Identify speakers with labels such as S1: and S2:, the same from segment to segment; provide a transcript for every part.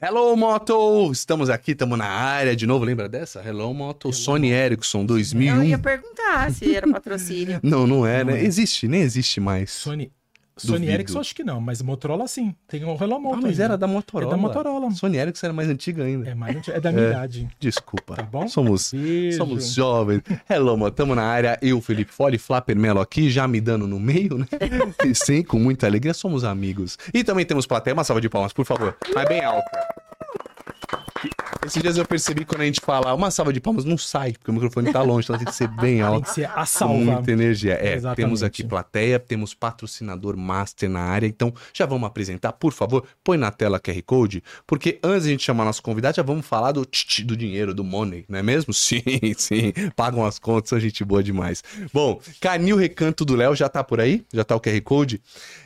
S1: Hello Moto! Estamos aqui, estamos na área de novo, lembra dessa? Hello Moto, Sony Ericsson
S2: Eu
S1: 2001.
S2: ia perguntar se era patrocínio.
S1: Não, não é,
S3: Não
S1: né?
S3: é.
S1: Existe, nem existe mais. Ah,
S3: Sony, Sony
S1: Duvido.
S3: Ericsson acho que não, mas Motorola sim. Tem o Hello
S1: Ah,
S3: Moto
S1: mas
S3: ainda.
S1: era da
S3: É
S1: Motorola.
S3: da Motorola.
S1: Sony Ericsson era mais antiga ainda.
S3: É, mais antigo, é da minha
S1: É.
S3: idade.
S1: Desculpa.
S3: Tá bom?
S1: Somos,
S3: Beijo.
S1: somos jovens. Hello, mano. Tamo na área. Eu, Felipe Fole, Flapper Melo aqui, já me dando no meio, né? E Sim, com muita alegria, somos amigos. E também temos plateia. Uma salva de palmas, por favor. Mas bem alta. Esses dias eu percebi que quando a gente fala uma salva de palmas, não sai, porque o microfone tá longe, então tem que ser bem
S3: Tem
S1: alta.
S3: que ser a
S1: Com
S3: salva.
S1: muita energia. É,
S3: Exatamente.
S1: temos aqui plateia, temos patrocinador master na área, então já vamos apresentar, por favor, põe na tela QR Code, porque antes de a gente chamar nosso convidado, já vamos falar do tch-tch do dinheiro, do money, não é mesmo? Sim, sim, pagam as contas, são gente boa demais. Bom, Canil Recanto do Léo já tá por aí? Já tá o QR Code?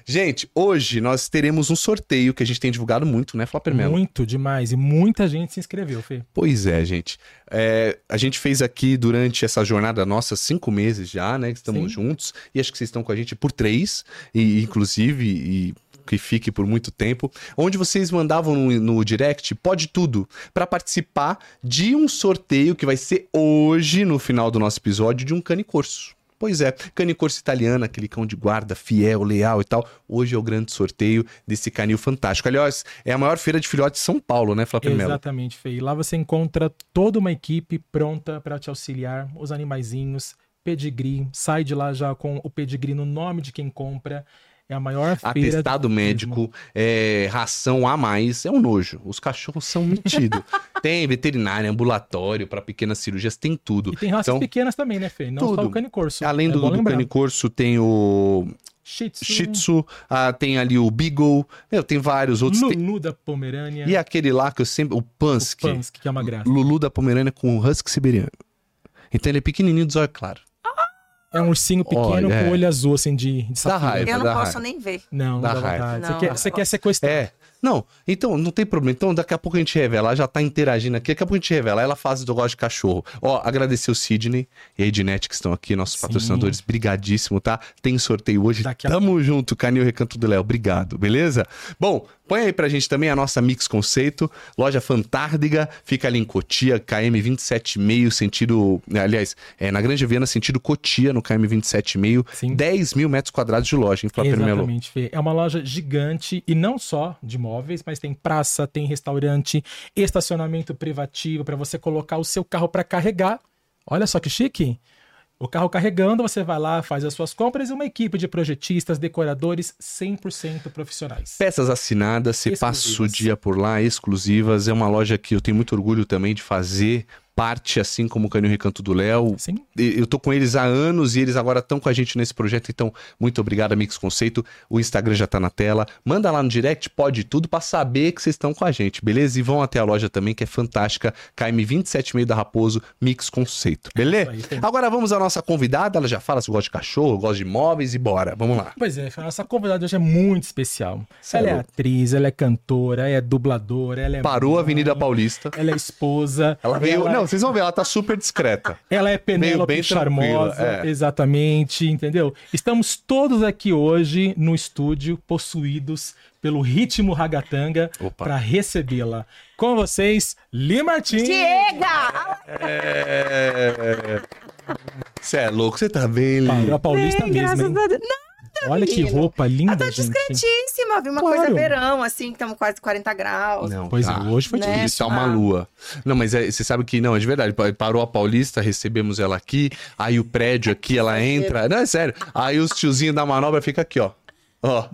S1: Gente, hoje nós teremos um sorteio que a gente tem divulgado muito, né, Flapper Melo?
S3: Muito demais. E muita gente se inscreveu, Fê.
S1: Pois é, gente. É, a gente fez aqui durante essa jornada nossa cinco meses já, né? que Estamos
S3: Sim.
S1: juntos e acho que vocês estão com a gente por três, e inclusive e que fique por muito tempo. Onde vocês mandavam no, no direct pode tudo para participar de um sorteio que vai ser hoje no final do nosso episódio de um canicorso. Pois é, canicorso italiana, aquele cão de guarda, fiel, leal e tal. Hoje é o grande sorteio desse canil fantástico. Aliás, é a maior feira de filhotes de São Paulo, né, Flávio Melo?
S3: Exatamente, Fê. E lá você encontra toda uma equipe pronta para te auxiliar, os animaizinhos, pedigree. Sai de lá já com o pedigree no nome de quem compra. É a maior feira.
S1: Atestado médico, é, ração a mais, é um nojo. Os cachorros são metidos. tem veterinário, ambulatório, para pequenas cirurgias, tem tudo.
S3: E tem raças
S1: Então,
S3: pequenas também, né, Fê? Não só
S1: tudo.
S3: o canicorso.
S1: Além
S3: é
S1: do,
S3: bom
S1: do
S3: lembrar.
S1: canicorso, tem o
S3: Shih Tzu,
S1: Shih Tzu, ah, tem ali o Beagle, meu, tem vários outros. tem-
S3: Lulu da Pomerânia,
S1: E aquele lá que eu sempre. O
S3: o
S1: Pansky.
S3: Pansky, que é uma graça.
S1: Lulu da Pomerânia com o Husky Siberiano. Então ele é pequenininho, dos olhos claros.
S3: É um ursinho pequeno
S1: Olha, é.
S3: com olho azul, assim, de, de
S1: Dá
S3: safira.
S1: raiva, dá
S2: Eu não
S1: raiva.
S2: posso nem ver.
S3: Não, não
S1: Dá
S3: dá vontade.
S2: raiva.
S3: Você,
S2: Não.
S3: quer, você quer sequestrar.
S1: É. Não, então, não tem problema. Então, daqui a pouco a gente revela. Ela já tá interagindo aqui. Daqui a pouco a gente revela. Ela faz do gosto de cachorro. Ó, agradecer o Sidney e a Ednet que estão aqui, nossos
S3: Sim.
S1: patrocinadores. Brigadíssimo, tá? Tem sorteio hoje.
S3: Daqui a
S1: Tamo junto, Canil Recanto do Léo. Obrigado, beleza? Bom, põe aí pra gente também a nossa Mix Conceito. Loja Fantárdiga. Fica ali em Cotia, KM 27,5, sentido... Aliás, é, na Grande Viana, sentido Cotia, no KM 27,5.
S3: Sim.
S1: 10 mil metros quadrados de loja, hein, Flávio Melo?
S3: Exatamente, Fê. É uma loja gigante e não só de móveis, mas tem praça, tem restaurante, estacionamento privativo para você colocar o seu carro para carregar. Olha só que chique! O carro carregando, você vai lá, faz as suas compras e uma equipe de projetistas, decoradores 100% profissionais.
S1: Peças assinadas, você passa o
S3: Exclusivas.
S1: dia por lá, exclusivas. É uma loja que eu tenho muito orgulho também de fazer parte, assim como o Canil Recanto do Léo.
S3: Sim,
S1: E- Eu tô com eles há anos e eles agora estão com a gente nesse projeto, então muito obrigado, Mix Conceito. O Instagram já tá na tela. Manda lá no direct, pode tudo, pra saber que vocês estão com a gente, beleza? E vão até a loja também, que é fantástica. KM276 da Raposo, Mix Conceito, beleza?
S3: aí, Fê.
S1: Agora vamos à nossa convidada, ela já fala se gosta de cachorro, gosta de móveis e bora, vamos lá.
S3: Pois é, a nossa convidada hoje é muito especial.
S1: Cê é
S3: ela é
S1: louco.
S3: atriz, ela é cantora, é dubladora, ela é.
S1: Parou a
S3: mãe,
S1: Avenida Paulista.
S3: Ela é esposa.
S1: Ela veio.
S3: Ela,
S1: Não, vocês vão ver, ela tá super discreta.
S3: ela é
S1: veio bem
S3: Penélope
S1: tranquila,
S3: Charmosa.
S1: é.
S3: Exatamente, entendeu? Estamos todos aqui hoje no estúdio, possuídos pelo ritmo ragatanga,
S1: Opa.
S3: para recebê-la. Com vocês, Li Martins.
S2: Chega!
S1: É. Você é louco, você tá bem,
S3: Parou
S1: Lili.
S3: a Paulista
S2: Ai,
S3: mesmo.
S2: graças
S3: hein?
S2: a Deus. Não,
S3: Olha que
S2: menino.
S3: roupa
S2: eu
S3: linda,
S2: tô
S3: gente.
S2: discretíssima, viu? Uma
S3: Claro.
S2: coisa verão, assim, que estamos quase 40 graus.
S1: Não,
S3: Pois
S1: tá.
S3: é, hoje foi
S2: Né?
S3: difícil.
S1: Isso é uma
S2: Ah.
S1: lua. Não, mas é- você sabe que não, é de verdade. pa- Parou a Paulista, recebemos ela aqui, aí o prédio aqui, ela entra. Não, é sério. Aí os tiozinhos da manobra fica aqui, ó. Ó.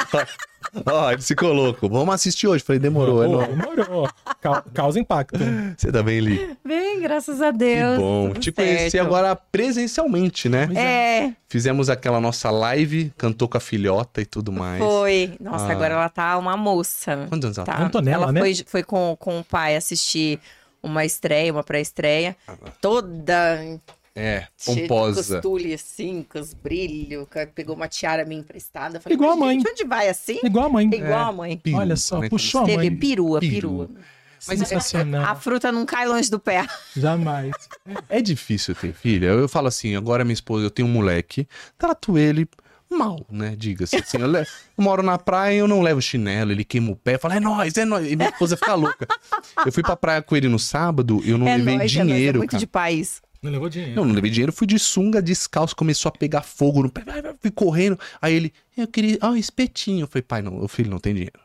S1: Ó, ele ficou louco. Vamos assistir hoje. Falei, demorou. é
S3: Pô,
S1: nóis.
S3: demorou. Ca- Causa impacto.
S1: Você tá bem, Li?
S2: Bem, graças a
S1: Que
S2: Deus.
S1: bom.
S2: tudo
S1: Te conheci
S2: certo.
S1: agora presencialmente, né?
S2: É,
S1: Fizemos aquela nossa live, cantou com a filhota e tudo mais.
S2: foi. Nossa,
S1: Ah.
S2: agora ela tá uma moça.
S1: Quantos anos ela
S2: Tá.
S1: tá?
S3: Antonella,
S2: ela
S3: né?
S2: foi, foi com, com o pai assistir uma estreia, uma pré-estreia.
S1: Ah, tá.
S2: Toda
S1: É,
S2: cheia de
S1: pomposa.
S2: costule, assim, com os brilhos. que Pegou uma tiara minha emprestada. Eu Falei,
S3: Igual a
S2: "Mas,
S3: mãe."
S2: gente, onde vai assim?
S3: Igual a mãe.
S2: Igual a mãe.
S1: Peru,
S3: Olha só,
S1: né,
S3: puxou a
S1: quando-
S2: Teve
S3: mãe. Ah.
S2: perua,
S1: Perua.
S2: perua.
S1: Mas- assim,
S2: A
S3: Sensacional.
S2: fruta não cai longe do pé.
S1: né?
S3: Jamais.
S1: É difícil ter filha. Eu, eu falo assim, agora minha esposa, eu tenho um moleque, trato ele mal, né? Diga-se. Assim, eu, le- eu moro na praia e eu não levo chinelo, ele queima o pé, fala, é nóis, é nóis. E minha esposa fica louca. Eu fui pra praia com ele no sábado, eu não
S2: é
S1: levei
S2: nóis, é nóis, é
S1: dinheiro,
S2: muito
S1: cara.
S2: de país.
S3: Não levou dinheiro.
S1: Não, não levei dinheiro, fui de sunga descalço, começou a pegar fogo no pé, vai, vai, fui correndo. Aí ele, eu queria, ah, um espetinho. Eu falei, pai, não, o filho não tem dinheiro.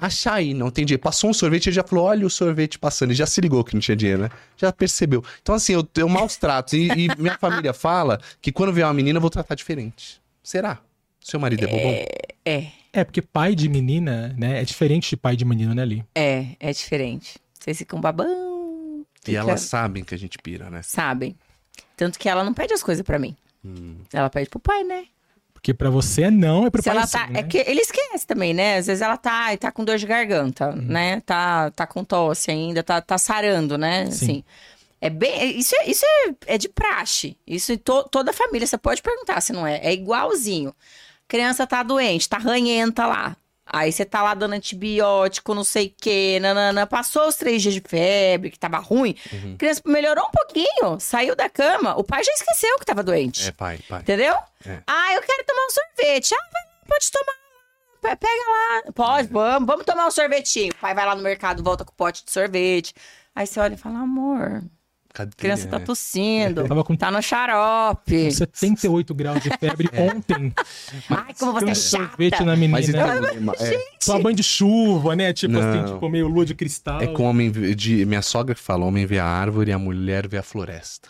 S1: Açaí, não tem dinheiro. Passou um sorvete, ele já falou, olha o sorvete passando. Ele já se ligou que não tinha dinheiro, né? Já percebeu. Então, assim, eu tenho maus tratos. E, e minha família fala que quando vier uma menina, eu vou tratar diferente. Será? Seu marido é bobão?
S2: É,
S3: É, porque pai de menina, né? É diferente de pai de menino, né, Li?
S2: é, é diferente. Vocês ficam babão.
S1: E
S2: fica-
S1: elas sabem que a gente pira, né?
S2: Sabem. Tanto que ela não pede as coisas pra mim.
S1: Hum.
S2: Ela pede pro pai, né?
S3: Porque pra você é não, é pro
S2: Se
S3: pai
S2: ela
S3: sim,
S2: tá,
S3: né?
S2: é que ele esquece também, né? Às vezes ela tá, tá com dor de garganta,
S3: Uhum.
S2: né? Tá, tá com tosse ainda, tá, tá sarando, né?
S3: Sim.
S2: Assim. É bem, isso é, isso é, é de praxe. Isso em to- toda a família, você pode perguntar se não é. É igualzinho. Criança tá doente, tá ranhenta lá. Aí você tá lá dando antibiótico, não sei o quê, nanana. Passou os três dias de febre, que tava ruim.
S3: Uhum.
S2: Criança melhorou um pouquinho, saiu da cama. O pai já esqueceu que tava doente.
S1: É, pai, pai.
S2: Entendeu?
S1: É.
S2: Ah, eu quero tomar um sorvete. Ah, vai, pode tomar. Pe- Pega lá. Pode, vamos, vamos tomar um sorvetinho. O pai vai lá no mercado, volta com o pote de sorvete. Aí você olha e fala, amor,
S1: Cadê?
S2: a criança tá tossindo.
S3: Tava com-
S2: Tá no xarope.
S3: 78 graus de febre ontem.
S2: Ai, como
S3: Deu
S2: você é
S3: um sorvete
S2: chata.
S3: na menina.
S1: Mas então,
S2: né?
S1: é,
S3: Sua mãe de chuva, né? Tipo assim,
S1: Não.
S3: tipo meio lua de cristal.
S1: É com homem vê- de minha sogra que fala, homem vê a árvore, a mulher vê a floresta.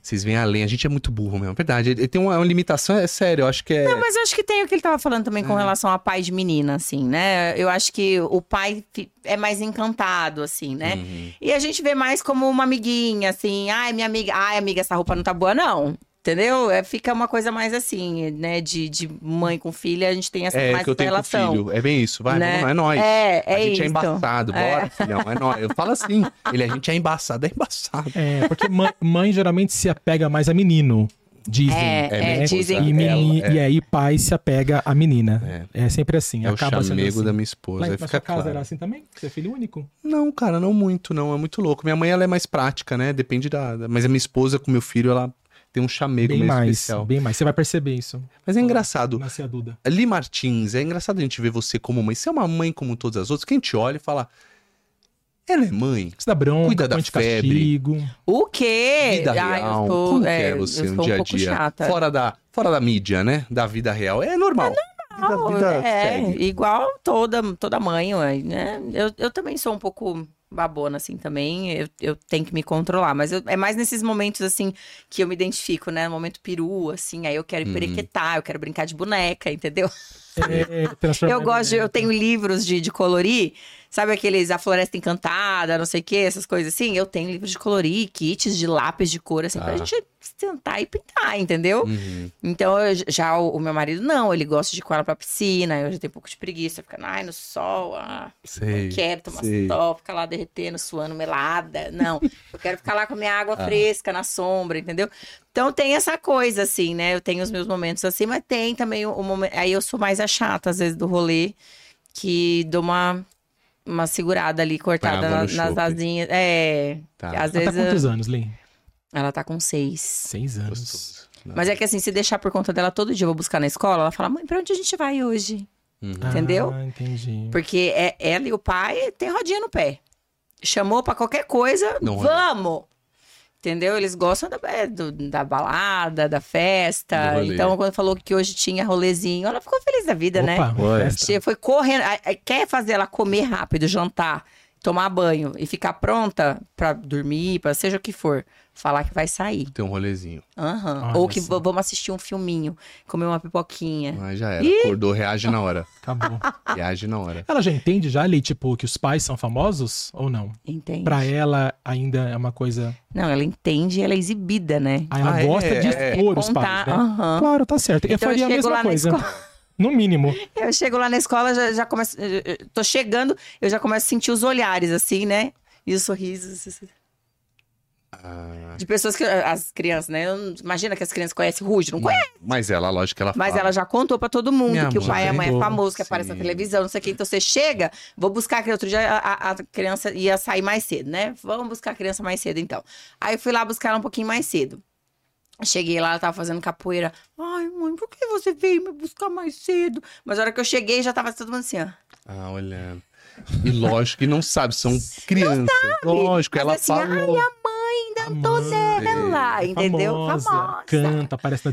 S1: Vocês veem além, a gente é muito burro mesmo, é verdade. Ele tem uma, uma limitação, é sério, eu acho que é.
S2: Não, mas eu acho que tem o que ele tava falando também
S1: Uhum.
S2: com relação a pai de menina, assim, né? Eu acho que o pai fi- é mais encantado, assim, né?
S1: Uhum.
S2: E a gente vê mais como uma amiguinha, assim, ai, minha amiga, ai, amiga, essa roupa não tá boa, não. Entendeu? É, fica uma coisa mais assim, né? De, de mãe com filha, a gente tem essa
S1: É,
S2: mais
S1: que eu tenho com o
S2: relação.
S1: filho. É bem isso, vai,
S2: né?
S1: vamos lá, é nóis.
S2: É, é
S1: a gente
S2: isso.
S1: é embaçado, bora, filhão, é nóis. Eu falo assim, ele, a gente é embaçado, é embaçado.
S3: É, porque mã- mãe geralmente se apega mais a menino. Dizem.
S2: É,
S1: É
S2: é,
S1: mesmo,
S2: dizem.
S1: né?
S3: E, meni-
S1: Ela,
S3: e aí pai se apega à menina. É, sempre assim.
S1: É o
S3: acaba sendo
S1: chamego
S3: assim.
S1: da minha esposa.
S3: Lá em-
S1: aí
S3: na
S1: fica
S3: sua casa
S1: claro.
S3: era assim também? Você é filho único?
S1: Não, cara, não muito, não. É muito louco. Minha mãe, ela é mais prática, né? Depende da. da- Mas a minha esposa com meu filho, ela tem um chamego
S3: Bem
S1: meio
S3: mais,
S1: especial.
S3: bem mais. Você vai perceber isso.
S1: Mas é engraçado.
S3: Nascer a Duda.
S1: Ali Martins, é engraçado a gente ver você como mãe. Você é uma mãe como todas as outras, que a gente olha e fala. Ela é mãe.
S3: Você dá bronca,
S1: Cuida da
S3: põe de
S1: febre.
S3: castigo.
S2: O quê?
S1: Vida
S2: Ah, eu
S1: real.
S2: sou-
S1: como
S2: é,
S1: que é você
S2: eu
S1: no
S2: sou
S1: dia
S2: um
S1: a
S2: pouco
S1: dia?
S2: chata.
S1: Fora, da, fora da mídia, né? Da vida real. É normal.
S2: Não,
S1: vida, vida
S2: é,
S1: segue.
S2: igual toda, toda mãe, ué, né? Eu, eu também sou um pouco babona, assim, também. Eu, eu tenho que me controlar. Mas eu- é mais nesses momentos, assim, que eu me identifico, né? No momento peru, assim, aí eu quero
S1: Uhum.
S2: emperequetar, eu quero brincar de boneca, entendeu?
S3: É,
S2: Eu
S3: transformar-
S2: gosto, de-
S1: né?
S2: eu tenho livros de, de colorir, sabe aqueles A Floresta Encantada, não sei o que, essas coisas assim? Eu tenho livros de colorir, kits de lápis de cor, assim, pra
S1: Ah.
S2: gente sentar e pintar, entendeu?
S1: Uhum.
S2: Então, eu j- já o, o meu marido, não, ele gosta de ir com ela pra piscina, eu já tenho um pouco de preguiça, fica, ai, no sol, ah,
S1: Sei.
S2: não quero tomar
S1: sei.
S2: sol, ficar lá derretendo, suando, melada, não, eu quero ficar lá com a minha água
S1: Ah.
S2: fresca, na sombra, entendeu? Então, tem essa coisa, assim, né, eu tenho os meus momentos assim, mas tem também o, momento, aí eu sou mais a chata, às vezes, do rolê, que dou uma, uma segurada ali, cortada
S1: Trava
S2: na-
S1: no
S2: nas
S1: chope.
S2: asinhas, é,
S1: Tá.
S2: às
S3: Ela tá
S2: vezes, eu-
S3: quantos anos, Lin?
S2: ela tá com seis.
S3: Seis anos.
S1: Gostoso.
S2: Mas é que assim, se deixar por conta dela todo dia, eu vou buscar na escola, ela fala, mãe, pra onde a gente vai hoje?
S1: Uhum.
S2: Entendeu?
S3: Ah,
S1: Hum.
S3: entendi.
S2: Porque é, ela e o pai tem rodinha no pé. Chamou pra qualquer coisa,
S1: Não, é. olha.
S2: vamos! Entendeu? Eles gostam da, é, do- da balada, da
S1: Do
S2: festa.
S1: rolê.
S2: Então, quando falou que hoje tinha rolezinho, ela ficou feliz da vida, né?
S3: Opa, uma
S1: Ué.
S3: festa.
S2: Che- Foi correndo. a- a- Quer fazer ela comer rápido, jantar, tomar banho e ficar pronta pra dormir, pra seja o que for. Falar que vai sair.
S1: Tem um rolezinho.
S2: Aham.
S3: Olha
S2: Ou que
S3: só.
S2: v- vamos assistir um filminho, comer uma pipoquinha.
S1: Mas já era. Acordou, reage na hora.
S3: Acabou.
S2: Ah.
S1: Reage na hora.
S3: Ela já entende já, Li, tipo, que os pais são famosos ou não?
S2: Entende?
S3: Pra ela ainda é uma coisa.
S2: Não, ela entende e ela é exibida, né?
S3: Ah, Ela
S1: Ah, é,
S3: gosta de
S1: é.
S3: expor os
S2: Contar,
S3: pais, né?
S2: aham.
S3: Claro, tá certo. Eu
S2: Então eu
S3: faria a
S2: chego lá
S3: mesma
S2: na
S3: coisa. No mínimo.
S2: Eu chego lá na escola, já, já começo. eu- eu- eu Tô chegando, eu já começo a sentir os olhares, assim, né? E os sorrisos. assim,
S1: Ah,
S2: De pessoas que. As crianças, né? Eu não- imagina que as crianças conhecem Ruge, não conhece.
S1: mas ela, lógico que ela
S2: Mas
S1: fala.
S2: ela já contou pra todo mundo
S1: Minha
S2: que o
S1: mãe
S2: pai e a mãe é
S3: contou,
S2: famoso, que aparece na
S1: sim.
S2: televisão, não sei o quê. Então você chega, vou buscar a criança. Outro dia a, a- a criança ia sair mais cedo, né? Vamos buscar a criança mais cedo, então. Aí eu fui lá buscar ela um pouquinho mais cedo. Cheguei lá, ela tava fazendo capoeira. Ai, mãe, por que você veio me buscar mais cedo? Mas a hora que eu cheguei, já tava todo mundo assim, ó.
S1: Ah, olha. E lógico que não sabe, são crianças. Lógico,
S2: Mas
S1: ela
S2: assim,
S1: falou. É
S2: ai, a mãe da
S3: A
S2: Antonella, entendeu?
S3: Famosa,
S2: Famosa.
S3: Canta, aparece na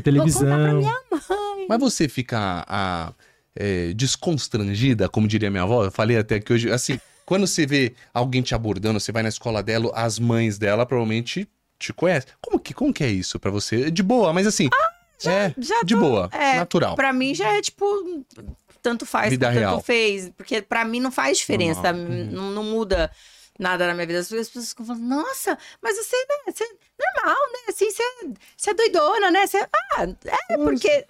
S2: Vou contar pra
S3: televisão.
S2: minha mãe.
S1: Mas você fica ah, é, desconstrangida, como diria minha avó, eu falei até que hoje, assim, quando você vê alguém te abordando, você vai na escola dela, as mães dela provavelmente te conhecem. Como que, como que é isso pra você? De boa, mas assim, é,
S2: Ah, Já
S1: de boa,
S2: é,
S1: natural.
S2: Pra mim já é tipo, tanto faz,
S1: Vida
S2: tanto
S1: real.
S2: fez. Porque pra mim não faz diferença,
S1: Normal. Uhum.
S2: tá? não, não muda nada na minha vida. As pessoas ficam falando, nossa, mas você, né, você é normal, né? Assim, você, você é doidona, né? Você, ah, é porque.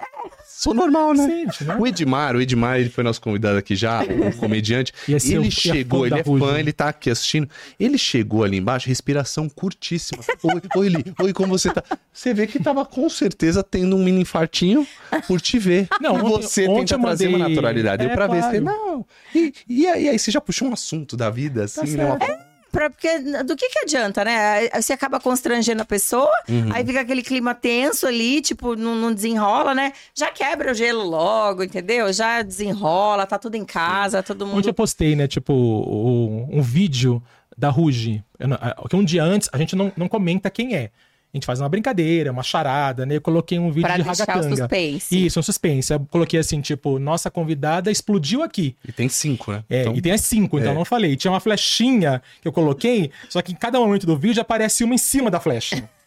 S1: Sou normal, né?
S3: Sente, né?
S1: O Edmar, o Edmar, ele foi nosso convidado aqui já, um comediante.
S3: E é seu- e
S1: ele
S3: é
S1: chegou,
S3: fã
S1: ele
S3: da
S1: é
S3: Ruge,
S1: fã,
S3: né?
S1: ele tá aqui assistindo. Ele chegou ali embaixo, respiração curtíssima. Oi, oi, Li, oi, como você tá? Você vê que tava com certeza tendo um mini infartinho por te ver.
S3: Não,
S1: e
S3: ontem-
S1: você
S3: ontem
S1: tenta
S3: eu
S1: trazer uma
S3: mandei-
S1: naturalidade.
S3: É,
S1: pra ver
S3: claro.
S1: se não. E, e aí, aí você já puxou um assunto da vida,
S3: Tá
S1: assim, né? Uma-
S2: Pra, porque do que que adianta, né? Aí Você acaba constrangendo a pessoa,
S1: Uhum.
S2: aí fica aquele clima tenso ali, tipo, não, não desenrola, né? Já quebra o gelo logo, entendeu? Já desenrola, tá tudo em casa, todo
S3: Ontem
S2: mundo.
S3: eu postei, né, tipo, o- um vídeo da Ruge. Eu não- a- Que um dia antes a gente não, não comenta quem é. A gente faz uma brincadeira, uma charada, né? Eu coloquei um vídeo
S2: Pra
S3: de
S2: deixar o
S3: ragatanga.
S2: suspense.
S3: Isso, um suspense. Eu coloquei assim, tipo, nossa convidada explodiu aqui.
S1: E tem cinco, né?
S3: É,
S1: Então,
S3: e tem as cinco, então eu não falei. Tinha uma flechinha que eu coloquei, só que em cada momento do vídeo aparece uma em cima da flecha.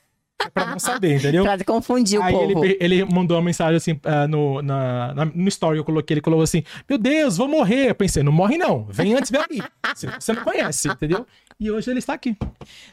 S3: É pra não saber, entendeu?
S2: Pra confundir o
S3: Aí ele,
S2: povo.
S3: pe- ele mandou uma mensagem assim ah, no, na, na- no story eu coloquei, ele colocou assim: Meu Deus, vou morrer. Eu pensei, não morre não, vem antes, vem aqui. Você, você não conhece, entendeu? E hoje ele está aqui.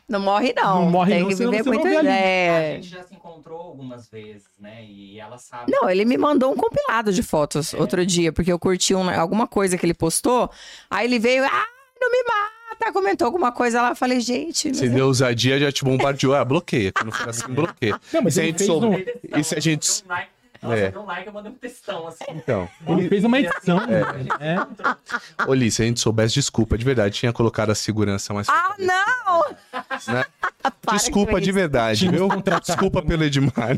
S2: Não morre, não.
S3: Não morre,
S2: Tem
S3: não,
S2: que
S3: senão
S2: viver
S3: você não
S2: muito.
S3: vê ali.
S4: A
S2: é...
S4: gente já se encontrou algumas vezes, né? E ela sabe.
S2: Não, ele me mandou um compilado de fotos outro dia, porque eu curti um- alguma coisa que ele postou. Aí ele veio, ah, não me mata, comentou alguma coisa lá. Eu falei, gente, mas
S1: Se deu ousadia, já te bombardeou. Ah, bloqueia. Quando for assim, bloqueia.
S3: Não, mas
S1: Se a
S3: ele
S1: gente
S3: fez,
S1: sou-
S3: um,
S1: E se a gente-
S4: Deu um like, nossa,
S1: É.
S4: deu um like, eu mandei um textão, assim.
S1: Então.
S3: ele fez uma edição.
S4: É.
S3: É.
S2: Ah.
S1: Olí, se a gente soubesse, desculpa, de verdade, tinha colocado a segurança mais.
S2: Ah, não!
S1: Né?
S2: Para com
S1: Desculpa
S2: isso.
S1: de verdade,
S3: Tinha
S1: viu?
S3: que contratar.
S1: Desculpa pelo Edmar.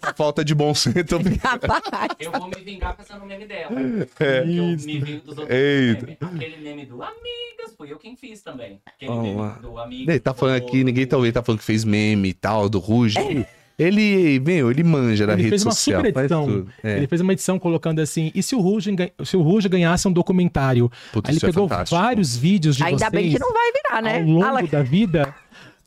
S1: a falta de bom senso. tô brincando.
S2: Rapaz.
S4: Eu vou me vingar pensando no meme dela. É. Eu me vingo dos outros
S1: Eita.
S4: memes. Aquele meme do Amigas, fui eu quem fiz também. Aquele
S1: Vamos lá.
S4: meme do Amigas.
S1: Ele tá falando aqui, ninguém tá ouvindo, ele tá falando que fez meme e tal, do Ruge.
S2: É.
S1: Ele, meu, ele manja da
S3: Ele
S1: rede
S3: fez uma
S1: social.
S3: super
S1: faz
S3: edição.
S1: tudo. É.
S3: Ele fez uma edição colocando assim: e se o Ruge, engan- se o Ruge ganhasse um documentário?
S1: Puta,
S3: Aí ele
S1: isso é
S3: pegou
S1: fantástico.
S3: vários vídeos de
S2: Ainda
S3: vocês
S2: bem que não vai virar, né?
S3: ao longo
S2: Ah, lá-
S3: da vida.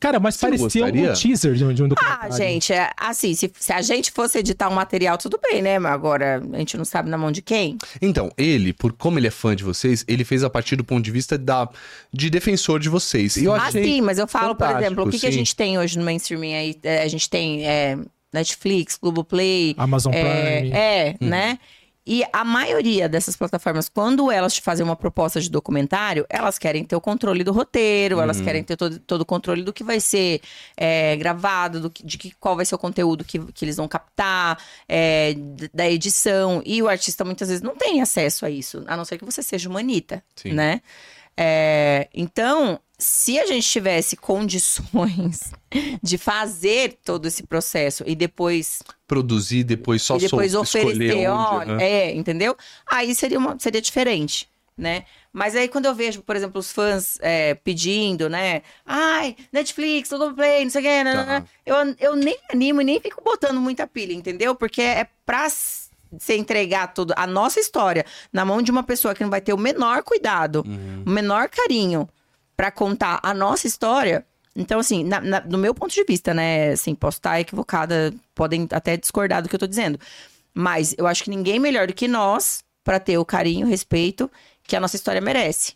S3: Cara, mas
S1: Você
S3: parecia
S1: gostaria?
S3: um teaser de um, de um
S2: Ah,
S3: documentário.
S2: gente, é, assim, se, se a gente fosse editar um material, tudo bem, né? Mas agora a gente não sabe na mão de quem.
S1: Então, ele, por como ele é fã de vocês, ele fez a partir do ponto de vista da, de defensor de vocês. E eu
S2: Ah,
S1: achei.
S2: sim, mas eu falo, por
S1: fantástico,
S2: exemplo, o que, que a
S1: sim.
S2: gente tem hoje no mainstreaming aí? É, a gente tem é, Netflix, Globoplay.
S3: Amazon Prime.
S2: É, é né? E a maioria dessas plataformas, quando elas te fazem uma proposta de documentário, elas querem ter o controle do roteiro, elas querem ter todo, todo o controle do que vai ser é, gravado, do que- de que, qual vai ser o conteúdo que, que eles vão captar, é, d- da edição. E o artista muitas vezes não tem acesso a isso, a não ser que você seja humanita,
S1: Sim.
S2: né? É, então, se a gente tivesse condições de fazer todo esse processo e depois
S1: Produzir, depois só
S2: e depois
S1: sou, escolher
S2: oferecer,
S1: onde,
S2: olha,
S1: né?
S2: é, entendeu? Aí seria, uma, seria diferente, né? Mas aí quando eu vejo, por exemplo, os fãs é, pedindo, né? Ai, Netflix, Globoplay, não sei o quê,
S1: Tá.
S2: nananã", eu, eu nem animo e nem fico botando muita pilha, entendeu? Porque é pra s- você entregar tudo, a nossa história, na mão de uma pessoa que não vai ter o menor cuidado,
S1: Uhum.
S2: o menor carinho pra contar a nossa história. Então, assim, na- na- do meu ponto de vista, né? Assim, posso estar equivocada, podem até discordar do que eu tô dizendo. Mas eu acho que ninguém melhor do que nós pra ter o carinho, o respeito que a nossa história merece,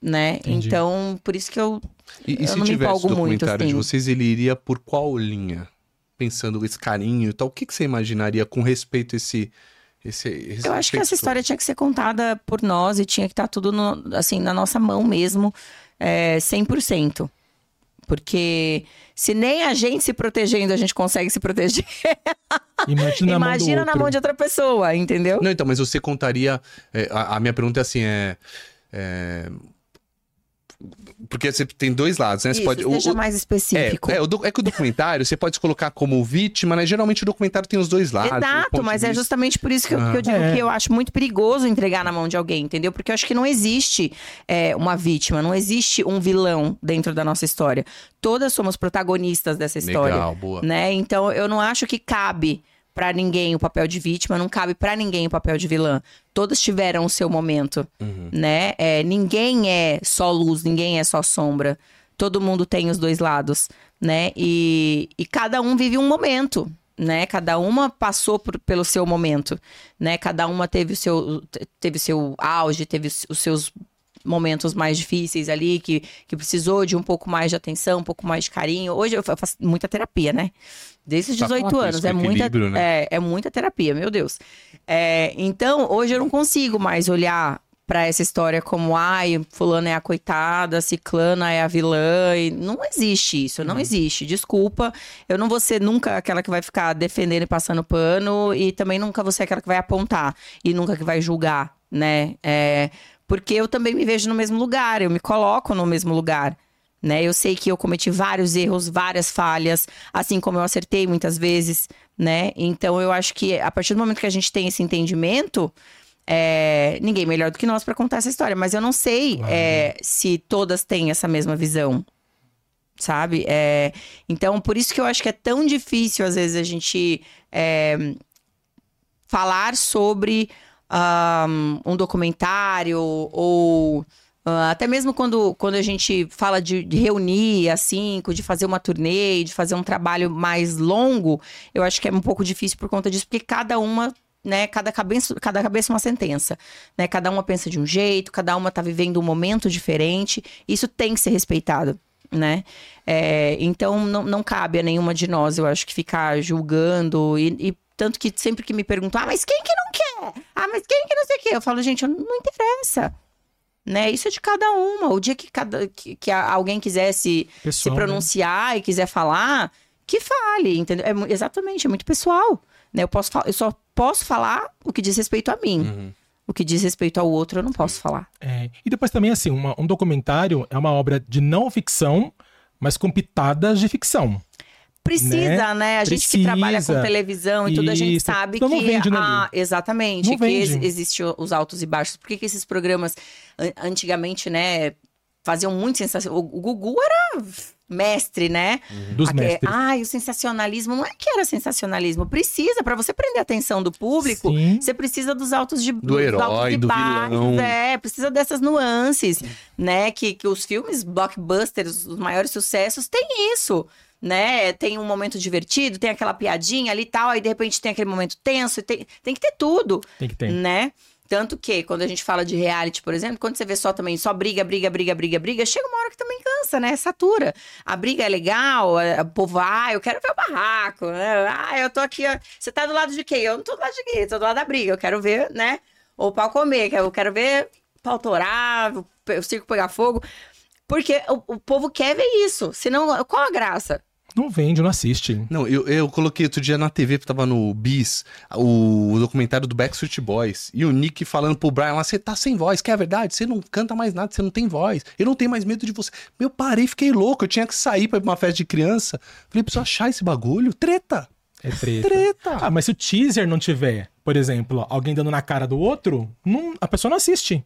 S2: né?
S3: Entendi.
S2: Então, por isso que eu
S1: E, e
S2: Eu
S1: se
S2: não me
S1: tivesse
S2: empolgo
S1: documentário
S2: muito,
S1: de
S2: assim.
S1: vocês, ele iria por qual linha? Pensando esse carinho e tal, o que, que você imaginaria com respeito a esse, esse, esse
S2: Eu acho que essa
S1: respeito
S2: história tinha que ser contada por nós e tinha que estar tudo no- assim na nossa mão mesmo, é, 100%. Porque se nem a gente se protegendo, a gente consegue se proteger,
S3: Imagina,
S2: imagina na mão de outra pessoa, entendeu?
S1: Não, então, mas você contaria. é, a, a minha pergunta é assim: é, é, Porque você tem dois lados, né? Você
S2: Isso,
S1: pode. o-
S2: seja
S1: o-
S2: mais
S1: é,
S2: específico.
S1: é, o do- é que o documentário você pode se colocar como vítima, né? Geralmente o documentário tem os dois lados. o
S2: Exato,
S1: ponto
S2: mas
S1: de
S2: é
S1: vista.
S2: justamente por isso que eu, que eu digo
S3: É.
S2: que eu acho muito perigoso entregar na mão de alguém, entendeu? Porque eu acho que não existe é, uma vítima, não existe um vilão dentro da nossa história. Todas somos protagonistas dessa história.
S1: Legal, boa.
S2: né? Então eu não acho que cabe pra ninguém o papel de vítima, não cabe pra ninguém o papel de vilã. Todas tiveram o seu momento, né? É, ninguém é só luz, ninguém é só sombra. Todo mundo tem os dois lados, né? E, e cada um vive um momento, né? Cada uma passou por- pelo seu momento, né? Cada uma teve o seu te- teve o seu auge, teve os os seus momentos mais difíceis ali, que, que precisou de um pouco mais de atenção, um pouco mais de carinho. Hoje eu fa- faço muita terapia, né? Desde os
S1: Pra falar
S2: 18
S1: Tá com
S2: anos.
S1: isso,
S2: é,
S1: com
S2: muita,
S1: equilíbrio, né?
S2: é, é muita terapia, meu Deus. É, então, hoje eu não consigo mais olhar pra essa história como, ai, fulano é a coitada, ciclana é a vilã. E não existe isso, não existe. Desculpa, eu não vou ser nunca aquela que vai ficar defendendo e passando pano, e também nunca vou ser aquela que vai apontar e nunca que vai julgar, né? É, porque eu também me vejo no mesmo lugar, eu me coloco no mesmo lugar. Né? Eu sei que eu cometi vários erros, várias falhas, assim como eu acertei muitas vezes, né? Então eu acho que a partir do momento que a gente tem esse entendimento, é, ninguém melhor do que nós para contar essa história. Mas eu não sei é, se todas têm essa mesma visão, sabe? É, então por isso que eu acho que é tão difícil às vezes a gente é, falar sobre ah, um documentário ou ah, até mesmo quando, quando a gente fala de, de reunir a cinco, de fazer uma turnê, de fazer um trabalho mais longo, eu acho que é um pouco difícil por conta disso, porque cada uma, né, cada cabeça, cada cabeça é uma sentença, né? Cada uma pensa de um jeito, cada uma tá vivendo um momento diferente, isso tem que ser respeitado, né? É, então não, não cabe a nenhuma de nós, eu acho que ficar julgando e, e tanto que sempre que me perguntam, ah, mas quem que não quer? Ah, mas quem que não sei o quê? Eu falo, gente, eu- não interessa. Né? Isso é de cada uma. O dia que, cada, que, que a- alguém quisesse se
S3: Pessoal, né?
S2: pronunciar e quiser falar, que fale, entendeu? É mu- exatamente, é muito pessoal. Né? Eu, posso fal- eu só posso falar o que diz respeito a mim.
S3: Hum.
S1: Uhum.
S2: O que diz respeito ao outro, eu não posso falar.
S3: É, E depois também, assim, uma- um documentário é uma obra de não ficção, mas com pitadas de ficção.
S2: Precisa, né? A gente que trabalha com
S3: Precisa.
S2: televisão e tudo, a gente
S3: Isso.
S2: sabe
S3: Então não
S2: que.
S3: vende, né,
S2: a- Exatamente,
S3: Não
S2: que
S3: vende.
S2: ex existem os altos e baixos. Por que, que esses programas an- antigamente, né, faziam muito sensação? O, o Gugu era mestre, né?
S3: Dos
S2: Aque-
S3: mestres.
S2: Ai, o sensacionalismo não é que era sensacionalismo. Precisa, pra você prender a atenção do público,
S3: Sim.
S2: você precisa dos altos de dos
S1: herói,
S2: altos e
S1: do
S2: baixos,
S1: vilão.
S2: É, precisa dessas nuances, né? Que, que os filmes blockbusters, os maiores sucessos, tem isso. Né? Tem um momento divertido, tem aquela piadinha ali e tal, aí de repente tem aquele momento tenso, e tem, tem que ter tudo
S3: Tem que ter.
S2: né? Tanto que, quando a gente fala de reality, por exemplo, quando você vê só também, só briga, briga, briga, briga, briga, chega uma hora que também cansa, né? Satura. A briga é legal, é- o povo, ah, eu quero ver o barraco, né? Ah, eu tô aqui, ó. você tá do lado de quem? Eu não tô do lado de quem, eu tô do lado da briga, eu quero ver, né? Ou pau comer, que é, eu quero ver pau torar, o pe- o circo pegar fogo. Porque o, o povo quer ver isso, senão qual a graça?
S3: Não vende, não assiste.
S1: Não, eu, eu coloquei outro dia na TV, porque tava no Bis, o, documentário do Backstreet Boys. E o Nick falando pro Brian lá: você tá sem voz, que é a verdade, você não canta mais nada, você não tem voz. Eu não tenho mais medo de você. Meu, parei, fiquei louco. Eu tinha que sair pra ir pra uma festa de criança. Falei, preciso achar esse bagulho. Treta!
S3: É treta.
S1: Treta!
S3: Ah, mas se o teaser não tiver, por exemplo, alguém dando na cara do outro, não- a pessoa não assiste.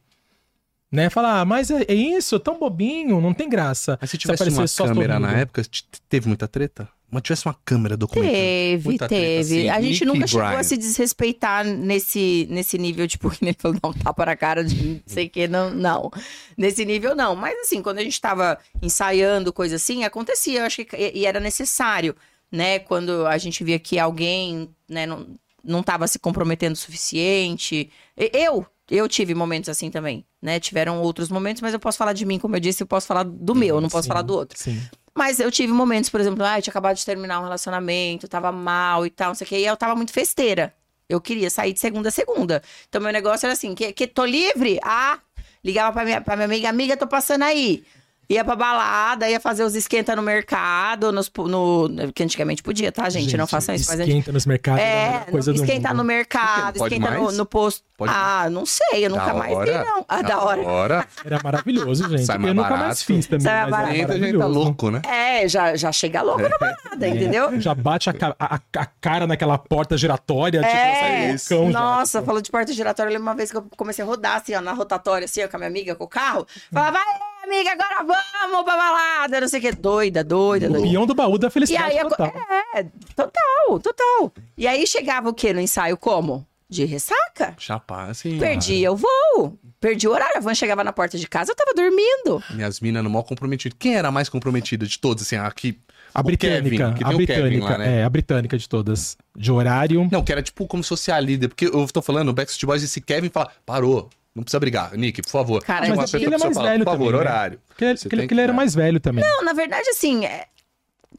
S3: Né? Fala, ah, mas é, é isso, tão bobinho, não tem graça.
S1: Mas se tivesse
S3: aparecer
S1: uma
S3: só
S1: câmera na
S3: sorrindo.
S1: época, te- teve muita treta? Mas tivesse uma câmera documentando.
S2: Teve,
S1: Muita treta,
S2: teve.
S1: assim,
S2: a gente
S1: Nick
S2: nunca
S1: e
S2: chegou
S1: Brian.
S2: a se desrespeitar nesse, nesse nível, tipo, que nem falou, dar um tapa na cara de não sei o que, não, não. Nesse nível, não. Mas assim, quando a gente tava ensaiando, coisa assim, acontecia, eu acho que e, e era necessário, né? Quando a gente via que alguém, né, não, não tava se comprometendo o suficiente. E- Eu, eu tive momentos assim também, né? Tiveram outros momentos, mas eu posso falar de mim, como eu disse, eu posso falar do meu, eu não posso
S3: Sim,
S2: falar do outro.
S3: Sim.
S2: Mas eu tive momentos, por exemplo, ah, eu tinha acabado de terminar um relacionamento, eu tava mal e tal, não sei o quê, e eu tava muito festeira. Eu queria sair de segunda a segunda. Então, meu negócio era assim, que, que tô livre? Ah, ligava pra minha, pra minha amiga, amiga, tô passando aí. Ia pra balada, ia fazer os esquenta no mercado, nos, pu- no, que antigamente podia, tá, gente? não façam isso, mas a
S3: Esquenta nos mercados. É, a
S2: É,
S3: melhor coisa do
S2: esquentar
S3: mundo.
S2: no mercado,
S1: Por quê? Não pode
S2: esquentar no,
S1: mais?
S2: no posto.
S1: Pode
S2: ah, não sei, eu
S1: Da
S2: nunca mais vi,
S1: hora,
S2: não. Ah, da hora.
S3: Era maravilhoso, gente.
S1: Sai
S3: eu
S1: mais
S3: nunca
S1: barato.
S3: mais fiz também.
S2: Sai
S3: mas
S2: mais
S3: era
S2: barato.
S1: Entra, a gente tá
S3: maravilhoso.
S1: louco, né?
S2: É, já, já chega logo na parada, entendeu?
S3: Já bate a, ca- a- a cara naquela porta giratória,
S2: É,
S3: tipo, sai loucão já.
S2: nossa, falou de porta giratória. Eu lembro uma vez que eu comecei a rodar, assim, ó, na rotatória, assim, ó, com a minha amiga, com o carro. Falava, vai, amiga, agora vamos pra balada, não sei o quê. Doida, doida,
S3: O
S2: doida.
S3: peão do baú da
S2: E
S3: felicidade
S2: aí, a co-
S3: total.
S2: é, total, total. E aí chegava o quê no ensaio? Como? De ressaca.
S1: Chapar, assim.
S2: Perdi o voo, perdi o horário. A van chegava na porta de casa, eu tava dormindo.
S1: Minhas minas no maior comprometido. Quem era a mais comprometida de todos, assim, aqui?
S3: A
S1: o Kevin,
S3: britânica,
S1: que
S3: a
S1: tem o Kevin
S3: britânica,
S1: lá, né?
S3: é, a britânica de todas. De horário.
S1: Não, que era tipo como se fosse a líder. Porque eu tô falando, o Backstreet Boys, esse Kevin fala, parou. Não precisa brigar, Nick, por favor.
S2: Cara,
S1: Tinha
S2: mas
S1: uma
S2: é porque
S1: pessoa
S3: ele é
S1: que só
S3: mais
S1: fala,
S3: velho
S1: por favor,
S3: também, né?
S1: horário.
S3: Porque ele,
S1: Você
S3: porque
S1: tem
S3: ele
S1: que-
S3: era
S1: é.
S3: mais velho também.
S2: Não, na verdade, assim, é,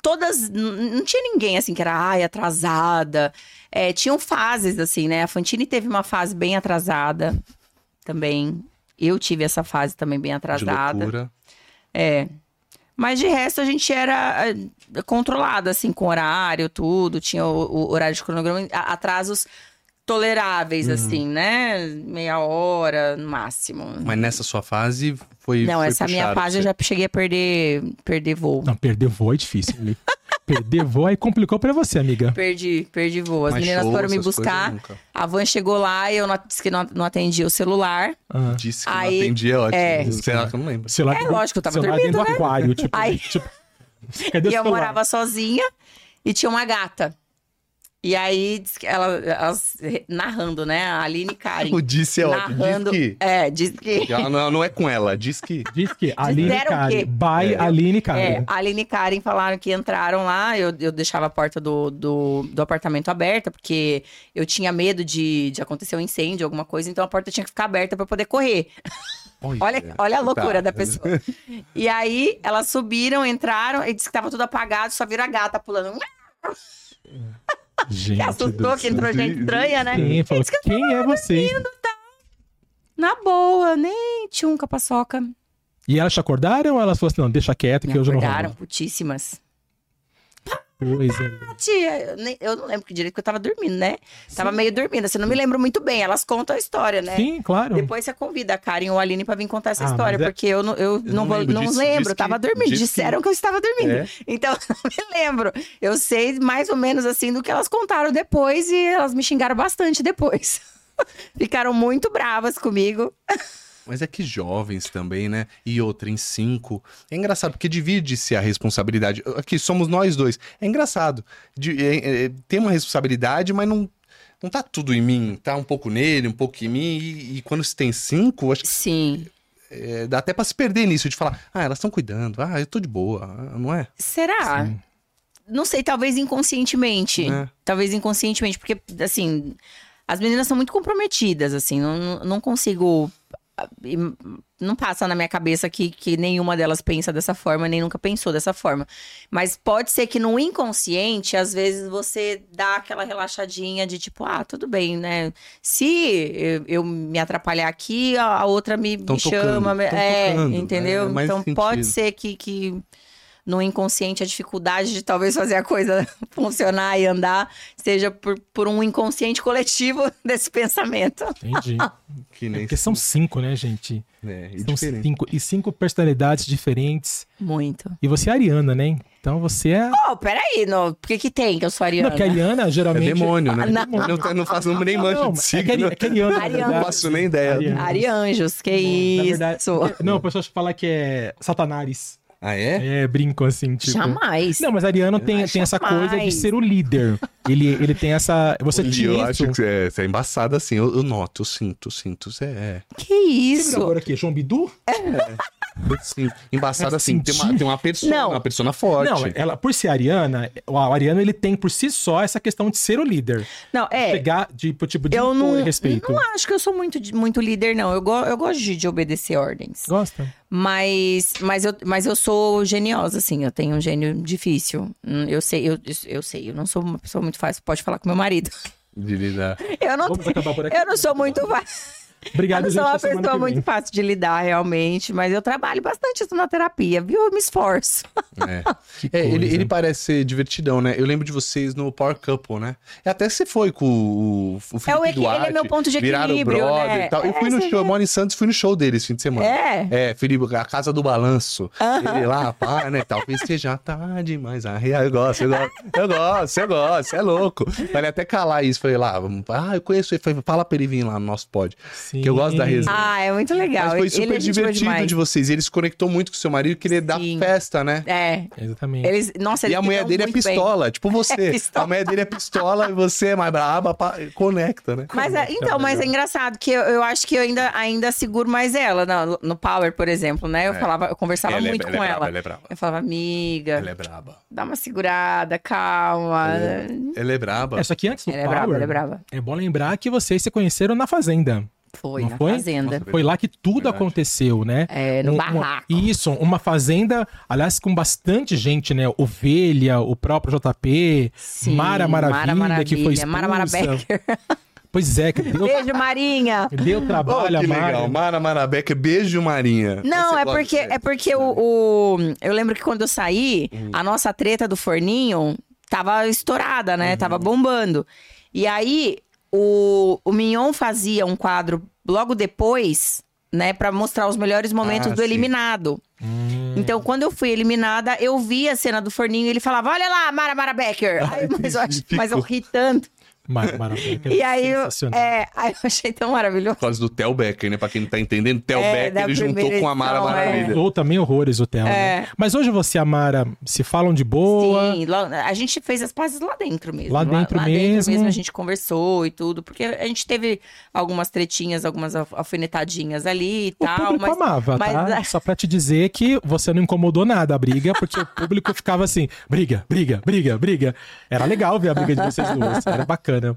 S2: todas. n- Não tinha ninguém, assim, que era, ai, atrasada. É, tinham fases, assim, né? A Fantine teve uma fase bem atrasada também. Eu tive essa fase também bem
S1: De
S2: atrasada.
S1: loucura.
S2: É. Mas de resto, a gente era eh, controlada, assim, com horário, tudo. Tinha o, o horário de cronograma, a- atrasos
S1: Hum.
S2: toleráveis, assim, né? Meia hora, no máximo.
S1: Mas nessa sua fase foi.
S2: não,
S1: foi
S2: essa minha
S1: puxado assim.
S2: fase eu
S1: pra
S2: já cheguei a perder, perder voo.
S3: Não, perder voo é difícil. Li. perder voo aí complicou pra você, amiga.
S2: Perdi, perdi voo.
S1: você.
S2: As
S1: Mas
S2: meninas
S1: show,
S2: foram me
S1: essas coisas,
S2: buscar.
S1: nunca.
S2: A van chegou lá e eu não, disse que não, não atendi o celular.
S3: Ah.
S1: Disse que
S2: Aí-
S1: não atendi, é ótimo.
S2: é.
S1: Será que eu não lembro?
S3: Sei lá,
S2: É lógico, eu tava
S3: sei lá,
S2: dormindo,
S3: dentro do aquário. Tipo,
S2: Aí-
S3: tipo, cadê o
S2: e eu
S3: celular?
S2: morava sozinha e tinha uma gata. E aí, diz que ela, elas narrando, né? A Aline e Karen.
S1: O disse é ótimo.
S2: narrando.
S1: Diz
S2: É, diz que.
S1: que. Ela não, não é com ela, diz que.
S3: Diz que Aline
S2: Disseram o
S3: Karen.
S2: quê?
S3: By
S1: É.
S3: Aline Karen.
S2: É, a Aline e Karen falaram que entraram lá, eu, eu deixava a porta do, do, do apartamento aberta, porque eu tinha medo de, de acontecer um incêndio, alguma coisa, então a porta tinha que ficar aberta pra eu poder correr. Olha, olha a
S1: Tá.
S2: loucura da pessoa. E aí, elas subiram, entraram, e disse que tava tudo apagado, só viram a gata pulando.
S3: Gente.
S2: Que
S3: do
S2: assustou, que
S3: céu.
S2: entrou gente estranha, né?
S3: Quem falou,
S2: Diz que
S3: quem é você?
S2: Na boa, nem um tchunca paçoca.
S3: E elas te acordaram ou elas falaram assim, não, deixa quieto que
S2: Me
S3: hoje eu não
S2: acordaram,
S3: rola?
S2: putíssimas.
S3: Pois é.
S2: Tia, eu, nem- eu não lembro que direito que eu tava dormindo, né? Tava meio dormindo, assim, não me lembro muito bem. Elas contam a história, né?
S3: Sim, claro.
S2: Depois você convida a Karen ou a Aline pra vir contar essa
S3: Ah,
S2: história,
S3: mas é-
S2: porque eu, não- eu, não,
S1: não
S2: vou- não
S1: lembro
S2: lembro,
S1: disso, diz que-
S2: tava dormindo.
S1: diz que-
S2: Disseram que... eu estava dormindo.
S1: É.
S2: Então, eu não me lembro. Eu sei mais ou menos assim do que elas contaram depois e elas me xingaram bastante depois. Ficaram muito bravas comigo.
S1: Mas é que jovens também, né? E outra em cinco. É engraçado, porque divide-se a responsabilidade. Aqui, somos nós dois. É engraçado. De- é- é- tem uma responsabilidade, mas não, não tá tudo em mim. Tá um pouco nele, um pouco em mim. E, e quando se tem cinco, acho que
S2: Sim.
S1: é, dá até pra se perder nisso, de falar, ah, elas estão cuidando, ah, eu tô de boa, ah, não é?
S2: Será?
S3: Sim.
S2: Não sei, talvez inconscientemente.
S1: É.
S2: Talvez inconscientemente, porque, assim, as meninas são muito comprometidas, assim, não, não consigo. Não passa na minha cabeça que, que nenhuma delas pensa dessa forma, nem nunca pensou dessa forma. Mas pode ser que no inconsciente, às vezes, você dá aquela relaxadinha de tipo, ah, tudo bem, né? Se eu, eu me atrapalhar aqui, a, a outra me, me
S1: Tão tocando,
S2: chama. me-
S1: tão
S2: é,
S1: tocando, é,
S2: entendeu?
S1: mais
S2: então
S1: sentido.
S2: pode ser que- que no inconsciente a dificuldade de talvez fazer a coisa funcionar e andar seja por, por um inconsciente coletivo desse pensamento.
S3: Entendi.
S1: Que
S3: É
S1: nem
S3: porque são cinco, né, gente?
S1: é, e
S3: São
S1: diferente.
S3: cinco. E cinco personalidades diferentes.
S2: Muito.
S3: E você é ariana, né? Então você é.
S2: Oh, peraí, no, por que que tem que eu sou
S3: Não,
S2: ariana?
S3: porque a ariana
S1: É
S3: geralmente.
S1: demônio, né?
S2: Ah, não.
S1: Eu não, não faço nem
S3: Não,
S1: mancha
S3: não,
S1: de
S3: é que,
S1: signo.
S3: ari- é que ariana, na
S2: Ariana.
S1: Não
S3: verdade.
S1: faço nem ideia.
S3: Ariana. É,
S2: Arianjos, que
S3: Na
S2: isso.
S3: verdade, tipo, porque- Não, o pessoal fala que é Satanares.
S1: Ah, é?
S3: É, brinco assim, tipo.
S2: Jamais.
S3: Não, mas Ariano tem,
S2: Ai,
S3: tem essa
S2: jamais.
S3: coisa de ser o líder. Ele, ele tem essa. Você
S1: Olha,
S3: tinha
S1: eu
S3: isso.
S1: acho que é, você é embaçado assim. Eu, eu noto, eu sinto, eu sinto. Você é.
S2: Que
S3: Você virou
S2: isso.
S3: agora o quê? João Bidu?
S1: Sim, embaçado assim. Tem uma, tem uma persona,
S2: Não.
S1: uma persona forte.
S3: Não, é- ela, por ser ariana, o ariano ele tem por si só essa questão de ser o líder.
S2: Não, é.
S3: Chegar, de, tipo, de
S2: Eu
S3: impor
S2: não-
S3: respeito.
S2: Não acho que eu sou muito, de- muito líder, não. Eu, go- eu gosto de, de obedecer ordens.
S3: Gosta?
S2: Mas, mas, eu, mas eu sou geniosa, assim, eu tenho um gênio difícil. Hum, Eu sei, eu, eu sei, eu não sou uma pessoa muito fácil, pode falar com meu marido.
S1: de lidar.
S2: Eu não,
S3: Vamos acabar por aqui. né?
S2: eu não sou muito fácil. Eu
S3: Obrigado,
S2: não
S3: gente.
S2: sou uma
S3: Até semana
S2: pessoa
S3: que
S2: muito
S3: vem.
S2: fácil de lidar, realmente, mas eu trabalho bastante isso na terapia, viu? Eu me esforço.
S1: É.
S3: Que
S1: É, ele,
S3: coisa.
S1: ele parece ser divertidão, né? Eu lembro de vocês no Power Couple, né? Até você foi com o, o Felipe
S2: É, o equi- ele é
S1: Duarte,
S2: meu ponto de
S1: viraram
S2: equilíbrio,
S1: brother
S2: né?
S1: e tal. Eu
S2: É,
S1: fui no
S2: você
S1: show, eu
S2: vê.
S1: moro em Santos, fui no show deles fim de semana.
S2: É.
S1: É, Felipe, a casa do balanço.
S2: Aham.
S1: Ele lá, pá, né? Talvez seja tarde, mas a real. tá Ah, Eu gosto, eu gosto, eu gosto, eu gosto, é louco. Falei até calar isso. Falei lá, vamos- ah, eu conheço ele. Falei, fala pra ele vir lá no nosso pod.
S3: Sim.
S1: que eu gosto da resenha.
S2: Ah, é muito legal.
S1: Mas foi
S2: Ele-
S1: super
S2: ele é gente boa
S1: divertido
S2: demais.
S1: de vocês. E ele se conectou muito com seu marido, que ele é da
S2: Sim.
S1: festa, né?
S2: É.
S3: Exatamente.
S2: Eles, nossa,
S1: E
S2: eles
S1: a mulher
S2: lidam
S1: dele é
S2: muito bem.
S1: pistola, tipo você.
S2: É pistola.
S1: A mulher dele é pistola e você é mais braba, pá, conecta, né?
S2: Mas é- então, mas é engraçado que eu, eu acho que eu ainda, ainda seguro mais ela no, no Power, por exemplo, né? Eu falava, eu conversava
S1: Ela é-
S2: muito
S1: ela é
S2: com
S1: braba,
S2: ela.
S1: ela é braba.
S2: Eu falava, amiga,
S1: Ela é braba.
S2: dá uma segurada, calma.
S1: Ela é braba.
S3: É, só que antes do
S2: Ela é
S3: Power,
S2: brava, ela é brava.
S3: é bom lembrar que vocês se conheceram na Fazenda.
S2: Foi,
S3: Não
S2: na
S3: foi?
S2: fazenda.
S1: Nossa,
S3: Foi lá que tudo
S1: Verdade.
S3: aconteceu, né?
S2: É, no
S3: Um- uma-
S2: barraco.
S3: isso, uma fazenda, aliás, com bastante gente, né? Ovelha, o próprio JP,
S2: Sim,
S3: Mara Maravilha, que foi expulsa.
S2: Mara Mara Becker.
S3: Pois é, que deu,
S2: Beijo, Marinha.
S3: deu trabalho
S1: Olha,
S3: a
S1: Oh, que
S3: Mara.
S1: legal. Mara Marabeca, beijo, Marinha.
S2: Não,
S1: Você
S2: é
S1: gosta
S2: porque,
S1: dela?
S2: é porque o, o- Eu lembro que quando eu saí, a nossa treta do forninho tava estourada, né? Tava bombando. E aí, o, o Mignon fazia um quadro logo depois, né? Pra mostrar os melhores momentos
S1: Ah,
S2: do
S1: sim.
S2: eliminado. Então, quando eu fui eliminada, eu vi a cena do forninho e ele falava: Olha lá, Mara Mara Becker. Aí, mas, eu, acho- mas eu ri tanto.
S3: Mara Maravilha.
S2: E aí, eu,
S3: sensacional.
S2: é, aí eu achei tão maravilhoso.
S1: Por causa do Theo Becker, né? Pra quem não tá entendendo, Theo
S2: É,
S1: Becker,
S2: da
S1: ele juntou
S2: primeira
S1: com a Mara
S2: edição, é.
S1: Maravilha.
S3: Ou também horrores o Theo, né? Mas hoje você e a Mara se falam de boa.
S2: Sim, lá- a gente fez as pazes lá dentro mesmo.
S3: Lá dentro mesmo.
S2: a gente conversou e tudo, porque a gente teve algumas tretinhas, algumas al- alfinetadinhas ali e
S3: O
S2: tal.
S3: público
S2: mas,
S3: amava,
S2: mas, é.
S3: tá? Só pra te dizer que você não incomodou nada a briga, porque o público ficava assim, briga, briga, briga, briga. Era legal ver a briga de vocês duas, era bacana. Mas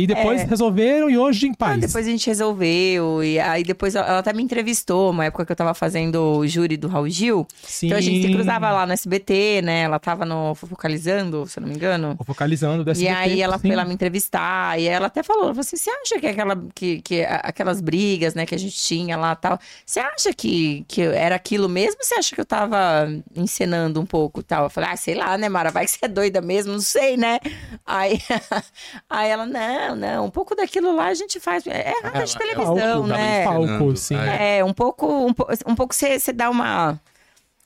S3: aí depois resolveram e hoje em
S2: É. Ah,
S3: paz.
S2: depois a gente resolveu, e aí depois ela ela até me entrevistou, uma época que eu tava fazendo o júri do Raul Gil.
S3: Sim.
S2: Então a gente se cruzava lá no SBT, né? Ela tava no Focalizando, se eu não me engano.
S3: Vou Focalizando dessa
S2: E aí ela foi lá me entrevistar, e ela até falou, ela falou assim, você acha que, aquela, que, que a- aquelas brigas, né, que a gente tinha lá e tal, você acha que, que era aquilo mesmo ou você acha que eu tava encenando um pouco e tal? Eu falei, ah, sei lá, né, Mara, vai que você é doida mesmo, não sei, né? Aí, aí ela, não, não, um pouco daquilo lá a gente faz, é é rádio de
S1: Ela- ela-
S2: televisão,
S1: tava
S2: né?
S3: Palco, sim.
S1: ensinando, é.
S2: É, um pouco, um, po- um pouco você você dá uma...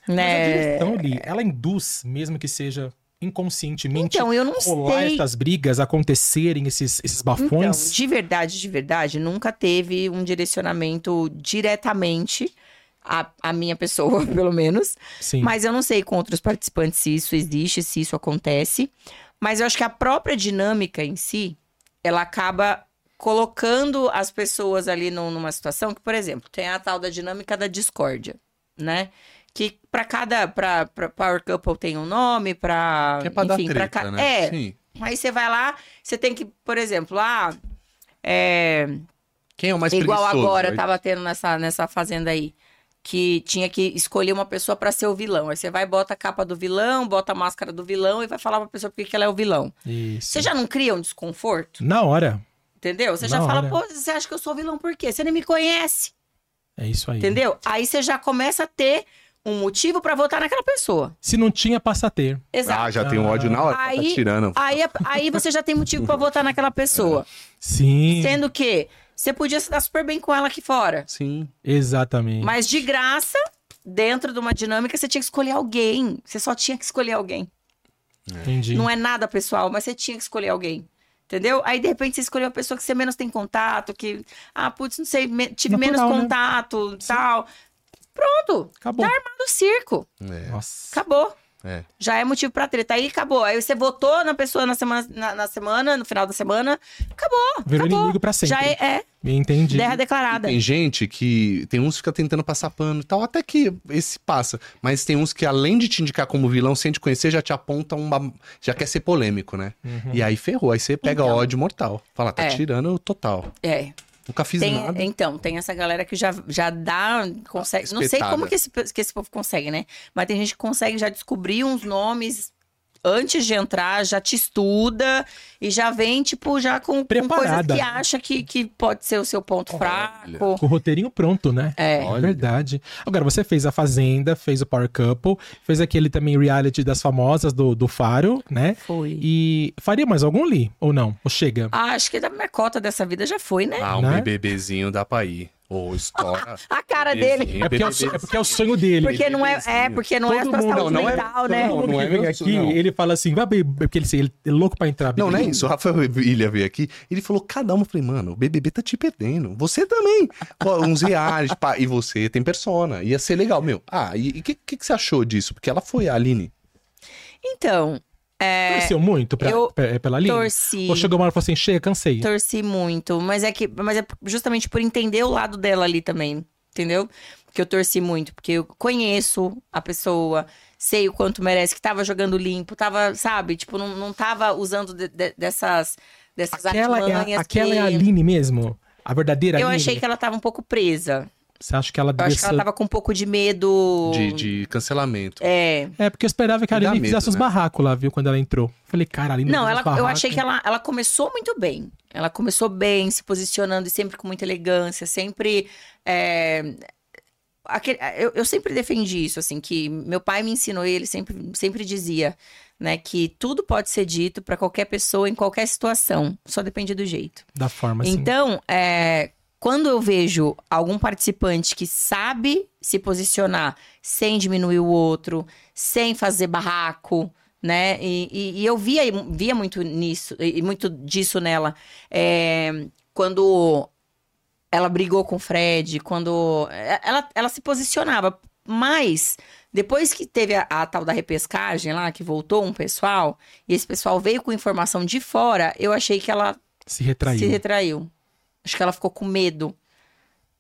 S3: Mas a
S2: Né?
S3: direção ali, ela induz, mesmo que seja inconscientemente,
S2: Então, eu não
S3: rolar
S2: sei.
S3: essas brigas, acontecerem esses, esses
S2: Então,
S3: bafões.
S2: de verdade, de verdade, nunca teve um direcionamento diretamente à, à minha pessoa, pelo menos.
S3: Sim.
S2: Mas eu não sei com outros participantes se isso existe, se isso acontece. Mas eu acho que a própria dinâmica em si, ela acaba colocando as pessoas ali num- numa situação que, por exemplo, tem a tal da dinâmica da discórdia, né? Que pra cada para Power Couple tem um nome, para
S1: Que é pra dar
S2: enfim, pra
S1: treta,
S2: ca-
S1: né?
S2: É,
S1: Sim.
S2: Aí você vai lá, você tem que, por exemplo, ah, é,
S1: Quem é o mais
S2: igual
S1: preguiçoso?
S2: agora
S1: Aí-
S2: tava tendo nessa, nessa fazenda aí. Que tinha que escolher uma pessoa pra ser o vilão. Aí você vai, bota a capa do vilão, bota a máscara do vilão e vai falar pra pessoa por que que ela é o vilão.
S3: Isso.
S2: Você já não cria um desconforto?
S3: Na hora.
S2: Entendeu? Você já
S3: Na
S2: fala,
S3: hora.
S2: pô, você acha que eu sou vilão por quê? Você nem me conhece.
S3: É isso aí.
S2: Entendeu? Aí você já começa a ter um motivo pra votar naquela pessoa.
S3: Se não tinha, passa a ter.
S2: Exato.
S1: Ah, já tem um ódio na hora.
S2: Aí-
S1: tá tirando.
S2: Aí, é, aí você já tem motivo pra votar naquela pessoa.
S3: Sim.
S2: Sendo que você podia se dar super bem com ela aqui fora.
S1: Sim.
S3: Exatamente.
S2: Mas de graça, dentro de uma dinâmica, você tinha que escolher alguém. Você só tinha que escolher alguém.
S3: Entendi.
S2: Não é nada pessoal, mas você tinha que escolher alguém. Entendeu? Aí, de repente, você escolheu uma pessoa que você menos tem contato, que. Ah, putz, não sei, me- tive
S3: Natural,
S2: menos
S3: né?
S2: contato tal. Pronto,
S3: Acabou.
S2: tá no circo.
S1: É.
S3: Nossa.
S2: Acabou.
S1: É.
S2: Já é motivo pra treta. Aí acabou. Aí você votou na pessoa na semana, na, na semana, no final da semana. Acabou.
S3: Virou
S2: acabou.
S3: inimigo pra sempre.
S2: Já é, é
S3: Entendi.
S2: guerra declarada.
S1: Tem gente que. Tem uns que fica tentando passar pano e tal, até que esse passa. Mas tem uns que, além de te indicar como vilão, sem te conhecer, já te aponta uma. Já quer ser polêmico, né?
S3: Uhum.
S1: E aí ferrou. Aí você pega
S2: Então.
S1: ódio mortal. Fala, tá
S2: É.
S1: tirando o total.
S2: É.
S1: Nunca fiz
S2: Tem-
S1: nada.
S2: então, tem essa galera que já, já dá, consegue. Não sei
S1: Espetada.
S2: como que esse, que esse povo consegue, né? Mas tem gente que consegue já descobrir uns nomes antes de entrar, já te estuda e já vem, tipo, já com, com coisas
S3: Preparada.
S2: que acha que, que pode ser o seu ponto fraco.
S3: Com o roteirinho pronto, né?
S2: É.
S3: É verdade. Agora, você fez A Fazenda, fez o Power Couple, fez aquele também reality das famosas do, do Faro, né?
S2: Foi.
S3: E faria mais algum ali? Ou não? Ou chega?
S2: Ah, acho que da minha cota dessa vida já foi, né?
S1: Ah, um
S3: Né?
S1: bebezinho dá pra ir. Ou estoura.
S2: A cara
S1: bebezinho,
S2: dele.
S3: é, porque é o,
S1: bebezinho.
S3: é porque é o sonho dele.
S2: Porque não é, é,
S1: bebezinho.
S2: porque não é
S3: Todo
S2: só
S3: mundo-
S2: saúde
S1: não, não é-
S2: mental,
S1: todo
S2: né?
S1: mundo-
S3: Todo
S1: não é
S3: que vem
S1: isso,
S3: aqui,
S1: não.
S3: ele fala assim, vai beber, porque ele, ele é louco pra entrar.
S1: Não, não é
S3: beber.
S1: isso. O Rafael Ilha veio aqui, ele falou, cada um, eu falei, mano, o BBB tá te perdendo. Você também. Ó, Uns reais, pá, e você tem persona. Ia ser legal, meu. Ah, e o que, que, que você achou disso? Porque ela foi a Aline.
S2: Então,
S3: Torceu muito pra,
S2: eu
S3: pra- pela linha?
S2: torci.
S3: Ou chegou uma hora e falou assim, chega, cansei.
S2: Torci muito, mas é que, mas é justamente por entender o lado dela ali também, entendeu? Que eu torci muito, porque eu conheço a pessoa, sei o quanto merece, que tava jogando limpo, tava, sabe, tipo, não, não tava usando de- de- dessas, dessas
S3: Aquela, é
S2: artimanhas
S3: a, aquela
S2: que...
S3: é a Aline mesmo? A verdadeira
S2: Eu
S3: Aline?
S2: achei que ela tava um pouco presa.
S3: Você acha que ela
S2: Eu acho que
S3: desse-
S2: ela tava com um pouco de medo.
S1: De, de cancelamento.
S2: É.
S3: É, porque eu esperava que a
S1: Dá
S3: Aline
S1: medo,
S3: fizesse os
S1: né?
S3: barracos lá, viu? Quando ela entrou. Falei, cara, a Aline
S2: Não,
S3: fez
S2: ela,
S3: uns
S2: eu
S3: barracos.
S2: achei que ela, ela começou muito bem. Ela começou bem, se posicionando e sempre com muita elegância, sempre. é, aquele- eu, eu sempre defendi isso, assim, que meu pai me ensinou e ele sempre, sempre dizia, né, que tudo pode ser dito pra qualquer pessoa em qualquer situação, só depende do jeito.
S3: Da forma assim.
S2: Então, é, quando eu vejo algum participante que sabe se posicionar sem diminuir o outro, sem fazer barraco, né? E, e- e eu via, via muito nisso, e muito disso nela. É, quando ela brigou com o Fred, quando. é, Ela, ela se posicionava. Mas, depois que teve a, a tal da repescagem lá, que voltou um pessoal, e esse pessoal veio com informação de fora, eu achei que ela
S3: se retraiu.
S2: se retraiu. Acho que ela ficou com medo,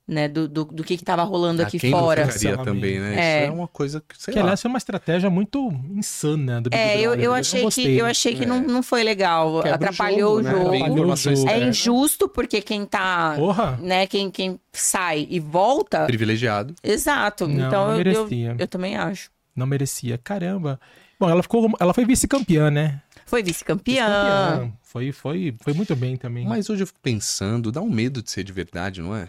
S2: né, do, do, do que que tava rolando
S1: Ah,
S2: aqui
S1: quem não
S2: fora.
S1: ficaria também, né?
S2: É.
S1: Isso é uma coisa que, sei
S3: Que,
S1: lá.
S3: aliás, foi uma estratégia muito insana do Big
S2: É, eu,
S3: Brother.
S2: eu
S3: não
S2: achei que,
S3: gostei.
S2: eu achei que
S1: É.
S2: não, não foi legal.
S1: Quebra o
S2: Atrapalhou o
S1: né?
S2: jogo.
S1: Vem
S3: Atrapalhou
S1: informação
S3: o jogo.
S2: É
S1: externa,
S2: injusto, porque quem tá,
S3: Porra!
S2: né, quem, quem sai e volta...
S1: privilegiado.
S2: Exato.
S3: Não,
S2: então,
S3: não
S2: eu- eu,
S3: merecia.
S2: eu também acho.
S3: Não merecia. Caramba. Bom, ela ficou. Ela foi vice-campeã, né?
S2: Foi vice-campeã.
S3: Vice-campeã. Foi, foi, foi muito bem também.
S1: Mas hoje eu fico pensando, dá um medo de ser de verdade, não é?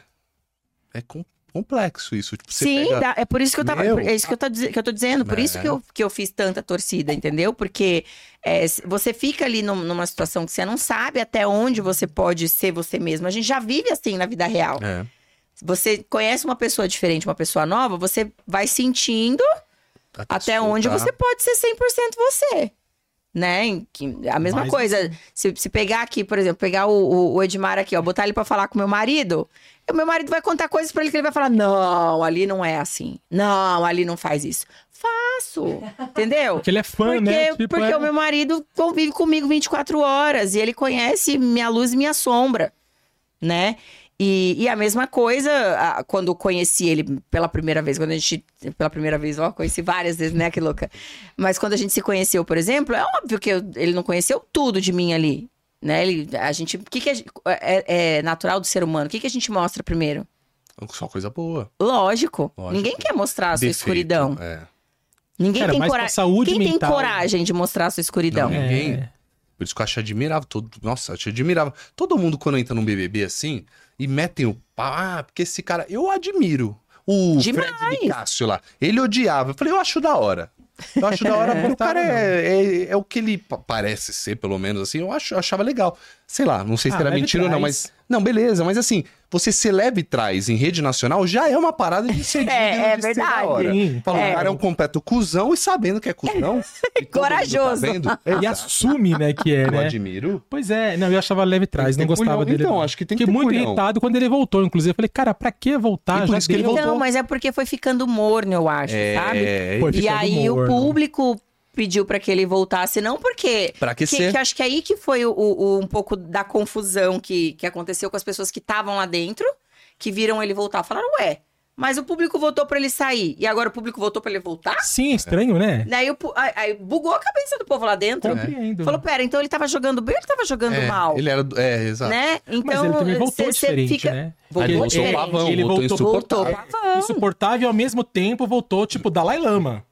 S1: É com- complexo isso. Tipo, você
S2: Sim,
S1: pega...
S2: dá- é por isso que eu tava.
S1: Meu.
S2: É isso que eu, tô, dize- que eu tô dizendo, por isso
S1: É.
S2: que eu, que eu fiz tanta torcida, entendeu? Porque é, se- você fica ali num- numa situação que você não sabe até onde você pode ser você mesmo. A gente já vive assim na vida real.
S1: É.
S2: Você conhece uma pessoa diferente, uma pessoa nova, você vai sentindo até
S1: soltar.
S2: onde você pode ser 100% você. Né? Em que- A mesma
S3: Mas-
S2: coisa, se, se pegar aqui, por exemplo, pegar o, o- o Edmar aqui, ó, botar ele pra falar com meu marido, o meu marido vai contar coisas pra ele que ele vai falar: não, ali não é assim. Não, ali não faz isso. Faço. Entendeu?
S3: Porque ele é fã,
S2: Porque,
S3: né? Tipo,
S2: porque
S3: é-
S2: o meu marido convive comigo 24 horas e ele conhece minha luz e minha sombra, né? E, e a mesma coisa a- quando eu conheci ele pela primeira vez, quando a gente. Pela primeira vez, ó, conheci várias vezes, né? Que louca. Mas quando a gente se conheceu, por exemplo, é óbvio que eu- ele não conheceu tudo de mim ali. Né? Ele- a gente. O que, que a gente- é, é natural do ser humano? O que, que a gente mostra primeiro?
S1: Só coisa boa.
S2: Lógico.
S1: Lógico.
S2: Ninguém quer mostrar a sua
S1: Defeito,
S2: escuridão.
S1: É.
S2: Ninguém
S3: Cara,
S2: tem
S3: mas pra
S2: coragem.
S3: saúde
S2: Quem
S3: mental-
S2: tem coragem de mostrar a sua escuridão?
S1: Não,
S3: É.
S1: ninguém. Por isso que eu acho admirável. Todo... Nossa, eu te admirava. Todo mundo quando entra num BBB assim e metem o pau. Ah, porque esse cara. Eu admiro. O
S2: Demais.
S1: Fred Nicásio lá. Ele odiava. Eu falei, eu acho da hora. Eu acho da hora porque o cara é, é, é o que ele pa- parece ser, pelo menos assim. Eu, acho, eu achava legal. Sei lá, não sei se
S3: Ah,
S1: era
S3: leve
S1: mentira ou não, mas.
S3: trás.
S1: Não, beleza, mas assim, você ser leve traz em rede nacional já é uma parada de ser digno
S2: É, é
S1: de ser da
S2: verdade.
S1: hora.
S3: Sim,
S1: Fala,
S3: é.
S1: o cara é um completo cuzão e sabendo que é cuzão. e todo mundo
S2: Corajoso.
S1: Tá vendo,
S3: E assume, né, que é,
S1: eu
S3: né?
S1: admiro.
S3: Pois é, não, eu achava leve trás,
S1: Tem
S3: não
S1: que ter
S3: gostava
S1: culhão.
S3: dele.
S1: Então, acho que tem que
S3: Fiquei
S1: ter
S3: muito
S1: culhão.
S3: irritado quando ele voltou, inclusive. Eu falei, cara, pra que voltar?
S1: E por
S3: Já
S1: isso que ele
S3: deu.
S1: voltou.
S2: Não, mas é porque foi ficando morno, eu acho, sabe?
S1: É,
S3: Foi
S2: E
S3: ficando
S2: aí o
S3: morno.
S2: público pediu pra que ele voltasse, não porque.
S1: pra que
S2: Que,
S1: ser?
S2: que acho que aí que foi o, o- um pouco da confusão que, que aconteceu com as pessoas que estavam lá dentro, que viram ele voltar. Falaram, ué, mas o público votou pra ele sair. E agora o público votou pra ele voltar?
S3: Sim, estranho, né?
S2: Daí o pu- aí- aí bugou a cabeça do povo lá dentro.
S3: Compreendo.
S2: Falou, pera, então ele tava jogando bem ou ele tava jogando
S1: É,
S2: mal?
S1: Ele era. do- É, exato.
S2: Né? Então,
S3: Mas ele também voltou
S2: cê- cê
S3: diferente,
S2: fica-
S3: né?
S1: Aí
S2: Voltou
S1: voltou
S2: diferente.
S1: pavão,
S3: Ele
S1: voltou
S3: voltou-
S2: Voltou
S1: insuportável.
S2: pavão.
S3: Insuportável e ao mesmo tempo voltou, tipo, Dalai Lama.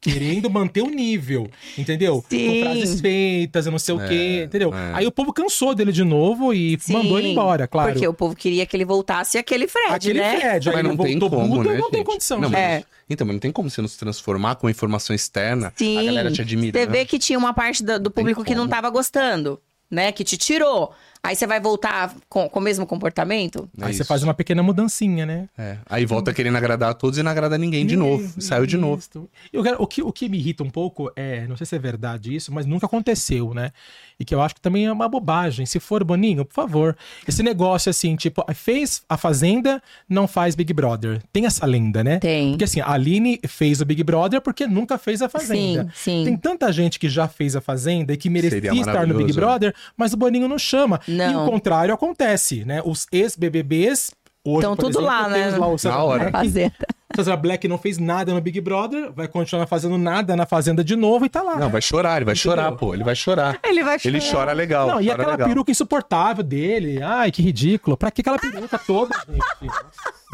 S3: querendo manter o nível, entendeu?
S2: Sim.
S3: Com frases feitas, eu não sei o quê,
S1: É,
S3: entendeu?
S1: é.
S3: Aí o povo cansou dele de novo e
S2: Sim,
S3: mandou ele embora, claro.
S2: Porque o povo queria que ele voltasse aquele Fred,
S3: Aquele
S2: né?
S3: Fred, aí
S1: mas não
S3: ele
S1: tem
S3: voltou
S1: como,
S3: Buda,
S1: né,
S3: não tem
S1: gente?
S3: condição.
S1: Não,
S3: gente.
S1: mas-
S2: É.
S1: Então, mas não tem como você não se transformar com a informação externa.
S2: Sim.
S1: A galera te admira.
S2: Você
S1: né?
S2: vê que tinha uma parte do, do público que não
S1: como.
S2: tava gostando, né? Que te tirou. Aí você vai voltar com, com o mesmo comportamento?
S1: É
S3: Aí você
S1: isso.
S3: faz uma pequena mudancinha, né?
S1: É. Aí volta querendo agradar a todos e não agrada ninguém de novo. Saiu de novo.
S3: Isso. Eu quero- o, que, o que me irrita um pouco é, não sei se é verdade isso, mas nunca aconteceu, né? E que eu acho que também é uma bobagem. Se for Boninho, por favor. Esse negócio assim, tipo, fez a Fazenda, não faz Big Brother. Tem essa lenda, né?
S2: Tem.
S3: Porque assim, a Aline fez o Big Brother porque nunca fez a Fazenda.
S2: Sim, sim.
S3: Tem tanta gente que já fez a Fazenda e que merecia
S1: Seria
S3: estar no Big
S1: maravilhoso, né?
S3: Brother, mas o Boninho não chama. E
S2: Não.
S3: o contrário acontece, né? Os ex-BBBs. hoje,
S2: Tão
S3: por
S2: tudo
S3: exemplo,
S2: lá, né?
S3: temos Lá o
S1: Na hora.
S2: Fazenda.
S3: Cesar Black não fez nada no Big Brother, vai continuar fazendo nada na Fazenda de novo e tá lá.
S1: Não, vai chorar, ele vai chorar, pô. Ele vai chorar.
S2: Ele vai
S1: Ele tá chora legal.
S3: É. Não, e
S1: chora
S3: aquela
S1: é legal.
S3: peruca insuportável dele. Ai, que ridículo. Pra que aquela peruca toda, gente?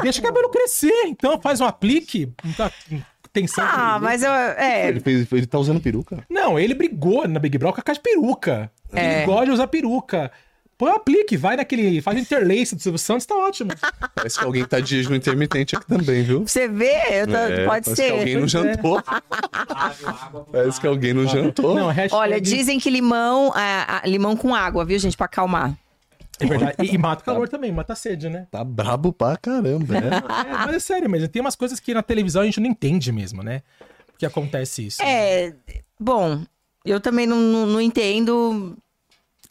S3: Deixa o cabelo crescer, então. Faz um aplique. Não tá tem sangue.
S2: Ah, mas eu. É.
S1: Ele, fez- ele tá usando peruca?
S3: Não, ele brigou na Big Brother com a cara de peruca.
S2: É.
S3: Ele gosta de usar peruca. Põe um aplique, vai naquele... Faz um interlace do Silvio Santos, tá ótimo.
S1: Parece que alguém tá de jejum intermitente aqui também, viu?
S2: Você vê, eu tô-
S1: É,
S2: pode
S1: parece que alguém
S2: ser.
S1: não jantou. Parece que alguém não jantou.
S3: Não, é hashtag-
S2: Olha, dizem que limão, ah, ah, limão com água, viu, gente, pra acalmar.
S3: É verdade. E, e mata o calor também, mata a sede, né?
S1: Tá brabo pra caramba, né?
S3: É, mas é sério mesmo. Tem umas coisas que na televisão a gente não entende mesmo, né? Porque acontece isso.
S2: É, bom, eu também não, não- não entendo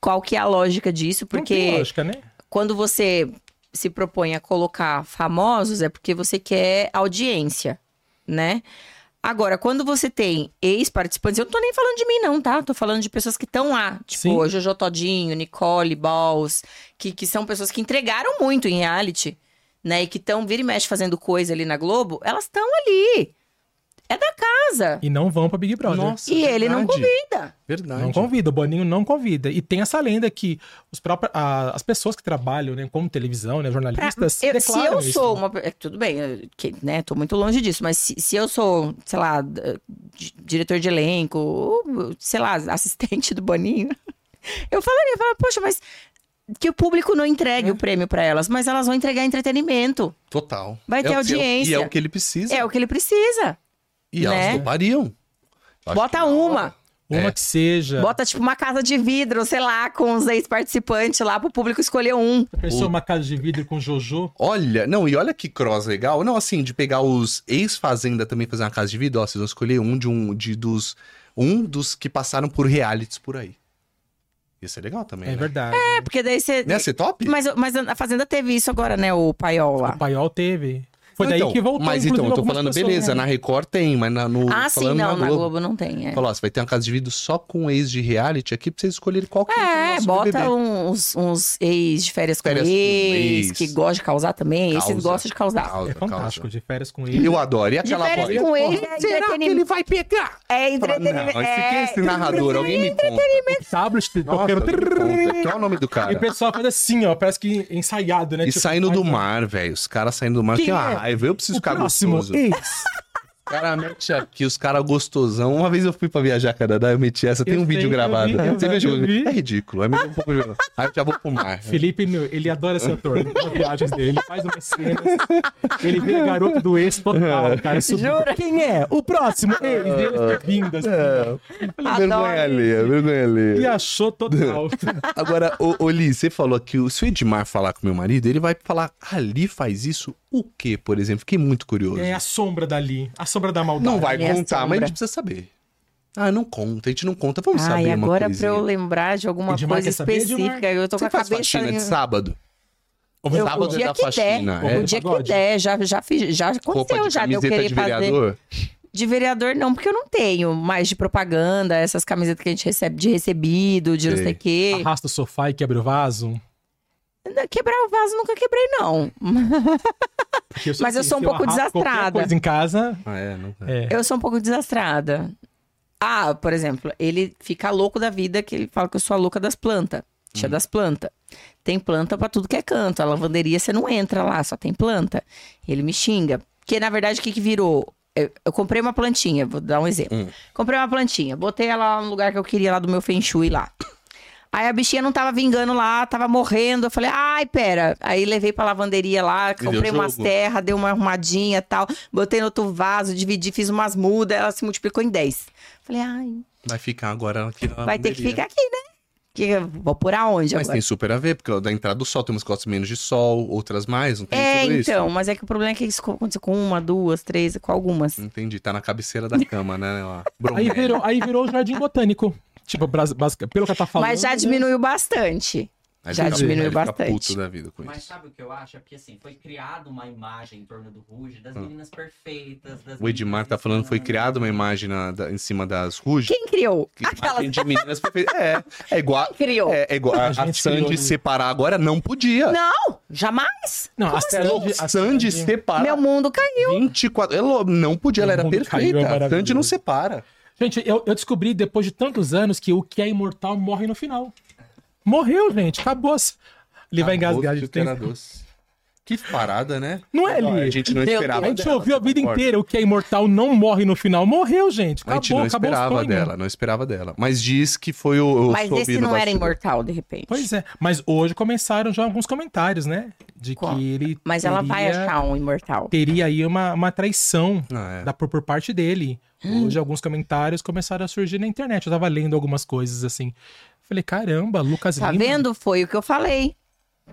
S2: qual que é a lógica disso,
S3: Não
S2: porque
S3: tem lógica, né?
S2: quando você se propõe a colocar famosos é porque você quer audiência, né? Agora, quando você tem ex-participantes, eu não tô nem falando de mim, não, tá? Tô falando de pessoas que estão lá. Tipo,
S3: Sim.
S2: a Jojo Todinho, Nicole, Balls, que, que são pessoas que entregaram muito em reality, né? E que estão, vira e mexe, fazendo coisa ali na Globo. Elas estão ali. É da casa.
S3: E não vão pra Big Brother.
S2: E ele não convida.
S1: Verdade.
S3: Não convida, o Boninho não convida. E tem essa lenda que os próprios, a- as pessoas que trabalham né, como televisão, né,
S2: Pra-
S3: jornalistas,
S2: É, eu- se
S3: declaram
S2: eu
S3: isso. né?
S2: sou uma. é, Tudo bem, eu- que, né? Tô muito longe disso, mas se, se eu sou, sei lá, d- di- diretor de elenco, ou, sei lá, assistente do Boninho, eu falaria, eu falaria, poxa, mas que o público não entregue o prêmio pra elas, mas elas vão entregar entretenimento.
S1: Total.
S2: Vai ter
S1: o que-
S2: audiência.
S1: E é o que ele precisa.
S2: É o que ele precisa.
S1: E elas
S2: né?
S1: topariam. Acho
S2: bota
S1: que-
S2: uma,
S3: Uma
S1: É.
S3: que seja.
S2: bota tipo uma casa de vidro, sei lá, com os ex-participantes lá pro público escolher um.
S3: Já Pensou uma casa de vidro com Jojo?
S1: Olha, não, e olha que cross legal. Não, assim, de pegar os ex-fazenda também fazer uma casa de vida, ó, vocês vão escolher um de um de dos um dos que passaram por realities por aí. Isso é legal também,
S3: É,
S1: né?
S3: verdade.
S2: É, porque daí você.
S1: Né, você top?
S2: Mas, mas a Fazenda teve isso agora, né? O paiol lá.
S3: O Paiol teve. Foi
S1: Não,
S3: daí
S1: então,
S3: que voltou.
S1: Mas
S3: inclusive,
S1: então, eu tô
S3: algumas
S1: falando,
S3: pessoas,
S1: beleza,
S3: né?
S1: na Record tem, mas na, no.
S2: Ah, sim,
S1: falando
S2: não,
S1: na
S2: na
S1: Globo.
S2: Globo não tem. É,
S1: Falou, ó, você vai ter uma casa de vidro só com um ex de reality aqui pra vocês escolherem qual que é,
S2: É,
S1: o nosso
S2: bota
S1: BBB.
S2: uns, uns ex de férias com
S1: Férias com
S2: ex,
S1: ex.
S2: que gosta de causar também.
S1: Causa.
S2: Esses gostam de causar.
S1: Causa,
S3: É fantástico,
S1: causa.
S3: de férias com ele.
S1: Eu adoro. né? E um-
S2: De
S1: aquela voz?
S2: férias com ex é entretenimento.
S1: vai pegar?
S2: É
S1: Fala, Não,
S2: entretenimento.
S1: esse, quem é
S2: É...
S1: esse narrador? Alguém me conta.
S3: O tablet
S1: Nossa,
S3: tocando.
S1: alguém me conta. Qual é o nome do
S3: E o
S1: cara?
S3: pessoal faz assim, ó. Parece que ensaiado, né?
S1: E
S3: Tipo,
S1: saindo
S3: faz
S1: do
S3: um-
S1: mar, velho. Os caras saindo do mar.
S3: Quem
S1: Tem uma
S3: é?
S1: raiva. Eu preciso
S3: O
S1: ficar
S3: próximo É.
S1: gostoso.
S3: ex.
S1: O cara mete aqui, os caras gostosão. Uma vez eu fui pra viajar Canadá, eu meti essa. Tem
S3: Eu
S1: um vídeo
S3: sei, eu
S1: gravado.
S3: vi, eu
S1: Você viu?
S3: vi, eu
S1: Diogo?
S3: vi.
S1: É ridículo. É meio um pouco... de- Aí eu já vou pro mar.
S3: Felipe, meu, ele adora esse ator. ele tem viagens dele, ele faz umas cenas. Ele vira garoto do ex
S1: É.
S3: total, cara. Subiu.
S2: Jura?
S3: Quem é? O próximo ex dele vindo assim.
S1: É. Vergonha alheia, vergonha alheia.
S3: E achou total.
S1: Agora, ô, ô Liz, você falou que o- se o Edmar falar com meu marido, ele vai falar, ali faz isso o quê, por exemplo? Fiquei muito curioso.
S3: É a sombra dali. A sombra da maldade.
S1: não vai
S2: Olha a
S1: contar, mas a
S2: sombra.
S1: gente precisa saber. Ah, não conta, a gente não conta, vamos
S2: Ai,
S1: saber uma
S2: agora pra
S1: coisinha.
S2: eu lembrar de alguma
S3: Edmar,
S2: coisa
S3: quer saber,
S2: específica,
S3: Edmar?
S2: eu tô com
S1: Você
S2: a
S1: faz
S2: cabeça...
S1: faxina
S2: em-
S1: de sábado?
S2: Eu,
S1: sábado
S2: o
S1: é
S2: dia
S1: da
S2: que
S1: faxina,
S2: der,
S1: é?
S2: o dia que
S3: Pagode?
S2: der, já, já, fiz, já
S1: Roupa
S2: aconteceu
S1: de
S2: já de eu
S1: camiseta
S2: querer
S1: de
S2: fazer.
S1: vereador?
S2: De vereador, não, porque eu não tenho mais de propaganda, essas camisetas que a gente recebe de recebido, de não
S1: Sei. Ah.
S2: sei o quê.
S3: Arrasta o sofá e quebra o vaso.
S2: Quebrar o vaso nunca quebrei, não.
S3: Porque
S2: Mas eu sou um
S3: se
S2: pouco
S3: arrasto qualquer
S2: desastrada.
S3: coisa em casa.
S1: Ah, é, não é.
S3: É.
S2: Eu sou um pouco desastrada. Ah, por exemplo, ele fica louco da vida que ele fala que eu sou a louca das plantas. Tia das plantas. Tem planta pra tudo que é canto. A lavanderia você não entra lá, só tem planta. Ele me xinga. Porque, na verdade, o que, que virou? Eu, eu comprei uma plantinha, vou dar um exemplo.
S1: Hum.
S2: Comprei uma plantinha, botei ela lá no lugar que eu queria, lá do meu Feng Shui lá. Aí a bichinha não tava vingando lá, tava morrendo. Eu falei, ai, pera. Aí levei pra lavanderia lá,
S1: deu
S2: comprei umas
S1: jogo.
S2: terras, dei uma arrumadinha e tal. Botei no outro vaso, dividi, fiz umas mudas, ela se multiplicou em 10. Falei, ai,
S1: Vai ficar agora aqui na
S2: vai ter que
S1: lavanderia.
S2: ficar aqui, né? Que eu vou por aonde
S1: Mas
S2: agora?
S1: tem super a ver, porque da entrada do sol tem umas que gostam menos de sol, outras mais, não tem
S2: É,
S1: tudo isso?
S2: então, mas é que o problema é que isso aconteceu com uma, duas, três, com algumas.
S1: Entendi, tá na cabeceira da cama, né? Ó,
S3: Aí
S1: Bromélia.
S3: virou, aí virou o jardim botânico. Tipo, bras- basic- pelo que ela tá falando.
S2: mas já
S3: né?
S2: diminuiu bastante.
S1: Aí
S2: já
S3: tá
S1: fica-
S2: diminuiu
S1: aí fica
S2: bastante.
S1: puto da vida com
S4: Mas
S1: isso.
S4: sabe o que eu acho? É porque assim, foi criada uma imagem em torno do Ruge, das
S1: Ah.
S4: meninas perfeitas, das
S1: O Edmar
S4: meninas
S1: tá falando que foi
S4: insanas.
S1: criada uma imagem na- da- em cima das rujas.
S2: Quem criou?
S1: Que
S2: Aquela
S1: imagem de meninas perfeitas. É, é igual.
S2: criou.
S1: É, é igual a,
S3: A
S1: a
S3: gente
S1: Sandy
S3: criou. um-
S1: separar agora não podia.
S2: Não, jamais.
S3: Não, a
S1: Não,
S2: assim?
S3: Sandy, a
S1: Sandy
S3: Sandy-
S2: Meu
S1: separa
S2: mundo caiu.
S1: 24. Ela não podia, ela
S3: Meu
S1: era
S3: mundo caiu, é
S1: perfeita. A Sandy
S3: maravilhoso.
S1: não separa.
S3: Gente, eu, eu descobri depois de tantos anos que o que é imortal morre no final. Morreu, gente. Acabou. Ele vai
S1: Acabou
S3: engasgar.
S1: de
S3: gente.
S1: ter a doce. Que parada, né?
S3: Não é,
S1: Ó,
S3: Li?
S1: A gente não
S2: Meu
S1: esperava.
S3: A gente
S1: dela,
S3: ouviu a
S1: você
S3: vida
S1: concorda?
S3: inteira. O que é imortal não morre no final. Morreu, gente.
S1: A
S3: Acabou,
S1: gente não
S3: acabou o
S1: esperava
S3: sonho.
S1: dela, não esperava dela. Mas diz que foi o. o
S2: Mas
S1: soube
S2: esse
S1: no
S2: não era
S1: bastidor.
S2: imortal, de repente.
S3: Pois é. Mas hoje começaram já alguns comentários, né? De
S2: Qual?
S3: que ele.
S2: Mas ela vai
S3: teria-
S2: achar um imortal.
S3: Teria aí uma, uma traição
S1: Ah, é.
S3: da, por, por parte dele.
S2: Hum.
S3: Hoje alguns comentários começaram a surgir na internet. Eu tava lendo algumas coisas assim. Falei, caramba, Lucas
S2: Tá
S3: Lima.
S2: vendo? Foi o que eu falei.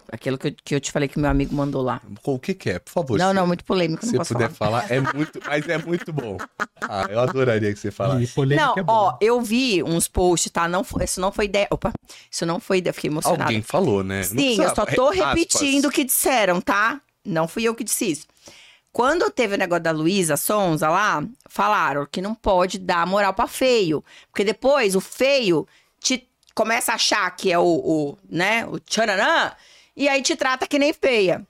S2: Aquilo que eu, que eu te falei que meu amigo mandou lá.
S1: O que, que é? Por favor.
S2: não,
S1: se-
S2: não, muito polêmico,
S1: Se
S2: não
S1: você
S2: posso
S1: puder
S2: falar.
S1: falar. é muito. Mas é muito bom. Ah, eu adoraria que você falasse.
S3: E polêmica
S2: Não,
S3: é boa.
S2: ó, eu vi uns posts, tá? Não, foi- isso não foi ideia. Opa, isso não foi ideia. Fiquei emocionada.
S1: Alguém falou, né? Não
S2: Sim,
S1: precisa-
S2: eu só tô
S1: é, aspas.
S2: repetindo o que disseram, tá? Não fui eu que disse isso. Quando teve o negócio da Luísa Sonza lá, falaram que não pode dar moral pra feio. Porque depois o feio te começa a achar que é o, o né, o tchananã, e aí te trata que nem feia.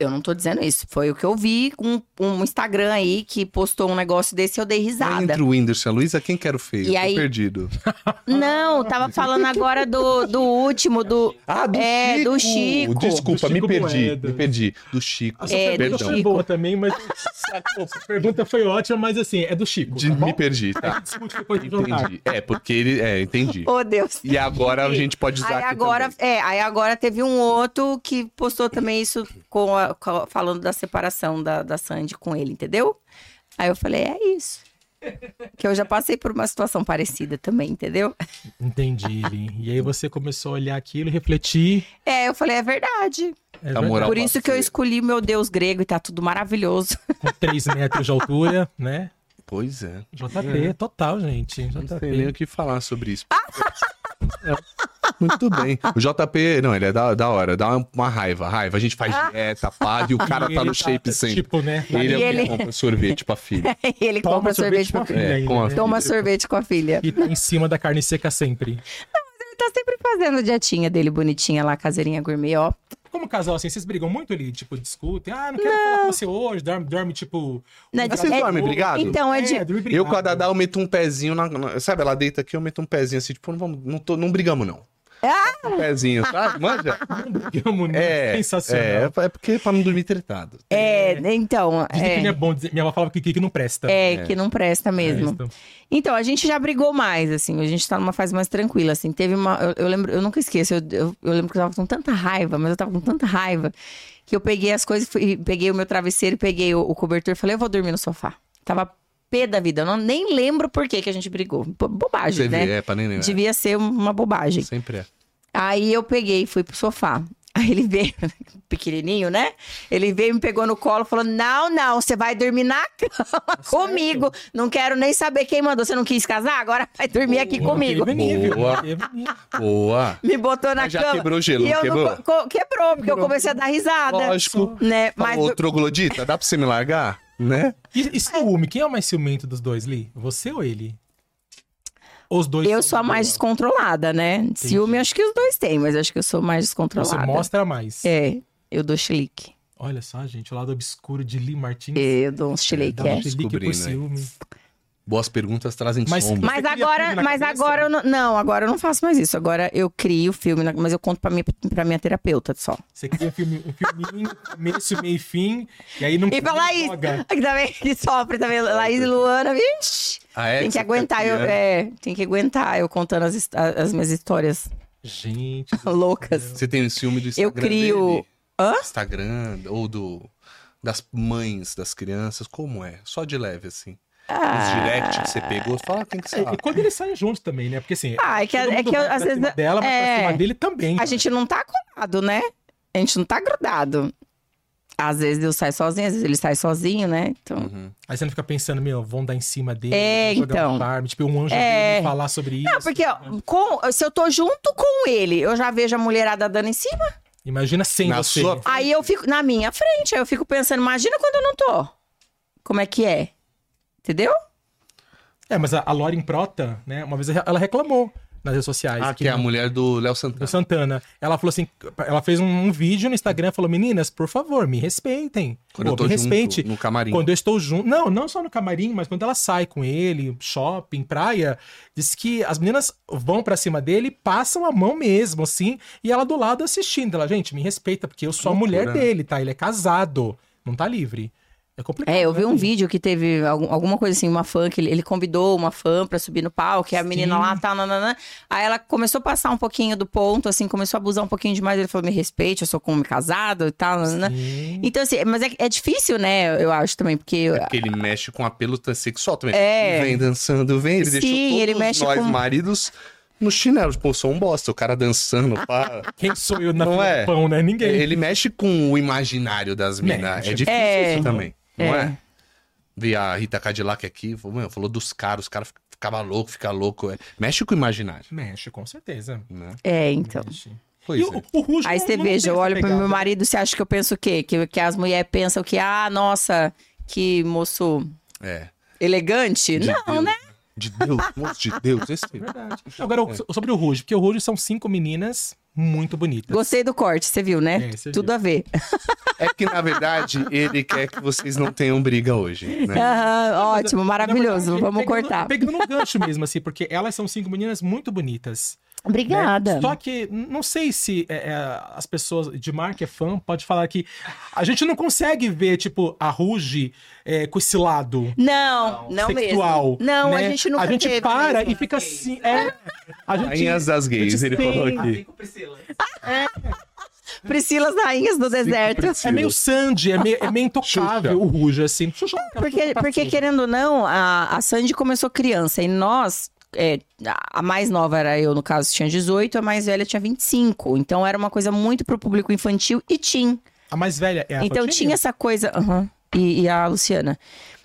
S2: Eu não tô dizendo isso. Foi o que eu vi com um Instagram aí que postou um negócio desse e eu dei
S1: Mas
S2: risada.
S1: Entre o Whindersson e a Luísa, quem quer o feio?
S2: E
S1: Tô
S2: aí-
S1: perdido.
S2: Não, tava falando agora do, do último, do.
S1: Ah, do
S2: é,
S1: Chico!
S2: do Chico.
S1: Desculpa,
S3: Do Chico
S1: me perdi.
S3: Moedas. Ah,
S1: Me perdi. Do Chico.
S3: A sua
S2: É, do
S3: pergunta
S1: Perdão.
S3: foi
S2: Chico.
S3: boa também, mas Pô, sua pergunta foi ótima, mas assim, é do Chico.
S1: De-
S3: tá bom?
S1: me perdi,
S3: A
S1: tá.
S3: gente discute depois do jantar.
S1: Entendi. É, porque ele. É, entendi.
S2: Oh, Deus.
S1: E agora a gente pode usar
S2: Aí
S1: aqui
S2: agora,
S1: também.
S2: é, aí agora teve um outro que postou também isso com a- com a- falando da separação da, da Sandy com ele, entendeu? Aí eu falei, é isso. Que eu já passei por uma situação parecida também, entendeu?
S3: Entendi, Lin. E aí você começou a olhar aquilo, refletir.
S2: É, eu falei, é verdade.
S3: É
S1: Na
S3: verdade,
S1: moral,
S2: por isso que eu escolhi meu Deus grego e tá tudo maravilhoso.
S3: com 3 metros de altura, né?
S1: Pois é.
S3: JP, total, gente.
S1: Não sei nem o
S3: JP.
S1: que falar sobre isso. É. Muito bem. O JP, não, ele é da, da hora, dá uma, uma raiva, raiva. A gente faz
S2: Ah.
S1: dieta, pá, e o cara
S3: E
S1: tá
S3: ele
S1: no shape sempre.
S3: Tipo, né?
S1: Ele é o que
S2: ele-
S1: compra sorvete pra filha.
S2: E ele
S3: Toma
S2: compra sorvete,
S3: com a
S2: pra...
S3: filha
S1: É,
S3: ainda,
S1: com a
S3: né?
S2: toma sorvete com a filha.
S3: E tá em cima da carne seca sempre.
S2: Ele tá sempre fazendo a dietinha dele bonitinha lá, caseirinha gourmet, ó.
S3: Como casal, assim, vocês brigam muito ali? Tipo, discutem. Ah, não quero falar com você hoje. Dorme, dorme tipo...
S2: Não,
S3: um
S2: Mas
S1: vocês
S3: lado do
S1: dormem
S3: outro.
S1: brigado?
S2: Então, é de-
S3: dorme
S1: Eu
S3: brigado.
S1: com a Dadá, eu meto um pezinho na, na- Sabe, ela deita aqui, eu meto um pezinho assim, tipo, não, vamos, não, tô, não brigamos, não.
S2: Ah!
S1: Um pezinho, sabe? Manja?
S3: Brigamos, né?
S1: É.
S3: Sensacional.
S1: É, é porque pra não dormir tretado.
S2: É, então.
S3: Dizem que não é
S2: É,
S3: bom dizer. Minha avó falava que que não presta.
S2: é, que não presta mesmo.
S3: Presta.
S2: Então, a gente já brigou mais, assim, a gente tá numa fase mais tranquila, assim. Teve uma. Eu, eu lembro, eu nunca esqueço, eu, eu- eu lembro que eu tava com tanta raiva, mas eu tava com tanta raiva que eu peguei as coisas, e fui- peguei o meu travesseiro, peguei o, o cobertor e falei, eu vou dormir no sofá. Tava pé da vida, eu não, nem lembro por que, que a gente brigou. Bo- Bobagem,
S1: Você
S2: né?
S1: vê, é, pra nem lembrar.
S2: Devia ser uma bobagem.
S1: Sempre é.
S2: Aí eu peguei e fui pro sofá. Aí ele veio, pequenininho, né? Ele veio, me pegou no colo, falou: Não, não, você vai dormir na cama comigo. Não quero nem saber quem mandou. Você não quis casar? Agora vai dormir aqui comigo.
S3: Teve é nível,
S1: Boa.
S3: teve nível.
S1: Boa.
S2: Me botou na
S1: Mas já
S2: cama.
S1: quebrou o gelo,
S2: e
S1: não
S2: eu
S1: quebrou?
S2: co- quebrou, porque eu comecei a dar risada.
S1: Lógico. Tá
S2: Né? Mas
S1: Mas... Ô, troglodita, dá pra você me largar? Né?
S3: E, e ciúme? Quem é o mais ciumento dos dois, Li? Você ou ele? Ou Os dois.
S2: eu
S3: são
S2: sou a mais
S3: boa?
S2: descontrolada, né? Ciúme, acho que os dois têm, mas acho que eu sou mais descontrolada.
S3: Você mostra mais.
S2: É, eu dou chilique.
S3: Olha só, gente, o lado obscuro de Li Martins.
S2: Eu dou um
S3: Dá
S2: chilique,
S3: um
S2: é.
S3: chilique por
S1: Descobrindo, hein?
S3: ciúme.
S1: Boas perguntas trazem
S3: Mas-
S1: sombra.
S2: Mas
S3: cria filme
S2: agora,
S3: na
S2: mas
S3: cabeça?
S2: agora eu não, não, agora eu não faço mais isso. Agora eu crio o filme, na- mas eu conto pra minha, pra minha terapeuta só.
S3: Você cria um, filme, um filminho, começo, meio e fim, e aí não
S2: E pra
S3: não
S2: Laís,
S3: Então, joga.
S2: que também que sofre também, Laís e Luana, vixi.
S1: Ah, é?
S2: Tem que
S1: Você
S2: aguentar, eu,
S1: fica criando.
S2: é, tem que aguentar eu contando as, his- a- as minhas histórias
S3: Gente.
S2: loucas.
S1: Você tem o ciúme do Instagram
S2: Eu crio.
S1: dele?
S2: Hã?
S1: Instagram ou do das mães das crianças, como é? Só de leve, assim.
S2: Ah.
S1: Os direct que você pegou, fala quem que você
S3: E quando eles saem juntos também, né? Porque assim.
S2: Ah, é que,
S3: todo
S2: é
S3: mundo
S2: que eu,
S3: vai pra
S2: às vezes.
S3: cima dela, mas pra
S2: é,
S3: cima dele também.
S2: A gente não tá colado, né? A gente não tá grudado. Às vezes eu saio sozinho, às vezes ele sai sozinho, né? Então.
S1: Uhum.
S3: Aí você não fica pensando, meu, vão dar em cima dele,
S2: É,
S3: vão jogar
S2: então.
S3: um farm, tipo, um anjo
S2: É.
S3: veio falar sobre isso.
S2: Não, porque ó, com- se eu tô junto com ele, eu já vejo a mulherada dando em cima.
S3: Imagina sem
S1: Na
S3: você.
S1: sua-
S2: Aí eu fico na minha frente, aí eu fico pensando, imagina quando eu não tô. Como é que é? Entendeu?
S3: É, mas a, a Lauren Prota, né, uma vez ela reclamou nas redes sociais.
S1: Ah, que é a
S3: não-
S1: mulher do Léo
S3: do
S1: Santana.
S3: Santana. Ela falou assim, ela fez um, um vídeo no Instagram, falou, meninas, por favor, me respeitem.
S1: Quando eu
S3: Pô,
S1: tô
S3: me
S1: junto,
S3: respeite.
S1: no camarim.
S3: Quando eu estou junto. Não, não só no camarim, mas quando ela sai com ele, shopping, praia, diz que as meninas vão pra cima dele, passam a mão mesmo, assim, e ela do lado assistindo. Ela, gente, me respeita, porque eu sou a
S1: Loucura,
S3: mulher
S1: né?
S3: dele, tá? Ele é casado, não tá livre. É complicado.
S2: É, eu vi
S3: né?
S2: um vídeo que teve algum- alguma coisa assim, uma fã que ele, ele convidou uma fã pra subir no palco, e a menina
S3: Sim.
S2: lá tá, nananã. Aí ela começou a passar um pouquinho do ponto, assim, começou a abusar um pouquinho demais. Ele falou: me respeite, eu sou como casado e tal, nananã.
S3: Sim.
S2: Então, assim, mas é, é difícil, né? Eu acho também, porque.
S1: Porque ele mexe com apelo tan- sexual também.
S2: É.
S1: Vem dançando, vem. Ele
S2: Sim,
S1: deixou todos
S2: ele mexe
S1: nós
S2: com-
S1: maridos no chinelo. Pô, sou um bosta. O cara dançando, pá.
S3: Quem sou eu na
S1: Não
S3: fila
S1: é?
S3: do pão, né? Ninguém.
S1: Ele mexe com o imaginário das minas.
S3: Mexe.
S1: É difícil
S2: É.
S1: isso também, não é?
S2: É.
S1: Vi a Rita Cadillac aqui, falou, "Meu, falou dos caras, os caras ficavam loucos, fica louco. é. Mexe com o imaginário,
S3: Mexe, com certeza.
S1: né?
S2: É, então.
S3: Mexe.
S1: Pois
S3: E
S1: é.
S3: o, o Ruge
S2: Aí
S3: não-
S2: você
S3: não
S2: veja,
S3: tem
S2: eu
S3: essa
S2: olho pro meu
S3: pegada.
S2: marido, você acha que eu penso o quê? Que, que as mulheres pensam que, ah, nossa, que moço
S1: É.
S2: elegante?
S1: De
S2: Não,
S1: Deus,
S2: né?
S1: De Deus, moço de Deus. Esse...
S3: É Verdade. Agora,
S1: É.
S3: o- sobre o Ruge, porque o Ruge são cinco meninas muito bonitas.
S2: Gostei do corte, você viu, né?
S3: É, você
S2: Tudo
S3: viu.
S2: a ver.
S1: É que, na verdade, ele quer que vocês não tenham briga hoje, né?
S2: Aham,
S3: Mas,
S2: ótimo,
S3: na
S2: maravilhoso.
S3: verdade,
S2: Vamos
S3: pegando-
S2: cortar.
S3: Pegando no gancho mesmo, assim, porque elas são cinco meninas muito bonitas. né?
S2: Obrigada.
S3: Só que n- não sei se é, é, as pessoas de marca é fã pode falar que a gente não consegue ver, tipo, a Ruge é, com esse lado.
S2: Não, não
S3: sexual,
S2: mesmo. Não,
S3: né?
S2: a gente nunca
S3: A gente
S2: teve
S3: para
S2: mesmo.
S3: e fica assim. É, a gente.
S1: Rainhas das gays, ele falou
S3: Sim.
S1: aqui.
S4: Assim com Priscila.
S2: Priscila, as rainhas do deserto.
S1: Priscila.
S3: É meio Sandy, é meio, é meio
S1: Xuxa.
S3: intocável o Ruge, assim. Xuxa,
S2: Porque, porque querendo ou não, a, a Sandy começou criança e nós. é, a a mais nova era eu, no caso, tinha 18, a mais velha tinha 25. Então era uma coisa muito pro público infantil e teen.
S3: A mais velha é a
S2: Então
S3: Fantini?
S2: tinha essa coisa. aham, e, e a Luciana.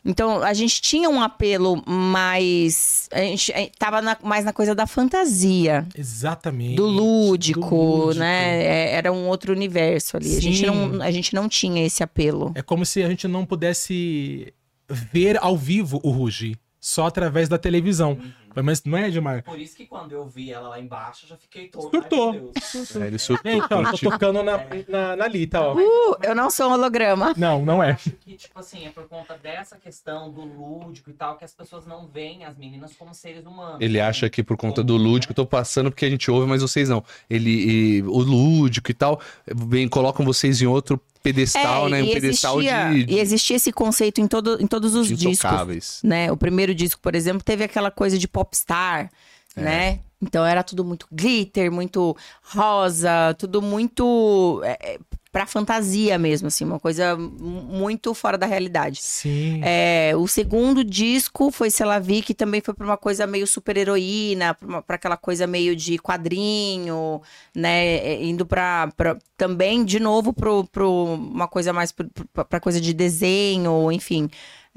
S2: Então a gente tinha um apelo mais. A gente eh, tava na- mais na coisa da fantasia.
S3: Exatamente.
S2: do lúdico,
S3: do lúdico.
S2: né? É, era um outro universo ali. A gente,
S3: Sim.
S2: não, a gente não tinha esse apelo.
S3: É como se a gente não pudesse ver ao vivo o Ruge, só através da televisão.
S2: Uhum.
S3: Mas não é, Edmar?
S4: Por isso que quando eu vi ela lá embaixo, eu já fiquei todo.
S3: Surtou.
S4: Ai, meu Deus.
S1: É,
S3: Então,
S1: ele surtou.
S3: Gente, ó, tô
S1: tipo,
S3: tocando na, na, na Lita, ó.
S2: Uh, eu não sou um holograma.
S3: Não, não é.
S4: Acho que, tipo assim, é por conta dessa questão do lúdico e tal, que as pessoas não veem as meninas como seres humanos.
S1: Ele acha que por conta do lúdico, eu tô passando porque a gente ouve, mas vocês não. Ele, e- o lúdico e tal, vem, colocam vocês em outro pedestal,
S2: É,
S1: né? Um
S2: e,
S1: pedestal
S2: existia,
S1: de,
S2: e existia esse conceito em, todo, em todos os
S1: de
S2: discos.
S1: intocáveis.
S2: Né? O primeiro disco, por exemplo, teve aquela coisa de popstar, né? Então era tudo muito glitter, muito rosa, tudo muito. É, é, pra fantasia mesmo, assim, uma coisa mu- muito fora da realidade.
S3: Sim.
S2: É, o segundo disco foi Selavi, que também foi pra uma coisa meio super-heroína, pra, uma- pra aquela coisa meio de quadrinho, né? é, Indo pra, pra- também, de novo, pro, pro uma coisa mais pro, pro- pra coisa de desenho, enfim.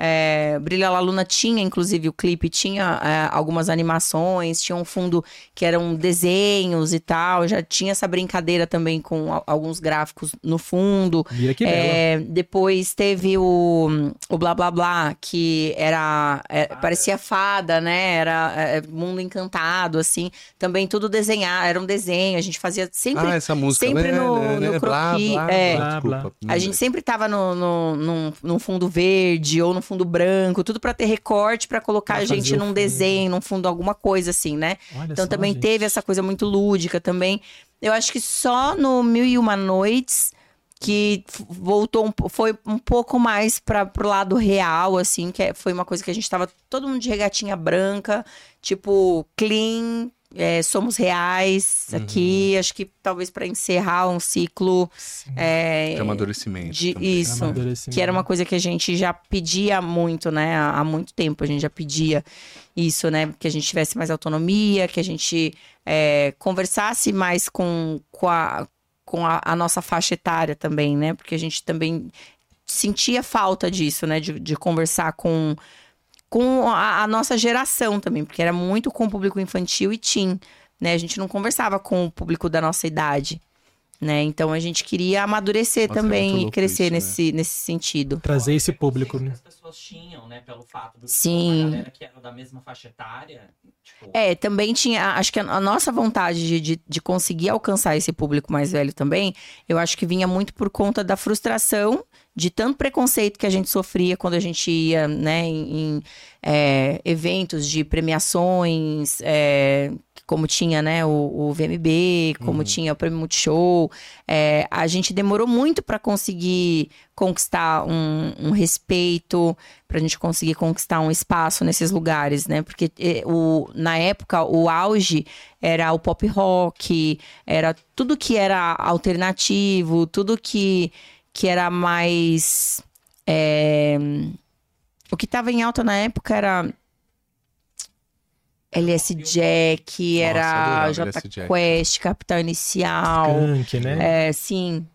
S2: É, Brilha La Luna tinha, inclusive, o clipe, tinha é, algumas animações, tinha um fundo que eram desenhos e tal, já tinha essa brincadeira também com a- alguns gráficos no fundo.
S3: Mira que bela.
S2: É, depois teve o, o Blá Blá Blá, que era. é, parecia fada, né? Era é, mundo encantado, assim. Também tudo desenhado, era um desenho. A gente fazia sempre.
S3: é
S1: Ah, essa música.
S2: sempre no-
S1: Né, né,
S2: no
S1: blá,
S2: croqui,
S1: blá,
S2: é.
S1: blá, desculpa. Hum,
S2: a gente sempre tava no, no, num, num fundo verde ou num fundo branco, tudo pra ter recorte, pra colocar
S3: Pra
S2: a gente
S3: fazer o
S2: num
S3: fundo.
S2: desenho, num fundo, alguma coisa assim, né?
S3: Olha
S2: Então
S3: só,
S2: também
S3: gente.
S2: teve essa coisa muito lúdica também. Eu acho que só no Mil e Uma Noites que f- voltou um, po- foi um pouco mais para pro lado real assim, que é- foi uma coisa que a gente tava todo mundo de regatinha branca, tipo clean, é, somos reais
S3: Uhum.
S2: aqui, acho que talvez para encerrar um ciclo
S3: Sim.
S2: é,
S1: De amadurecimento.
S2: de-
S1: também.
S2: isso.
S3: Amadurecimento.
S2: que era uma coisa que a gente já pedia muito, né? Há há muito tempo a gente já pedia isso, né? Que a gente tivesse mais autonomia, que a gente é, conversasse mais com, com, a, com a, a nossa faixa etária também, né? Porque a gente também sentia falta disso, né? De, de conversar com, com a, a nossa geração também, porque era muito com o público infantil e teen, né? A gente não conversava com o público da nossa idade. Né? Então a gente queria amadurecer
S1: Nossa, é muito
S2: também e
S1: louco
S2: crescer
S1: isso, né?
S2: nesse, nesse sentido.
S3: Trazer esse
S4: Os
S3: público,
S4: preconceitos
S3: né?
S4: que As pessoas tinham, né? Pelo fato de
S2: Sim.
S4: Sim. uma galera que era da mesma faixa etária. Tipo,
S2: É, também tinha. Acho que a, a nossa vontade de, de, de conseguir alcançar esse público mais velho também, eu acho que vinha muito por conta da frustração de tanto preconceito que a gente sofria quando a gente ia, né, em, em, é, eventos de premiações, é, como tinha, né, o, o VMB, como
S1: Uhum.
S2: tinha o Prêmio Multishow. É, a gente demorou muito para conseguir conquistar um, um respeito, pra gente conseguir conquistar um espaço nesses lugares, né? Porque eh, o, na época, o auge era o pop rock, era tudo que era alternativo, tudo que, que era mais. eh, o que tava em alta na época era. LS Jack,
S1: Nossa,
S2: era
S1: adorava
S2: J
S1: LS Jack.
S2: Quest, Capital Inicial.
S3: Skank, né?
S2: É, sim.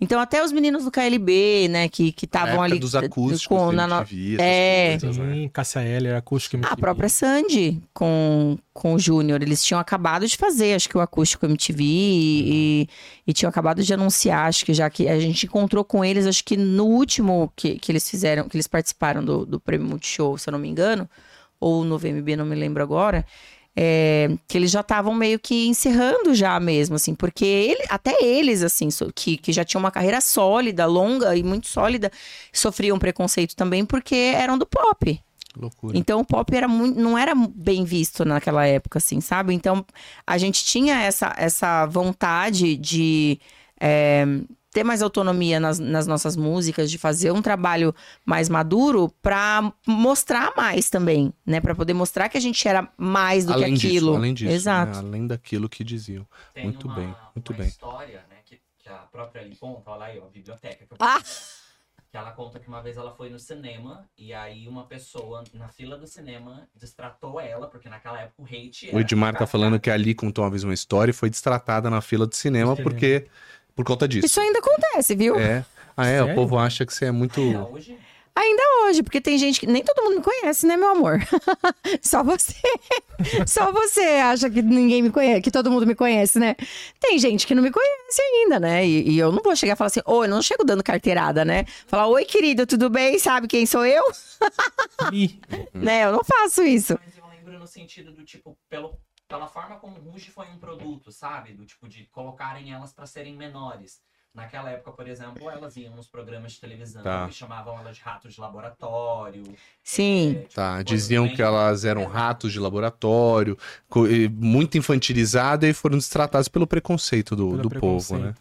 S2: Então, até os meninos do KLB, né, que
S1: Na
S2: que estavam
S1: época
S2: ali.
S1: dos
S2: d- d-
S1: acústicos,
S2: com-
S1: da
S2: na no-
S1: MTV, essas
S2: É.
S1: coisas, né?
S3: Sim, Cássia Heller, acústico é
S2: A
S3: MTV.
S2: própria Sandy com, com o Júnior. Eles tinham acabado de fazer, acho que o acústico MTV e, e, e tinham acabado de anunciar, acho que já que a gente encontrou com eles, acho que no último que, que eles fizeram, que eles participaram do, do Prêmio Multishow, se eu não me engano, ou no VMB, não me lembro agora. é, que eles já estavam meio que encerrando já mesmo, assim, porque ele- até eles, assim, so- que, que já tinham uma carreira sólida, longa e muito sólida, sofriam preconceito também porque eram do pop.
S1: Loucura.
S2: Então o pop era muito, não era bem visto naquela época, assim, sabe? Então a gente tinha essa, essa vontade de é, ter mais autonomia nas, nas nossas músicas, de fazer um trabalho mais maduro pra mostrar mais também, né? Pra poder mostrar que a gente era mais do
S1: além
S2: que é aquilo.
S1: disso, além disso. né?
S2: Exato.
S1: Além daquilo que diziam.
S4: tem
S1: muito
S4: uma,
S1: bem, muito
S4: uma
S1: bem.
S4: história, né? Que, que a própria ali conta, olha aí, ó, a biblioteca. Que, eu-
S2: Ah!
S4: que ela conta que uma vez ela foi no cinema e aí uma pessoa na fila do cinema destratou ela, porque naquela época o hate
S2: É.
S4: era.
S1: O Edmar tá
S4: casado.
S1: falando que ali contou uma vez uma história e foi destratada na fila de cinema
S3: Sim.
S1: porque por conta disso.
S2: Isso ainda acontece, viu?
S1: É. Ah, é,
S3: Sério? tipo,
S1: o povo acha que você é muito
S4: É, hoje,
S2: hoje, porque tem gente que nem todo mundo me conhece, né, meu amor? Só você. Só você acha que ninguém me conhece, que todo mundo me conhece, né? Tem gente que não me conhece ainda, né? E, e eu não vou chegar e falar assim, oi, eu não chego dando carteirada, né? Falar, oi, querido, tudo bem? Sabe quem sou eu?
S3: Ih,
S2: Né? Eu não faço isso.
S4: mas eu lembro no sentido do tipo, pelo, pela forma como Ruge foi um produto, sabe? Do tipo de colocarem elas pra serem menores. Naquela época, por exemplo, elas iam nos programas de televisão
S1: Tá.
S4: e chamavam elas de ratos de laboratório.
S2: Sim.
S4: é, tipo,
S1: Tá,
S4: coisas
S1: diziam
S4: bem-
S1: que elas eram ratos de laboratório, co- e muito infantilizada e foram destratadas pelo preconceito do,
S3: Pelo
S1: do povo,
S3: preconceito.
S1: né?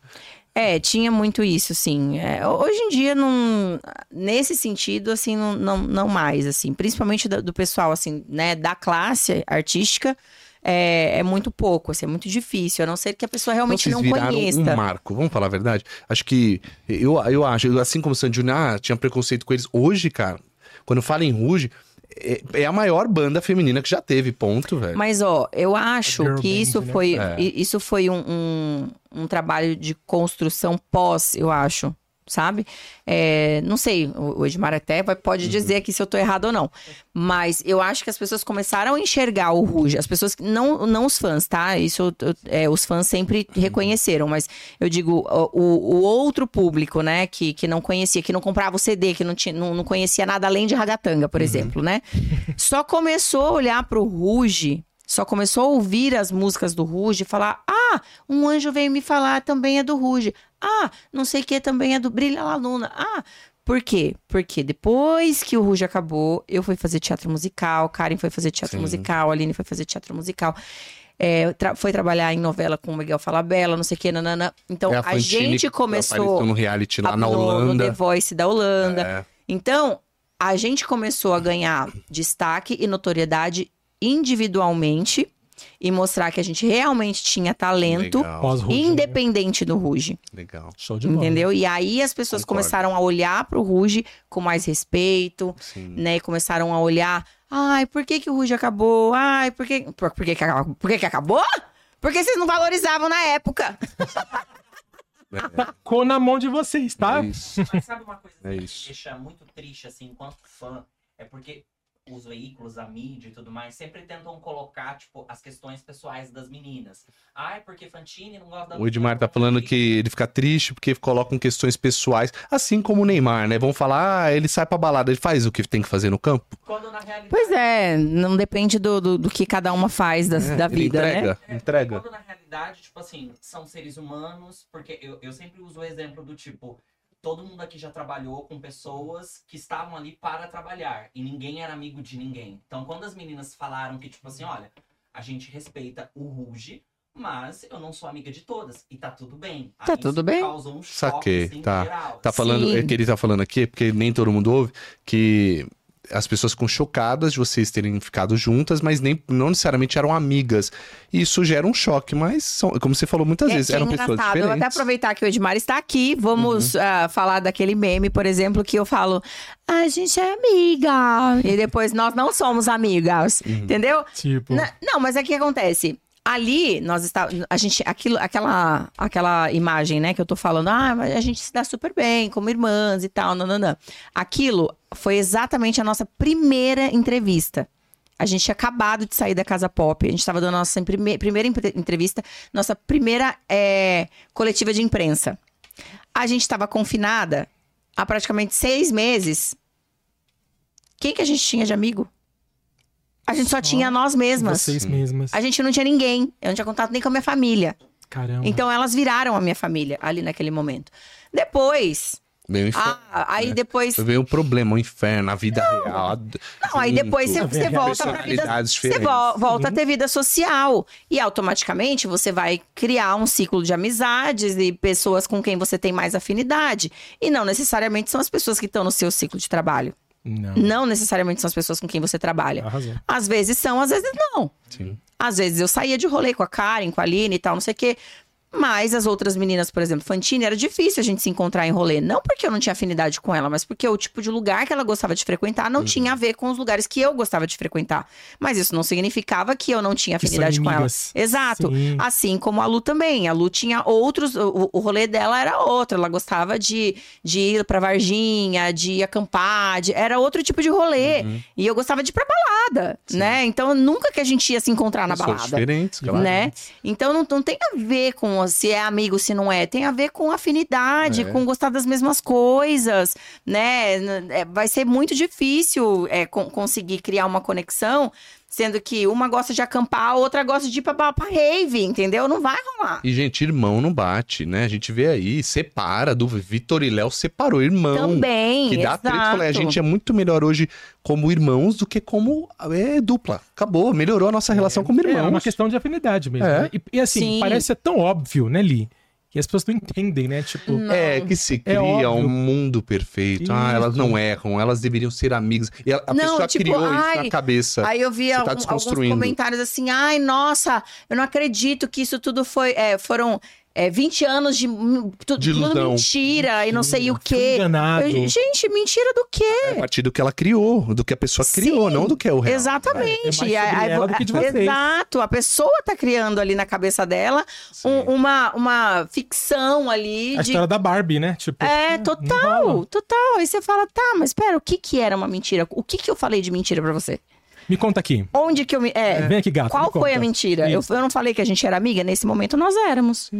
S2: É, tinha muito isso, sim. É, ho- hoje em dia, não, nesse sentido, assim, não, não, não mais, assim. Principalmente do, do pessoal, assim, né, da classe artística, é, é muito pouco, assim, é muito difícil. A não ser que a pessoa realmente
S1: Então,
S2: não
S1: vocês viraram
S2: conheça.
S1: um marco, vamos falar a verdade? Acho que, eu, eu acho, eu, assim como o Sandy Júnior, ah, tinha preconceito com eles. Hoje, cara, quando fala em Ruge, é, é a maior banda feminina que já teve, ponto, velho.
S2: Mas, ó, eu acho
S3: Girl
S2: que
S3: band,
S2: isso
S3: né?
S2: foi,
S1: É.
S2: i- isso foi um, um, um trabalho de construção pós, eu acho, sabe? É, não sei, o o Edmar até vai- pode
S1: Uhum.
S2: dizer aqui se eu tô errado ou não. Mas eu acho que as pessoas começaram a enxergar o Ruge. As pessoas, que- não, não os fãs, tá? Isso eu- eu- é, os fãs sempre
S1: Uhum.
S2: reconheceram, mas eu digo, o, o- o outro público, né, que, que não conhecia, que não comprava o CD, que não, tinha, não, não conhecia nada além de ragatanga,
S1: Uhum.
S2: por exemplo, né? só começou a olhar pro Ruge, só começou a ouvir as músicas do Ruge e falar: Ah, um anjo veio me falar, também é do Ruge. Ah, não sei o que, também é do Brilha La Luna. Ah, Por quê? Porque depois que o Ruge acabou, eu fui fazer teatro musical, Karen foi fazer teatro
S1: Sim.
S2: musical, a Aline foi fazer teatro musical. É, tra- foi trabalhar em novela com o Miguel Falabella, não sei o que, nanana. Então,
S1: É
S2: a,
S1: Fantine
S2: gente
S1: Apareceu
S2: começou
S1: no reality lá na
S2: no- no The
S1: Holanda.
S2: Voice da Holanda.
S1: É.
S2: Então, a gente começou a ganhar destaque e notoriedade individualmente e mostrar que a gente realmente tinha talento,
S1: Legal, né?
S3: Pós-Ruge.
S2: independente do Ruge.
S1: legal.
S3: Show de bola.
S2: Entendeu? E aí as pessoas
S1: Concordo.
S2: começaram a olhar pro Ruge com mais respeito,
S1: Sim.
S2: né? E começaram a olhar, ai, por que que o Ruge acabou? Ai, por que por, por que, que acabou? Por que que acabou? Porque vocês não valorizavam na época.
S3: Ah, Ficou na mão de vocês, tá?
S1: É isso.
S4: Mas sabe uma coisa assim,
S1: É
S4: que me
S1: isso.
S4: deixa muito triste, assim, enquanto fã? É porque os veículos, a mídia e tudo mais, sempre tentam colocar, tipo, as questões pessoais das meninas. Ah, é porque Fantine não gosta da
S1: O Edmar tá falando que ele fica triste porque colocam questões pessoais, assim como o Neymar, né? Vão falar, ah, ele sai pra balada, ele faz o que tem que fazer no campo.
S4: Quando na realidade.
S2: Pois é, não depende do, do, do que cada uma faz da,
S1: né?
S2: da
S1: Ele
S2: vida, né?
S1: entrega,
S4: É,
S1: entrega.
S4: Quando na realidade, tipo assim, são seres humanos, porque eu, eu sempre uso o exemplo do tipo, todo mundo aqui já trabalhou com pessoas que estavam ali para trabalhar e ninguém era amigo de ninguém. Então, quando as meninas falaram que, tipo assim, olha, a gente respeita o Ruge, mas eu não sou amiga de todas e tá tudo bem.
S2: Tá
S4: Aí isso
S2: tudo bem.
S4: Causou um choque,
S1: Saquei,
S4: assim,
S1: tá.
S4: geral.
S1: Tá falando,
S2: Sim.
S1: é que ele tá falando aqui, porque nem todo mundo ouve, que as pessoas ficam chocadas de vocês terem ficado juntas, mas nem, não necessariamente eram amigas. Isso gera um choque, mas, são, como você falou muitas
S2: É,
S1: vezes,
S2: que é
S1: eram pessoas
S2: engraçado. Eu vou até
S1: diferentes. Uhum.
S2: aproveitar que o Edmar está aqui. Vamos ah, falar daquele meme, por exemplo, que eu falo: a gente é amiga. E depois nós não somos amigas.
S1: Uhum.
S2: Entendeu?
S3: Tipo,
S2: Na- não, mas é que acontece. Ali, nós estávamos. A gente. Aquilo, aquela, aquela imagem, né, que eu tô falando, ah, mas a gente se dá super bem, como irmãs e tal, nananã. Aquilo foi exatamente a nossa primeira entrevista. A gente tinha acabado de sair da Casa Pop, a gente estava dando a nossa prime- primeira empre- entrevista, nossa primeira eh, coletiva de imprensa. A gente estava confinada há praticamente seis meses. Quem que a gente tinha de amigo? A gente só,
S3: Só
S2: tinha nós mesmas.
S3: vocês mesmas.
S2: A gente não tinha ninguém. Eu não tinha contato nem com a minha família.
S1: Uhum.
S3: Caramba.
S2: Então elas viraram a minha família ali naquele momento. Depois.
S1: Meio inferno,
S2: ah, aí
S1: né?
S2: depois.
S1: Veio um problema, um inferno, a vida real.
S2: Não, aí depois você,
S1: junto,
S2: você volta pra vida.
S1: personalidades
S2: Você
S1: diferentes. Uhum.
S2: vo- volta a ter vida social. E automaticamente você vai criar um ciclo de amizades e pessoas com quem você tem mais afinidade. E não necessariamente são as pessoas que estão no seu ciclo de trabalho.
S3: Não.
S1: Uhum.
S2: Não necessariamente são as pessoas com quem você trabalha.
S3: Arrasou.
S2: Às vezes são, às vezes não.
S1: Sim.
S2: Às vezes eu saía de rolê com a Karen, com a Aline e tal, não sei o quê. Mas as outras meninas, por exemplo, Fantine, era difícil a gente se encontrar em rolê. Não porque eu não tinha afinidade com ela, mas porque o tipo de lugar que ela gostava de frequentar
S3: Uhum.
S2: não tinha a ver com os lugares que eu gostava de frequentar. Mas isso não significava que eu não tinha
S3: Que são
S2: afinidade com ela.
S3: inimigas.
S2: Exato.
S3: Sim.
S2: Assim como a Lu também. A Lu tinha outros. O, o rolê dela era outro. Ela gostava de, de ir pra Varginha, de acampar. de- era outro tipo de rolê. E eu gostava de ir pra balada, né? Então nunca que a gente ia se encontrar na
S1: Pessoas
S2: balada.
S1: diferentes, claro.
S2: Né? Então não, não tem a ver com se é amigo, se não é. Tem a ver com afinidade,
S1: É.
S2: com gostar das mesmas coisas, né? N- é, vai ser muito difícil é, con- conseguir criar uma conexão, sendo que uma gosta de acampar, a outra gosta de ir pra, ba- pra rave, entendeu? Não vai rolar.
S1: E, gente, irmão não bate, né? A gente vê aí, separa, do Vitor e Léo separou, irmão.
S2: Também,
S1: Então, Que dá
S2: exato.
S1: treta, eu falei, a gente é muito melhor hoje como irmãos do que como é, dupla. Acabou, melhorou a nossa relação como
S3: É uma
S1: irmãos.
S3: questão de afinidade mesmo.
S1: É.
S3: né? E, e assim,
S2: Sim.
S3: parece ser tão óbvio, né, Li? Que as pessoas não entendem, né? Tipo,
S2: Não.
S1: É, que se
S3: É
S1: cria um
S3: óbvio.
S1: mundo perfeito. Ah,
S3: Isso.
S1: elas não erram, elas deveriam ser amigas. E a, a
S2: Não,
S1: pessoa
S2: tipo,
S1: criou isso
S2: ai,
S1: na cabeça.
S2: Aí eu vi
S1: Você tá
S2: algum- alguns
S1: desconstruindo.
S2: comentários assim, ai, nossa, eu não acredito que isso tudo foi, é, foram é, 20 anos de, tu- tudo
S1: ilusão.
S2: mentira e não sei o
S3: fui
S2: quê.
S3: Enganado.
S2: Eu- gente, mentira do quê?
S1: É a partir do que ela criou, do que a pessoa
S2: Sim,
S1: criou, não do que é o real.
S3: É mais
S2: Exatamente.
S3: sobre
S2: E aí-
S3: ela
S2: aí-
S3: do que de vocês.
S2: Exato. A pessoa tá criando ali na cabeça dela
S1: É, Sim.
S2: um- uma, uma ficção ali
S3: A
S2: de.
S3: história da Barbie, né? Tipo,
S2: É,
S3: não
S2: total,
S3: rola.
S2: total. Aí você fala, tá, mas pera, o que que era uma mentira? O que que eu falei de mentira pra você?
S3: Me conta aqui.
S2: Onde que eu me. É,
S3: Vem aqui, gato.
S2: Qual
S3: me
S2: foi
S3: conta.
S2: a mentira? Eu, eu não falei que a gente era amiga? Nesse momento nós éramos.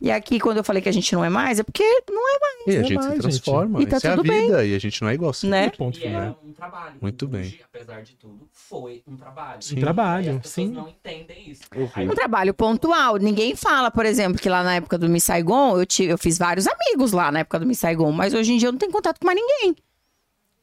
S2: E aqui, quando eu falei que a gente não é mais, é porque não
S1: E
S2: é
S1: a
S3: Não
S1: gente
S3: vai,
S1: se
S3: gente.
S1: transforma.
S2: E tá
S1: Isso é a
S2: tudo bem.
S1: vida. E a gente não é igual sempre.
S2: né?
S3: Ponto
S4: E era
S3: final.
S4: um trabalho.
S1: Muito bem.
S4: Hoje, apesar de tudo, foi um trabalho.
S1: Sim.
S3: Um
S4: E as
S3: trabalho,
S4: pessoas
S3: sim.
S4: não entendem isso.
S1: Horrível.
S2: Um trabalho pontual. Ninguém fala, por exemplo, que lá na época do Miss Saigon, eu, tive, eu fiz vários amigos lá na época do Miss Saigon, mas hoje em dia eu não tenho contato com mais ninguém.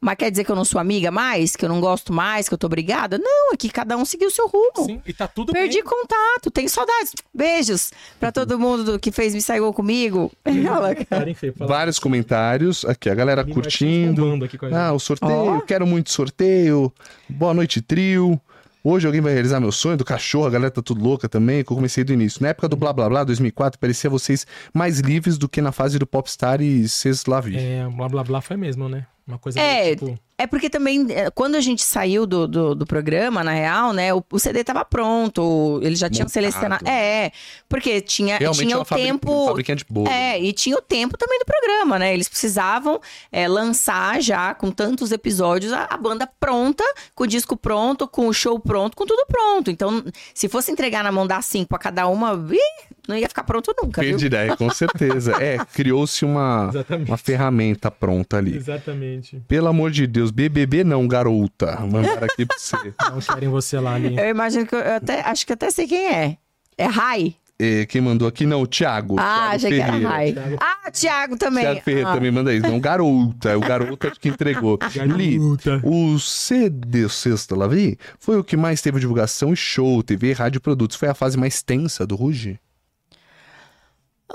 S2: Mas quer dizer que eu não sou amiga mais? Que eu não gosto mais? Que eu tô brigada? Não, é que cada um seguiu o seu rumo.
S3: Sim, e tá tudo
S2: Perdi
S3: bem.
S2: contato, tenho saudades. Beijos pra todo mundo do- que fez Miss Saigon comigo.
S1: Uhum.
S2: Ela,
S3: Parem feio, fala.
S1: Vários comentários. Aqui, a galera
S3: Menino
S1: curtindo.
S3: bombando aqui com a gente.
S1: Ah, o sorteio.
S2: Ó.
S1: Quero muito sorteio. Boa noite, trio. Hoje alguém vai realizar meu sonho do cachorro, a galera tá tudo louca também, que eu comecei do início. Na época do Blá Blá Blá, 2004, parecia vocês mais livres do que na fase do Popstar e Ceslavi.
S3: É, blá blá blá foi mesmo, né? Uma coisa
S2: É,
S3: meio, tipo.
S2: É porque também, eh, quando a gente saiu do, do, do programa, na real, né? O, o CD tava pronto, ele já tinha
S1: Montado.
S2: selecionado. É, porque tinha,
S1: Realmente
S2: tinha
S1: é
S2: o
S1: uma fabri-
S2: tempo.
S1: fabricante boa.
S2: É, e tinha o tempo também do programa, né? Eles precisavam eh, lançar já, com tantos episódios, a, a banda pronta, com o disco pronto, com o show pronto, com tudo pronto. Então, se fosse entregar na mão dar cinco a cada uma, ih, não ia ficar pronto nunca, viu?
S1: Perdi ideia, com certeza. é, criou-se uma,
S3: Exatamente.
S1: uma ferramenta pronta ali.
S3: Exatamente.
S1: Pelo amor de Deus, BBB não, garota. Mandaram aqui pra você.
S3: Não querem você lá ali.
S2: Eu imagino que eu, eu até acho que eu até sei quem é. É Rai?
S1: É, quem mandou aqui? Não, o Thiago.
S2: Ah,
S1: Thiago
S2: achei que era
S1: Ferreira.
S2: Rai.
S3: Thiago-
S2: Ah, Thiago também.
S1: Thiago Ferreira
S2: Ah.
S1: também manda isso. Não, garota. O garota que entregou. Li,
S3: Garota.
S1: o CD Sexta Lavi foi o que mais teve divulgação e show, TV e rádio produtos. Foi a fase mais tensa do Ruge?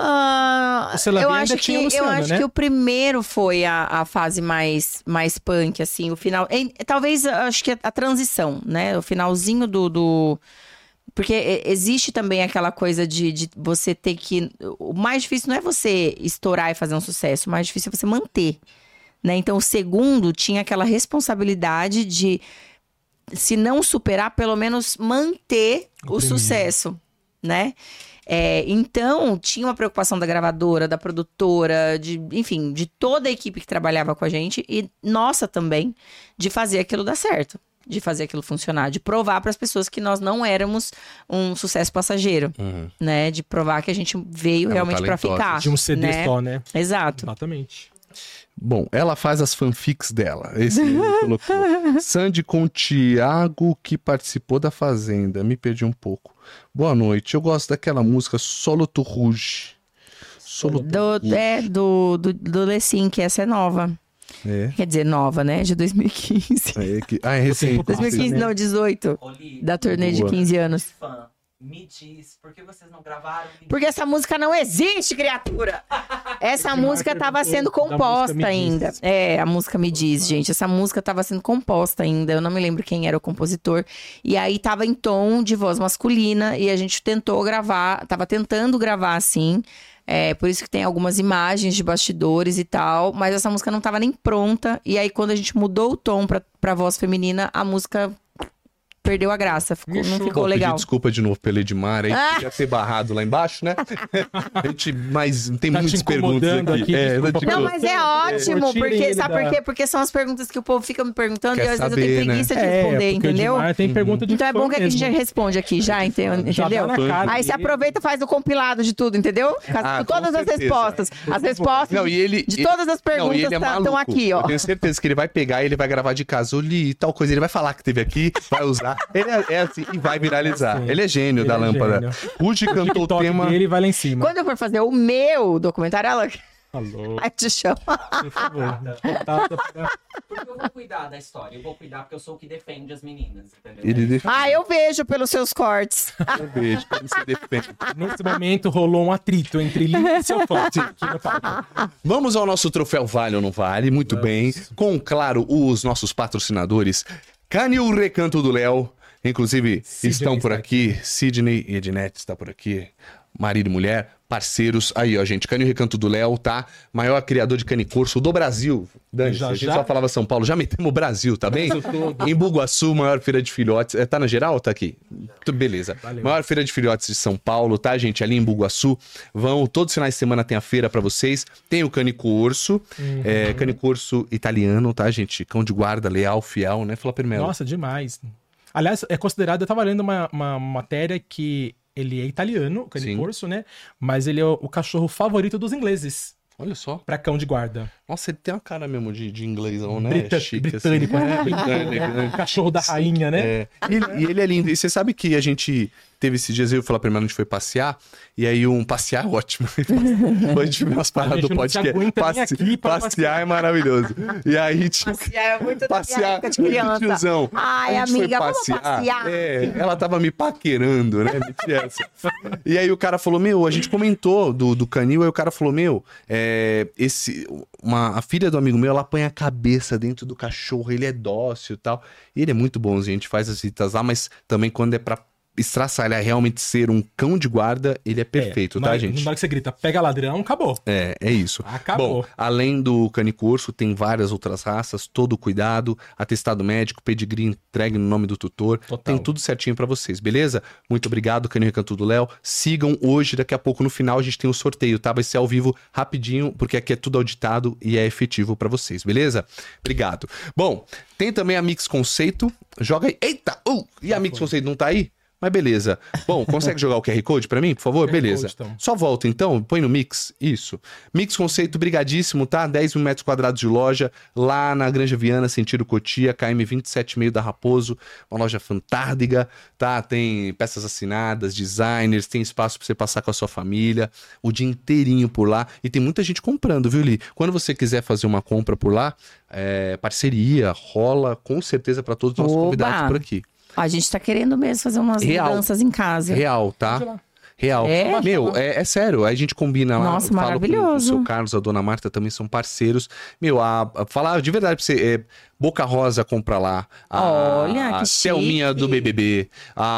S2: Ah,
S3: O Selavi
S2: eu
S3: ainda
S2: acho que
S3: tinha o Luciano,
S2: eu acho
S3: né?
S2: que o primeiro foi a, a fase mais mais punk assim, o final. em- talvez acho que a, a transição, né? O finalzinho do, do- porque e- existe também aquela coisa de, de você ter que o mais difícil não é você estourar e fazer um sucesso, o mais difícil é você manter, né? Então o segundo tinha aquela responsabilidade de se não superar, pelo menos manter
S3: O
S2: o,
S3: primeiro.
S2: sucesso, né? É, então, tinha uma preocupação da gravadora, da produtora, de, enfim, de toda a equipe que trabalhava com a gente e nossa também, de fazer aquilo dar certo, de fazer aquilo funcionar, de provar para as pessoas que nós não éramos um sucesso passageiro, né? De provar que a gente veio
S1: Eram
S2: realmente para
S1: talentosos.
S2: ficar.
S3: De um CD
S2: né?
S3: só, né?
S2: Exato.
S3: Exatamente.
S1: Bom, ela faz as fanfics dela. Esse ele colocou. Sandy com o Tiago, que participou da Fazenda. Me perdi um pouco. Boa noite. Eu gosto daquela música Solo to Ruge. Solo to
S2: Do,
S1: Ruge.
S2: é, do, do, do Lecim, que essa é nova.
S1: É.
S2: Quer dizer, nova, né? De 2015.
S1: É que... Ah, é recente.
S3: Passa,
S2: 2015,
S3: né?
S2: não, 18.
S4: Oli,
S2: Da
S1: Boa.
S2: turnê de 15 anos.
S4: fã, me diz, por que vocês não gravaram? Me
S2: Porque essa música não existe, criatura! Essa
S3: Esse
S2: música
S3: marca
S2: tava
S3: do-
S2: sendo
S3: da música Me Diz.
S2: composta ainda. É, a música me diz, gente. Essa música tava sendo composta ainda. Eu não me lembro quem era o compositor. E aí tava em tom de voz masculina. E a gente tentou gravar, tava tentando gravar assim. É, por isso que tem algumas imagens de bastidores e tal. Mas essa música não tava nem pronta. E aí, quando a gente mudou o tom pra, pra voz feminina, a música perdeu a graça. ficou- não
S3: Murchou.
S2: ficou
S1: Bom, pedir
S2: legal.
S1: desculpa de novo pelo Edmar, aí
S2: Ah!
S1: podia ter barrado lá embaixo, né? A gente, mas tem
S3: Tá te
S1: muitas perguntas
S3: incomodando
S1: aqui.
S3: aqui,
S1: é,
S3: desculpa.
S1: tá te
S2: Não,
S1: incomodando.
S2: mas é
S3: Eu
S2: ótimo,
S3: tirei
S2: porque
S3: ele
S2: sabe
S3: da-
S2: por quê? Porque são as perguntas que o povo fica me perguntando
S1: Quer
S2: e às vezes eu
S1: saber,
S2: tenho
S1: né?
S2: preguiça de
S3: É,
S2: responder,
S3: porque o
S2: entendeu?
S3: Edmar
S1: Uhum.
S3: tem pergunta de
S2: Então é
S3: fã
S2: bom que a gente
S3: mesmo.
S2: já responde aqui já, ente-
S3: Já
S2: entendeu?
S3: dá na cara
S2: Aí você
S3: dele.
S2: aproveita e faz o compilado de tudo, entendeu? Com as-
S1: Ah,
S2: com todas
S1: com
S2: as
S1: certeza.
S2: respostas. As respostas
S1: Não, e ele-
S2: de
S1: ele-
S2: todas
S1: Não,
S2: as perguntas
S1: e ele é
S2: estão
S1: maluco.
S2: aqui, ó.
S1: Eu tenho certeza que ele vai pegar e ele vai gravar de casa, eu li tal coisa, ele vai falar que teve aqui, vai usar. Ele é, é assim e vai viralizar.
S3: Sim.
S1: Ele é gênio
S3: Ele
S1: da
S3: é
S1: lâmpada.
S3: gênio.
S1: Ruge cantou o
S3: toque
S1: tema.
S3: dele vai lá em cima.
S2: Quando eu for fazer o meu documentário, ela
S3: Alô,
S2: Ai, te chama.
S3: por favor. Contata pra-
S4: Porque eu vou cuidar da história, eu vou cuidar porque eu sou o que defende as meninas, entendeu?
S1: Ele defende.
S2: Ah, eu vejo pelos seus cortes.
S1: Vejo, como se defende.
S3: Nesse momento rolou um atrito entre Lili e seu fã. assim, Sim, aqui no palco.
S1: Vamos ao nosso troféu Vale ou Não Vale, muito bem. Com, claro, os nossos patrocinadores, Canil Recanto do Léo, inclusive
S3: Sidney
S1: estão por
S3: está
S1: aqui, Sidney e Ednete está por aqui, marido e mulher, parceiros. Aí, ó, gente, Canil Recanto do Léo, tá? Maior criador de canicorso do Brasil. Dani,
S3: Já,
S1: a gente
S3: já.
S1: só falava São Paulo, já metemos o Brasil, tá bem? em Bugaçu, maior feira de filhotes. É, tá na geral ou tá aqui? Tu- Beleza.
S3: Valeu.
S1: Maior feira de filhotes de São Paulo, tá, gente? Ali em Bugaçu. Vão, todos os finais de semana tem a feira pra vocês. Tem o Canico Urso,
S3: Uhum.
S1: é, Canico Urso italiano, tá, gente? Cão de guarda, leal, fiel, né? Fala primeiro.
S3: Nossa, demais. Aliás, é considerado. Eu tava lendo uma, uma matéria que ele é italiano, o cane
S1: Sim.
S3: corso, né? Mas ele é o, o cachorro favorito dos ingleses
S1: Olha só.
S3: pra cão de guarda.
S1: Nossa, ele tem uma cara mesmo de, de inglêsão, né?
S3: Brita-
S1: Chique, assim.
S3: britânico, né?
S1: Britânico, né?
S3: Cachorro da rainha, né?
S1: É. E, ele- e ele é lindo. E você sabe que a gente teve esses dias, eu e o Flá Primeiro, a gente foi passear, e aí um passear é ótimo. a gente viu umas paradas do
S3: gente não se
S1: podcast.
S3: aguenta nem
S1: Passe-
S3: aqui pra
S1: passear, é maravilhoso. E aí tinha
S2: Passear é muito da minha
S1: passear
S2: época de
S1: de
S2: criança.
S1: tiozão.
S2: Ai,
S1: A gente foi
S2: amiga, vamos passear.
S1: É, ela tava me paquerando, né? me criança. e aí o cara falou, meu, a gente comentou do, do canil, aí o cara falou, meu, é, esse, uma, a filha do amigo meu, ela põe a cabeça dentro do cachorro, ele é dócil e tal. E ele é muito bonzinho, a gente faz as visitas lá, mas também quando é pra estraçalhar realmente ser um cão de guarda, ele é perfeito,
S3: É, na
S1: tá,
S3: hora-
S1: gente?
S3: Na hora que você grita, pega ladrão, acabou.
S1: É, é isso.
S3: Acabou.
S1: Bom, além do canicorso, tem várias outras raças, todo cuidado, atestado médico, pedigree entregue no nome do tutor.
S3: Total.
S1: Tem tudo certinho pra vocês, beleza? Muito obrigado, Canil Recanto do Léo. Sigam hoje, daqui a pouco no final a gente tem o sorteio, tá? Vai ser ao vivo rapidinho, porque aqui é tudo auditado e é efetivo pra vocês, beleza? Obrigado. Bom, tem também a Mix Conceito. Joga aí. Eita! Uh, e a Mix Conceito não tá aí? Mas beleza. Bom, consegue jogar o QR Code pra mim, por favor?
S3: QR
S1: Beleza.
S3: Code, então.
S1: Só volta então, põe no Mix, isso. Mix Conceito, brigadíssimo, tá? 10 mil metros quadrados de loja, lá na Granja Viana, sentido Cotia, KM 27,5 da Raposo, uma loja fantástica, tá? Tem peças assinadas, designers, tem espaço pra você passar com a sua família, o dia inteirinho por lá, e tem muita gente comprando, viu, Li? Quando você quiser fazer uma compra por lá, é, parceria, rola com certeza pra todos os nossos
S2: Oba!
S1: convidados por aqui.
S2: A gente tá querendo mesmo fazer umas
S1: Real.
S2: mudanças em casa.
S1: Real,
S3: Sei
S1: tá?
S3: lá.
S1: Real.
S2: É?
S1: Meu, é, é sério. Aí a gente combina lá.
S2: Nossa,
S1: eu falo Com, o
S2: maravilhoso.
S1: seu Carlos, a dona Marta também são parceiros. Meu, a, a- falar de verdade pra você. é, Boca Rosa compra lá. A,
S2: Olha,
S1: a
S2: que
S1: Selminha
S2: chique.
S1: do BBB.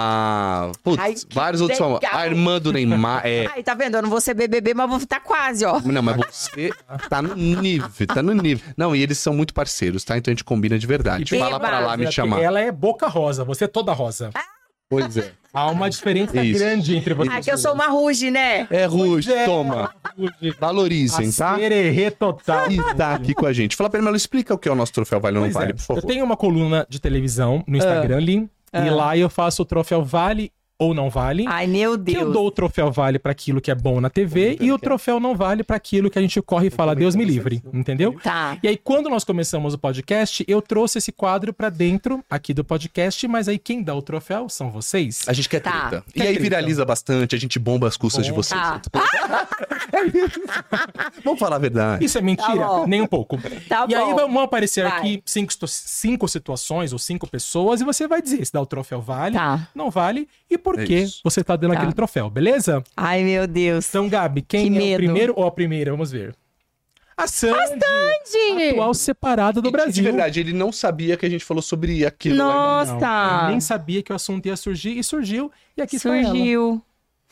S1: A. Putz,
S2: Ai, que
S1: vários outros
S2: legal.
S1: famosos. A irmã do Neymar. É.
S2: Ai, tá vendo? Eu não vou ser BBB, mas vou estar quase, ó.
S1: Não, mas você tá no nível, tá no nível. Não, e eles são muito parceiros, tá? Então a gente combina de verdade.
S2: E
S1: Fala pra lá me
S3: Ela-
S1: chamar.
S3: Ela é boca rosa, você é toda rosa.
S2: Ah.
S1: Pois é.
S3: Há uma diferença
S1: Isso.
S3: grande entre vocês.
S2: Ai, que eu sou uma ruge, né?
S1: É, Ruth,
S3: é.
S1: toma.
S2: Assim
S1: Valorizem, tá?
S2: é
S3: Sererê total.
S1: E tá aqui com a gente. Fala pra mim, explica o que é o nosso troféu Vale ou não
S3: Pois
S1: Vale,
S3: é,
S1: por favor.
S3: Eu tenho uma coluna de televisão no Instagram ali, e lá eu faço o troféu vale ou não vale.
S2: Ai, meu
S3: que eu
S2: Deus.
S3: dou o troféu vale pra aquilo que é bom na TV e o troféu não vale pra aquilo que a gente corre e fala Deus me livre, entendeu?
S2: Tá.
S3: E aí, quando nós começamos o podcast, eu trouxe esse quadro pra dentro aqui do podcast, mas aí quem dá o troféu são vocês.
S1: A gente quer
S2: Tá.
S1: treta. E
S3: Quer
S1: aí
S3: treta.
S1: viraliza bastante, a gente bomba as custas de
S3: Bomba.
S1: vocês.
S2: Tá.
S1: Vamos falar a verdade.
S3: Isso é mentira?
S2: Tá bom.
S3: Nem um pouco.
S2: Tá
S3: e aí
S2: bom.
S3: vão aparecer
S2: Vai.
S3: aqui cinco, situ- cinco situações ou cinco pessoas e você vai dizer se dá o troféu vale,
S2: Tá.
S3: não vale e por
S1: É
S3: que
S1: isso.
S3: você tá dando
S2: Tá.
S3: aquele troféu, beleza?
S2: Ai, meu Deus.
S3: Então, Gabi,
S2: Que
S3: quem é o
S2: medo.
S3: primeiro ou a primeira? Vamos ver. A Sandy, atual separada do
S1: De
S3: Brasil.
S1: verdade, ele não sabia que a gente falou sobre aquilo. lá.
S3: Eu
S2: Nossa.
S3: nem sabia que o assunto ia surgir e surgiu e aqui está ela.
S2: Surgiu.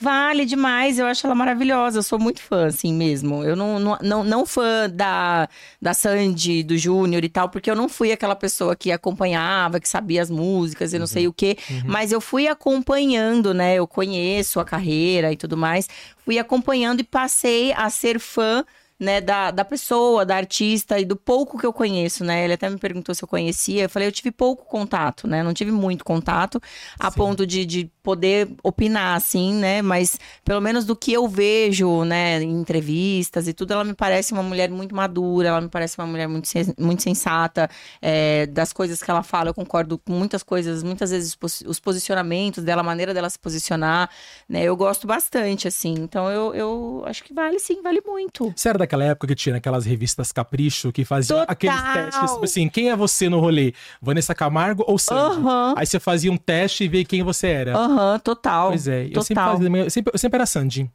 S2: Vale demais, eu acho ela maravilhosa. Eu sou muito fã, assim mesmo. Eu não, não, não, não fã da, da Sandy, do Júnior e tal, porque eu não fui aquela pessoa que acompanhava, que sabia as músicas e não
S3: Uhum.
S2: sei o quê. Mas eu fui acompanhando, né? Eu conheço a carreira e tudo mais. Fui acompanhando e passei a ser fã. Né, da, da pessoa, da artista e do pouco que eu conheço, né? Ele até me perguntou se eu conhecia. Eu falei, eu tive pouco contato, né? Não tive muito contato a
S3: Sim.
S2: ponto de, de poder opinar, assim, né? Mas pelo menos do que eu vejo, né, em entrevistas e tudo, ela me parece uma mulher muito madura, ela me parece uma mulher muito, sen- muito sensata. É, das coisas que ela fala, eu concordo com muitas coisas, muitas vezes os pos- os posicionamentos dela, a maneira dela se posicionar, né? Eu gosto bastante, assim. Então eu, eu acho que vale sim, vale muito.
S3: Você era daquela época que tinha aquelas revistas Capricho que faziam
S2: Total!
S3: aqueles testes, tipo assim, quem é você no rolê? Vanessa Camargo ou Sandy?
S2: Aham,
S3: Aí você fazia um teste e via quem você era.
S2: aham, total.
S3: Pois é, eu sempre,
S2: total.
S3: fazia, eu, sempre, eu sempre era Sandy.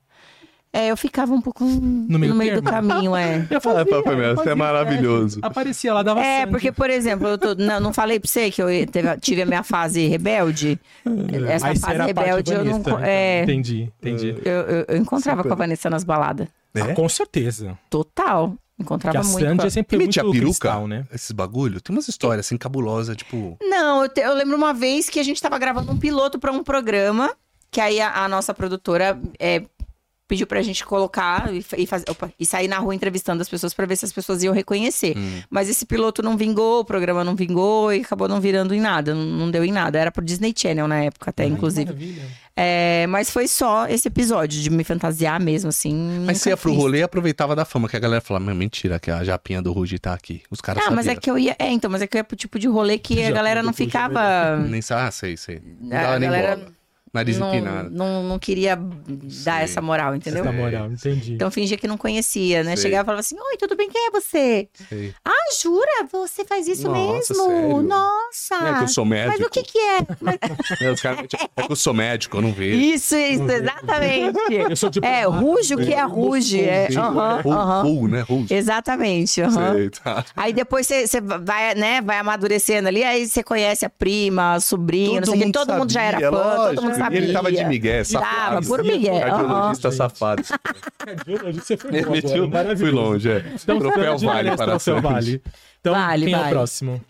S2: É, eu ficava um pouco hum,
S3: No
S2: no
S3: meio
S2: meio, do
S3: termo.
S2: caminho, é.
S3: Eu fazia,
S1: Ah, papai meu,
S3: eu
S1: você
S3: fazia
S1: é maravilhoso.
S3: teste. Aparecia lá, dava
S2: É,
S3: Sandy.
S2: porque, por exemplo, eu tô- não, não falei pra você que eu teve- tive a minha fase rebelde.
S1: É.
S2: Essa
S3: É, Aí você
S2: fase
S3: era a parte então.
S2: rebelde eu não.
S3: bonita,
S2: co-
S3: então.
S2: É,
S3: Entendi, entendi.
S2: eu, eu- eu encontrava com a Vanessa nas baladas.
S1: É. Né?
S3: Ah, com certeza.
S2: Total.
S3: Porque
S2: Encontrava
S3: a
S2: muito. com
S3: Sandy
S2: a-
S3: é sempre
S1: E metia
S3: muito
S1: peruca?
S3: cristal, né?
S1: Esses bagulho, tem umas histórias assim cabulosas, tipo.
S2: Não, eu, te- eu lembro uma vez que a gente tava gravando um piloto pra um programa, que aí a, a nossa produtora é, pediu pra gente colocar e, fa- e fazer, opa, e sair na rua entrevistando as pessoas pra ver se as pessoas iam reconhecer.
S1: Hum.
S2: Mas esse piloto não vingou, o programa não vingou e acabou não virando em nada, não, não deu em nada. Era pro Disney Channel na época até,
S3: Ai,
S1: Uhum.
S3: que
S2: inclusive.
S3: maravilha.
S2: É, mas foi só esse episódio de me fantasiar mesmo, assim. nunca
S1: Mas você ia pro
S2: fiz.
S1: rolê e aproveitava da fama, que a galera falava, "Mas mentira, que a japinha do Ruge tá aqui. Os caras
S2: Ah, mas é
S1: sabiam.
S2: que eu ia. É, então, mas é que eu ia pro tipo de rolê que a
S3: Já,
S2: galera não
S3: depois já
S2: ficava.
S1: Nem sabe, ah, sei, sei. Não
S2: É,
S1: dava
S2: a
S1: nem
S2: galera
S1: bola. Nariz
S2: Não,
S1: empinado.
S2: não, não queria dar
S1: Sei.
S2: essa moral, entendeu?
S3: Na é moral, entendi.
S2: Então fingia que não conhecia, né?
S1: Sei.
S2: Chegava e falava assim: Oi, tudo bem? Quem é você?
S1: Sei.
S2: Ah, jura? Você faz isso
S1: Nossa,
S2: mesmo?
S1: sério?
S2: Nossa!
S1: Não é que eu sou médico.
S2: Mas o que, que é?
S1: Os caras- é que eu sou médico, eu não vejo.
S2: Isso, isso, exatamente.
S3: Eu sou tipo.
S1: um
S2: É, ruge o que é
S3: Eu sou
S2: ruge. É,
S1: Sim.
S2: aham,
S1: Ou-
S2: aham.
S1: ou, né? Ou-
S2: Exatamente, aham.
S1: Sei, tá.
S2: Aí depois você você vai, né, vai amadurecendo ali, aí você conhece a prima, a sobrinha, não sei o que, todo mundo já era fã,
S1: sabia,
S2: todo
S1: lógico.
S2: mundo
S1: E
S2: sabia.
S1: Ele tava de migué, safado.
S2: Tava, por migué,
S1: Cardiologista
S3: aham.
S1: safado.
S3: Cardiologista, Você foi
S1: Ele
S3: bom agora,
S1: metiu, fui
S3: maravilhoso.
S1: longe, é.
S3: Então,
S1: Troféu
S3: você
S1: vale
S3: merece
S1: para
S3: troféu
S1: Santos.
S3: vale. Então,
S2: Vale,
S3: quem é o
S2: vale.
S3: próximo?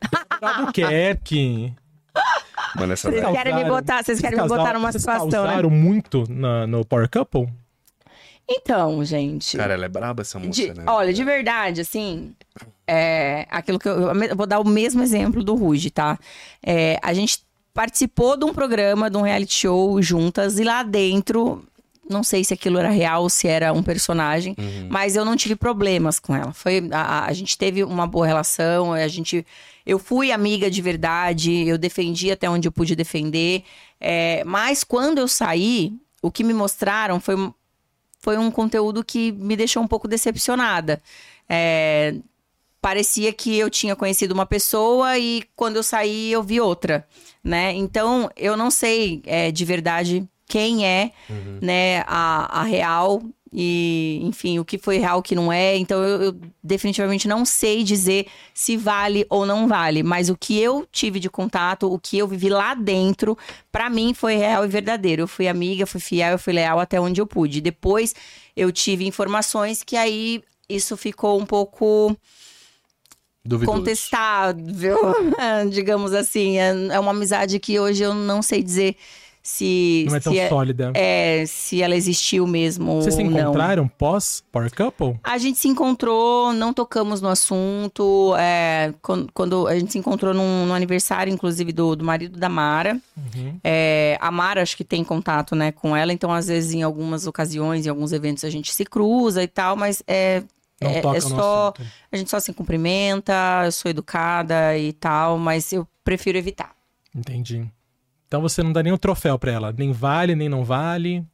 S3: Débora Albuquerque.
S1: Mano, essa
S2: Vocês
S1: daí-
S3: Causaram-
S2: querem me botar, vocês querem me botar
S3: causaram-
S2: numa
S3: vocês
S2: situação, né?
S3: causaram muito na- no Power Couple?
S2: Então, gente.
S1: Cara, ela é braba essa moça,
S2: de-
S1: né?
S2: Olha, de verdade, assim, é, aquilo que eu, eu vou dar o mesmo exemplo do Ruge, tá? É, a gente participou de um programa, de um reality show juntas, e lá dentro, não sei se aquilo era real ou se era um personagem,
S1: Uhum.
S2: mas eu não tive problemas com ela. Foi a, a- a gente teve uma boa relação, a gente eu fui amiga de verdade, eu defendi até onde eu pude defender. é, mas quando eu saí, o que me mostraram foi um- foi um conteúdo que me deixou um pouco decepcionada. É, parecia que eu tinha conhecido uma pessoa e quando eu saí eu vi outra, né? Então eu não sei é, de verdade quem é, né, a, a real e enfim o que foi real o que não é. Então eu, eu definitivamente não sei dizer se vale ou não vale, mas o que eu tive de contato, o que eu vivi lá dentro, pra mim foi real e verdadeiro. Eu fui amiga, fui fiel, eu fui leal até onde eu pude. Depois eu tive informações que aí isso ficou um pouco
S1: Duvidoso.
S2: contestável, digamos assim. É, é uma amizade que hoje eu não sei dizer se
S3: Não é tão
S2: se, é-
S3: sólida.
S2: é, se ela existiu mesmo
S3: Vocês se
S2: ou não.
S3: encontraram pós Power Couple?
S2: A gente se encontrou, não tocamos no assunto. é, quan- quando a gente se encontrou num, num aniversário, inclusive, do, do marido da Mara.
S3: Uhum.
S2: É, a Mara, acho que tem contato né, com ela, então, às vezes, em algumas ocasiões, em alguns eventos, a gente se cruza e tal, mas é,
S3: Não
S2: é,
S3: toca
S2: é
S3: no
S2: só.
S3: assunto.
S2: A gente só se cumprimenta, eu sou educada e tal, mas eu prefiro evitar.
S3: Entendi. Então você não dá nenhum troféu pra ela. Nem vale, nem não vale.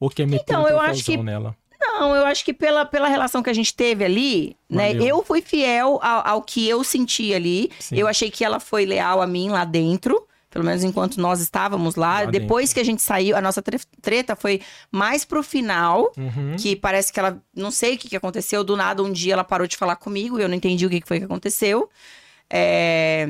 S3: Ou quer meter
S2: Então,
S3: um
S2: eu acho
S3: troféuzão
S2: que-
S3: nela.
S2: Não, eu acho que pela, pela relação que a gente teve ali, né?
S3: Valeu.
S2: Eu fui fiel ao, ao que eu senti ali.
S3: Sim.
S2: Eu achei que ela foi leal a mim lá dentro. Pelo menos enquanto nós estávamos lá.
S3: Lá
S2: Depois
S3: dentro.
S2: que a gente saiu, a nossa tre- treta foi mais pro final.
S3: Uhum.
S2: Que parece que ela. Não sei o que, que aconteceu. Do nada, um dia ela parou de falar comigo e eu não entendi o que, que foi que aconteceu. É,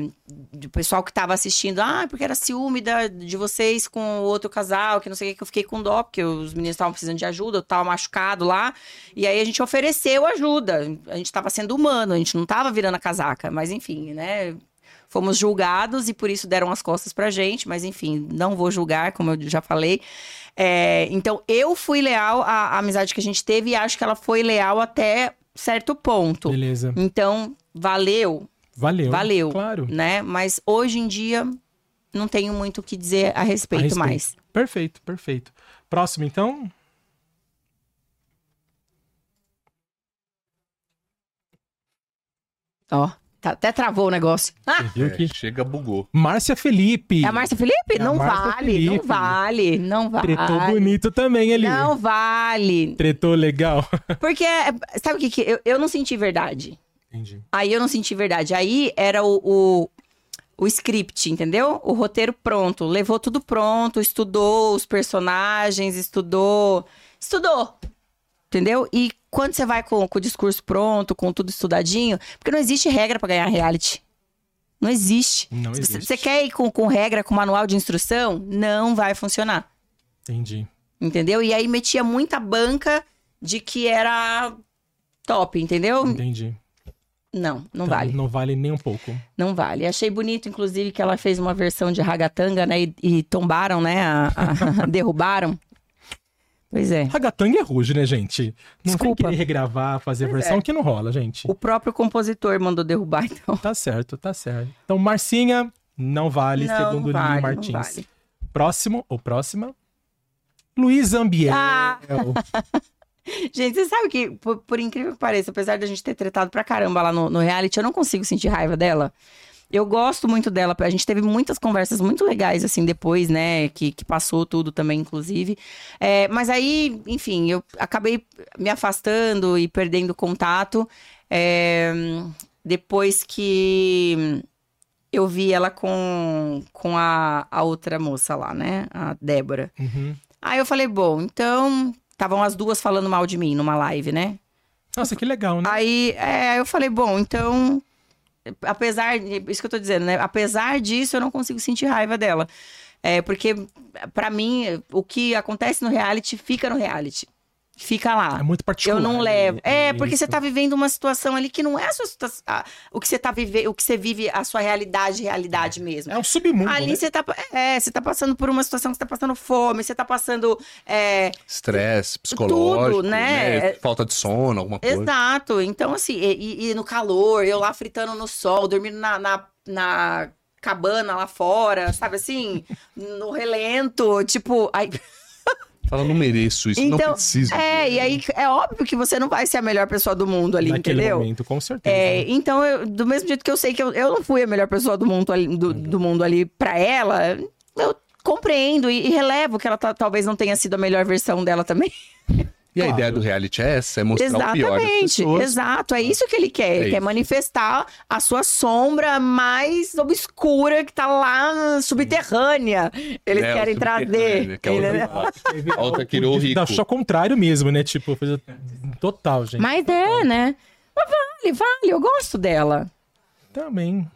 S2: o pessoal que tava assistindo, ah, porque era ciúme da- de vocês com o outro casal, que não sei o que, que eu fiquei com dó, porque os meninos estavam precisando de ajuda, eu tava machucado lá. E aí a gente ofereceu ajuda. A gente tava sendo humano, a gente não tava virando a casaca, mas enfim, né? Fomos julgados e por isso deram as costas pra gente, mas enfim, não vou julgar, como eu já falei. É, então, eu fui leal à, à amizade que a gente teve e acho que ela foi leal até certo ponto.
S3: Beleza.
S2: Então, valeu,
S3: Valeu.
S2: Valeu.
S3: Claro.
S2: né? Mas hoje em dia, não tenho muito o que dizer a respeito,
S3: respeito.
S2: mais.
S3: Perfeito, perfeito. Próximo, então.
S2: Ó, tá- até travou o negócio. Ah,
S3: Viu que...
S1: É, chega, bugou.
S3: Márcia Felipe.
S2: é a Márcia Felipe?
S3: É a
S2: não
S3: Márcia
S2: vale, não
S3: Felipe.
S2: vale, não vale.
S3: Tretou bonito também ali.
S2: Não vale.
S3: Tretou legal.
S2: Porque, é- sabe o que que? Eu, eu não senti verdade.
S3: Entendi.
S2: Aí eu não senti verdade. Aí era o, o, o script, entendeu? O roteiro pronto. Levou tudo pronto, estudou os personagens, estudou. Estudou! Entendeu? E quando você vai com, com o discurso pronto, com tudo estudadinho, porque não existe regra pra ganhar reality. Não existe.
S3: Não
S2: Se você-
S3: existe.
S2: Você quer ir com, com regra, com manual de instrução? Não vai funcionar.
S3: Entendi.
S2: Entendeu? E aí metia muita banca de que era top, entendeu?
S3: Entendi.
S2: Não, não
S3: Então,
S2: vale.
S3: Não vale nem um pouco.
S2: Não vale. Achei bonito, inclusive, que ela fez uma versão de ragatanga, né? E, e tombaram, né? a- a- derrubaram. Pois é.
S3: Ragatanga é ruge, né, gente? Não
S2: Desculpa.
S3: tem que regravar, fazer
S2: Pois
S3: versão
S2: é.
S3: que não rola, gente.
S2: O próprio compositor mandou derrubar, então.
S3: Tá certo, tá certo. Então, Marcinha, não vale,
S2: Não, não
S3: segundo
S2: vale,
S3: Linho
S2: não
S3: Martins.
S2: vale.
S3: Próximo ou próxima? Luiz Ambiel.
S2: Ah. Gente, você sabe que, por, por incrível que pareça, apesar da gente ter tretado pra caramba lá no, no reality, eu não consigo sentir raiva dela. Eu gosto muito dela. A gente teve muitas conversas muito legais, assim, depois, né? Que, que passou tudo também, inclusive. É, mas aí, enfim, eu acabei me afastando e perdendo contato. é, depois que eu vi ela com, com a, a outra moça lá, né? A Débora.
S3: Uhum.
S2: Aí eu falei, bom, então. Estavam as duas falando mal de mim numa live, né?
S3: Nossa, que legal, né?
S2: Aí é, eu falei, bom, então. Apesar. Isso que eu tô dizendo, né? Apesar disso, eu não consigo sentir raiva dela. É, porque, pra mim, o que acontece no reality fica no reality. Fica lá.
S3: É muito particular.
S2: Ah, Eu não levo. É,
S3: isso.
S2: porque você tá vivendo uma situação ali que não é a sua situa- a- o que você tá vivendo, o que você vive, a sua realidade, realidade mesmo.
S3: É um submundo.
S2: Ali
S3: né?
S2: você tá, é, você tá passando por uma situação que você tá passando fome, você tá passando é,
S1: Estresse psicológico,
S2: Tudo, né?
S1: né?
S2: É-
S1: Falta de sono, alguma coisa.
S2: Exato. Então, assim, e, e- e no calor, eu lá fritando no sol, dormindo na, na, na cabana lá fora, sabe assim? No relento, tipo. aí-
S1: Fala, não mereço isso, não
S2: Então,
S1: preciso.
S2: é, e aí é óbvio que você não vai ser a melhor pessoa do mundo ali,
S3: Naquele
S2: entendeu?
S3: momento, né? com certeza.
S2: É, então, eu- do mesmo jeito que eu sei que eu, eu não fui a melhor pessoa do mundo ali, do, do mundo ali pra ela, eu compreendo e, e relevo que ela tá- talvez não tenha sido a melhor versão dela também.
S1: E a
S3: Claro.
S1: ideia do reality é essa, é mostrar o pior das
S2: Exatamente,
S1: pessoas.
S2: exato. É isso que ele quer. ele
S1: É
S2: quer
S1: isso.
S2: manifestar a sua sombra mais obscura que tá lá subterrânea. Eles
S1: É, o
S2: querem
S1: subterrâneo,
S2: trazer.
S1: que é
S2: entendeu?
S1: outra parte. Alta tirou o rico.
S3: Achou contrário mesmo, né? Tipo, coisa total, gente.
S2: Mas é, né? Mas vale, vale. Eu gosto dela.
S3: Também.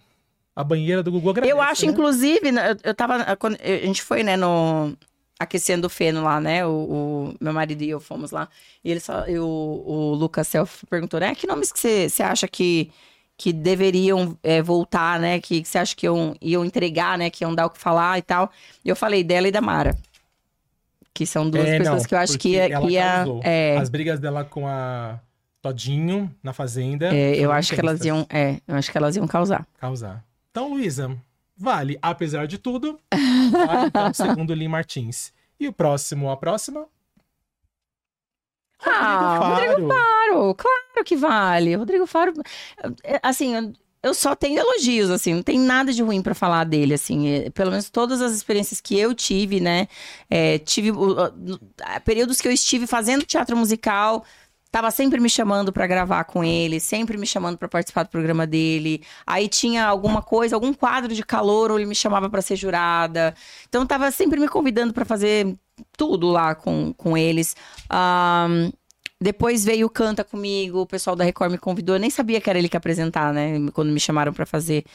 S3: A banheira do Google agradece,
S2: eu acho,
S3: né?
S2: inclusive, né, eu, eu tava. quando- a gente foi, né, no. Aquecendo o feno lá, né? O, o meu marido e eu fomos lá. E ele só, e o, o Lucas Self perguntou, né? Que nomes que você você acha que, que deveriam é, voltar, né? Que que você acha que iam, iam entregar, né? Que iam dar o que falar e tal. E eu falei dela e da Mara. Que são duas
S3: É,
S2: pessoas
S3: não,
S2: que eu acho que
S3: porque
S2: ia.
S3: ela
S2: que ia-
S3: causou.
S2: é,
S3: As brigas dela com a Todinho na fazenda.
S2: é, eu
S3: foram
S2: acho que elas
S3: intensas.
S2: iam. É, eu acho que elas iam causar.
S3: causar. Então, Luísa, vale, apesar de tudo. Vale, então, segundo Lee Martins. E o próximo, a próxima?
S2: Ah,
S3: Rodrigo
S2: Rodrigo
S3: Faro.
S2: Claro, claro que vale. Rodrigo Faro, é, assim, eu- eu só tenho elogios, assim, não tem nada de ruim pra falar dele, assim. é, Pelo menos todas as experiências que eu tive, né? é, tive o- o- no- a- períodos que eu estive fazendo teatro musical, tava sempre me chamando pra gravar com ele, sempre me chamando pra participar do programa dele. Aí tinha alguma coisa, algum quadro de calor, ou ele me chamava pra ser jurada. Então tava sempre me convidando pra fazer tudo lá com, com eles. Ahn, depois veio o Canta comigo, o pessoal da Record me convidou. Eu nem sabia que era ele que ia apresentar, né? Quando me chamaram pra fazer.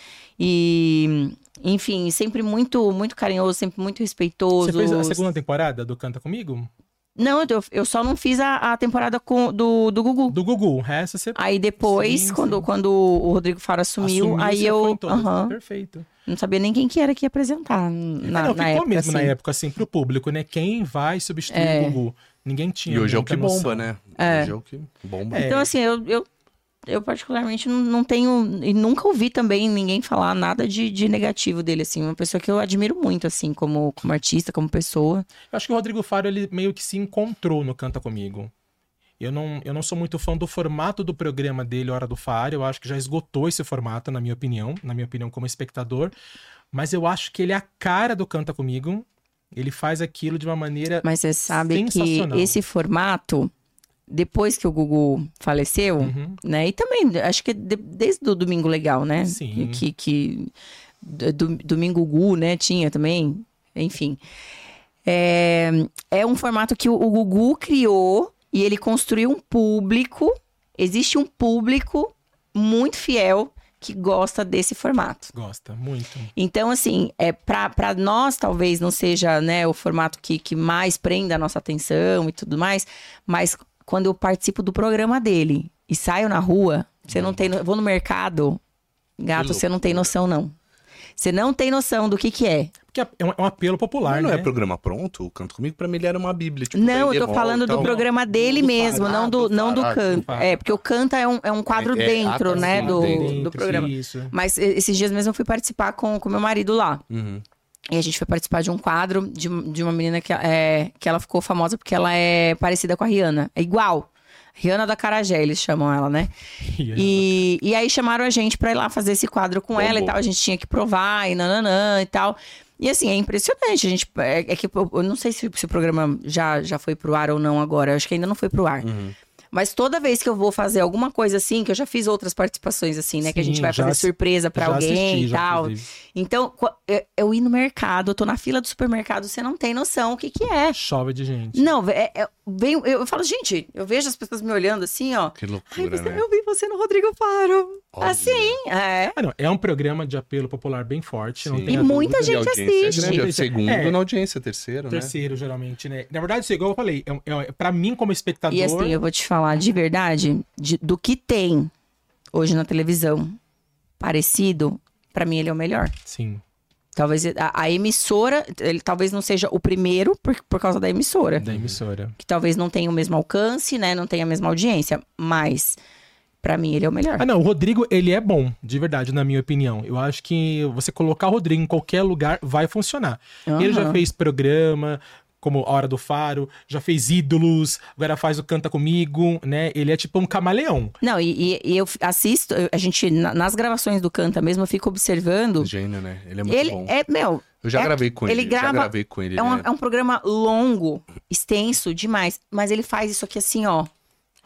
S2: E, enfim, sempre muito, muito carinhoso, sempre muito respeitoso.
S3: Você fez a segunda temporada do Canta Comigo?
S2: Não, eu, eu só não fiz a, a temporada com, do, do Gugu.
S3: Do Gugu. O resto você
S2: Aí depois,
S3: Sim,
S2: quando,
S3: sim.
S2: quando o Rodrigo Faro assumiu,
S3: assumiu,
S2: aí
S3: você foi em
S2: eu
S3: todas.
S2: aham,
S3: Perfeito.
S2: não sabia nem quem que era que ia apresentar na,
S3: Ah, não,
S2: na
S3: ficou
S2: época.
S3: mesmo na
S2: assim.
S3: época, assim, pro público, né? Quem vai substituir
S2: É.
S3: o Gugu? Ninguém tinha.
S1: E hoje é o
S3: muita
S1: que bomba,
S3: noção.
S1: né?
S2: É.
S1: Hoje é o que bomba.
S3: É.
S2: Então, assim, eu, eu, eu particularmente não, não tenho. E nunca ouvi também ninguém falar nada de, de negativo dele, assim. Uma pessoa que eu admiro muito, assim, como, como artista, como pessoa.
S3: Eu acho que o Rodrigo Faro, ele meio que se encontrou no Canta Comigo. Eu não, eu não sou muito fã do formato do programa dele, Hora do Faro. Eu acho que já esgotou esse formato, na minha opinião. Na minha opinião, como espectador. Mas eu acho que ele é a cara do Canta Comigo. Ele faz aquilo de uma maneira...
S2: Mas você sabe que
S3: Sensacional.
S2: esse formato, depois que o Gugu faleceu,
S3: Uhum.
S2: né? E também, acho que de- desde o Domingo Legal, né?
S3: Sim.
S2: Que, que eh, do- Domingo Gugu, né? Tinha também, enfim. É, é um formato que o, o Gugu criou e ele construiu um público. Existe um público muito fiel que gosta desse formato.
S3: Gosta, muito.
S2: Então, assim, é, para nós talvez não seja né, o formato que, que mais prenda a nossa atenção e tudo mais, mas quando eu participo do programa dele e saio na rua, você não tem. no- Vou no mercado, gato,
S1: Que
S2: você não tem
S1: loucura.
S2: noção, não. Você não tem noção do que que é.
S3: Porque é um, é um apelo popular,
S1: Mas não
S3: né?
S1: é programa pronto? O Canto Comigo, pra mim, ele era uma bíblia. Tipo,
S2: não,
S1: Rei
S2: eu tô
S1: Leão
S2: falando
S1: e
S2: do
S1: tal.
S2: programa dele
S5: Do
S2: mesmo,
S5: Pará,
S2: não do,
S5: do
S2: não do
S5: Pará, do
S2: canto.
S3: Pará.
S2: É, porque o canta é um, é um quadro
S5: É, é,
S2: dentro,
S5: ah, tá,
S2: né,
S5: sim,
S2: do,
S1: dentro,
S2: do
S1: sim.
S2: programa.
S3: Isso.
S2: Mas e- esses dias mesmo eu fui participar com o meu marido lá.
S1: Uhum.
S2: E a gente foi participar de um quadro de, de uma menina que, é, que ela ficou famosa porque ela é parecida com a Rihanna. É igual. Rihanna da Carajé, eles chamam ela, né? E, e aí chamaram a gente pra ir lá fazer esse quadro com ela e
S1: Bombou.
S2: tal. A gente tinha que provar e nananã e tal. E assim, é impressionante. A gente, é, é que eu, eu não sei se, se o programa já, já foi pro ar ou não agora. Eu acho que ainda não foi pro ar.
S3: Uhum.
S2: Mas toda vez que eu vou fazer alguma coisa assim, que eu já fiz outras participações assim, né? que a
S3: Sim,
S2: gente vai
S3: já
S2: fazer
S3: assi-
S2: surpresa pra
S3: Já
S2: alguém
S3: assisti,
S2: e
S3: já,
S2: tal.
S3: inclusive.
S2: Então, qu- eu- eu ir no mercado, eu tô na fila do supermercado, você não tem noção o que que é.
S3: Chove de gente.
S2: Não, é, é- vem- eu, eu falo, gente, eu vejo as pessoas me olhando assim, ó.
S1: Que
S2: Ai,
S1: loucura,
S2: você,
S1: né?
S2: eu vi você no Rodrigo Faro.
S1: Olha.
S2: Assim, é.
S3: Ah, não, é um programa de apelo popular bem forte. Não
S1: Sim.
S3: tem
S2: E
S3: a
S2: muita
S3: dúvida.
S1: E a
S2: gente
S1: audiência
S2: assiste.
S1: É grande, é o segundo
S3: É.
S1: na audiência, terceiro, né?
S3: Terceiro, geralmente, né? Na verdade, isso é igual eu falei. É, é, pra mim, como espectador.
S2: E assim, eu vou te falar de verdade, de- do que tem hoje na televisão parecido, pra mim ele é o melhor.
S3: Sim.
S2: Talvez a, a emissora, ele talvez não seja o primeiro por, por causa da emissora.
S3: Da emissora.
S2: Que talvez não tenha o mesmo alcance, né? Não tenha a mesma audiência. Mas, pra mim, ele é o melhor.
S3: Ah, não, o Rodrigo, ele é bom, de verdade, na minha opinião. Eu acho que você colocar o Rodrigo em qualquer lugar vai funcionar. Ele já
S2: Aham.
S3: fez programa, como A Hora do Faro, já fez Ídolos, agora faz o Canta Comigo, né? Ele é tipo um camaleão.
S2: Não, e, e- e eu f- assisto, eu- a gente, na- nas gravações do Canta mesmo, eu fico observando.
S1: Gênio, né? Ele é muito
S2: Ele
S1: bom.
S2: é, meu,
S1: Eu já
S2: é-
S1: gravei com ele.
S2: ele grava-
S1: Já gravei com ele.
S2: é um,
S1: né?
S2: é um programa longo, extenso demais, mas ele faz isso aqui assim, ó.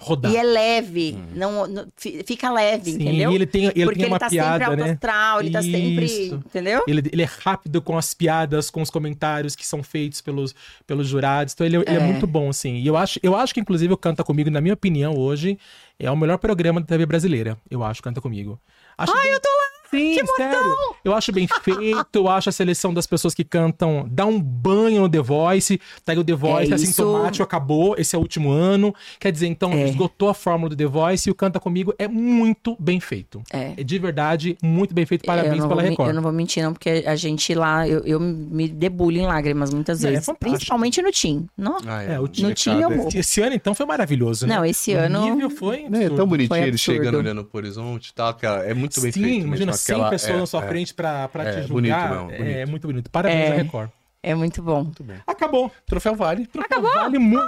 S3: Rodar.
S2: E é leve, não, não- fi- fica leve,
S3: Hum. Sim,
S2: entendeu?
S3: e ele tem, ele
S2: Porque
S3: tem
S2: ele
S3: uma
S2: tá
S3: piada,
S2: sempre
S3: né?
S2: autoastral, ele tá sempre,
S3: Isso.
S2: entendeu?
S3: Ele, ele é rápido com as piadas, com os comentários que são feitos pelos, pelos jurados. Então ele, ele é.
S2: É.
S3: muito bom, assim. E eu acho, eu acho que, inclusive, o Canta Comigo, na minha opinião, hoje, é o melhor programa da TV brasileira. Eu acho, Canta Comigo. Acho Ai, eu tô lá! Sim, sério. Eu acho bem feito, eu acho a seleção das pessoas que cantam, dá um banho no The Voice, tá aí o The Voice,
S2: É
S3: é
S2: isso.
S3: sintomático, acabou, esse é o último ano. Quer dizer, então,
S2: É.
S3: esgotou a fórmula do The Voice e o Canta Comigo é muito bem feito.
S2: É.
S3: É de verdade, muito bem feito.
S2: eu
S3: Parabéns
S2: não
S3: pela
S2: vou me-
S3: Record.
S2: Eu não vou mentir, não, porque a gente lá, eu, eu me debulho em lágrimas muitas
S3: É, é
S2: vezes.
S3: fantástico.
S2: principalmente no Tim. Nossa.
S1: Ah,
S3: É, o
S1: um
S3: Tio-
S2: No Tio é
S1: molecada.
S2: um-
S3: Esse- Esse ano, então, foi maravilhoso, né?
S2: Não, esse
S3: O
S2: ano.
S3: nível foi
S1: Né, é tão
S3: absurdo.
S1: bonitinho
S2: Foi
S1: ele chegando,
S2: absurdo.
S1: olhando pro horizonte e tal. Aquela, é muito bem
S3: Sim,
S1: feito. mesmo,
S3: imagina, 100
S1: aquela-
S3: pessoas
S1: é,
S3: na sua
S1: é.
S3: frente pra, pra
S1: É,
S3: te
S1: bonito
S3: julgar.
S1: mesmo,
S3: É
S1: bonito.
S3: muito bonito. Parabéns
S2: É.
S3: à Record.
S2: É muito bom.
S1: Muito bem.
S3: Acabou.
S1: Troféu Vale.
S3: Acabou. Vale muito.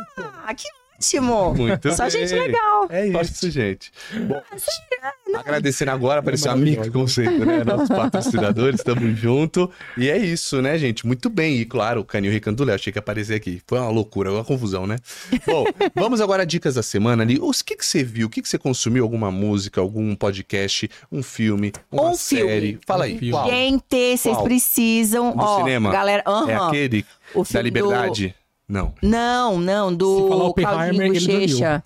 S2: Ah, que ótimo!
S1: é, Muito
S2: Só
S1: bem.
S2: gente né, legal.
S1: É
S3: Ah,
S1: isso, gente. Bom, agradecendo agora, apareceu a Mix Conceito, né? Nossos patrocinadores, tamo junto. E é isso, né, gente? Muito bem. E claro, o Canil Recandulé, achei que ia aparecer aqui. Foi uma loucura, uma confusão, né? Bom, vamos agora a dicas da semana ali. Os que, que você viu? O que, que você consumiu? Alguma música, algum podcast, um filme, uma
S2: Um filme.
S1: série? Fala aí,
S3: Um filme.
S1: qual?
S2: Gente, vocês
S1: Qual?
S2: precisam.
S1: Do
S2: ó,
S1: cinema?
S2: galera,
S1: É
S2: aham,
S1: aquele
S2: o
S1: da
S2: filme do-
S1: liberdade? Não.
S2: Não, não,
S3: Se falar
S2: do
S3: Oppenheimer,
S2: Claudinho
S3: ele já viu.
S2: Bochecha.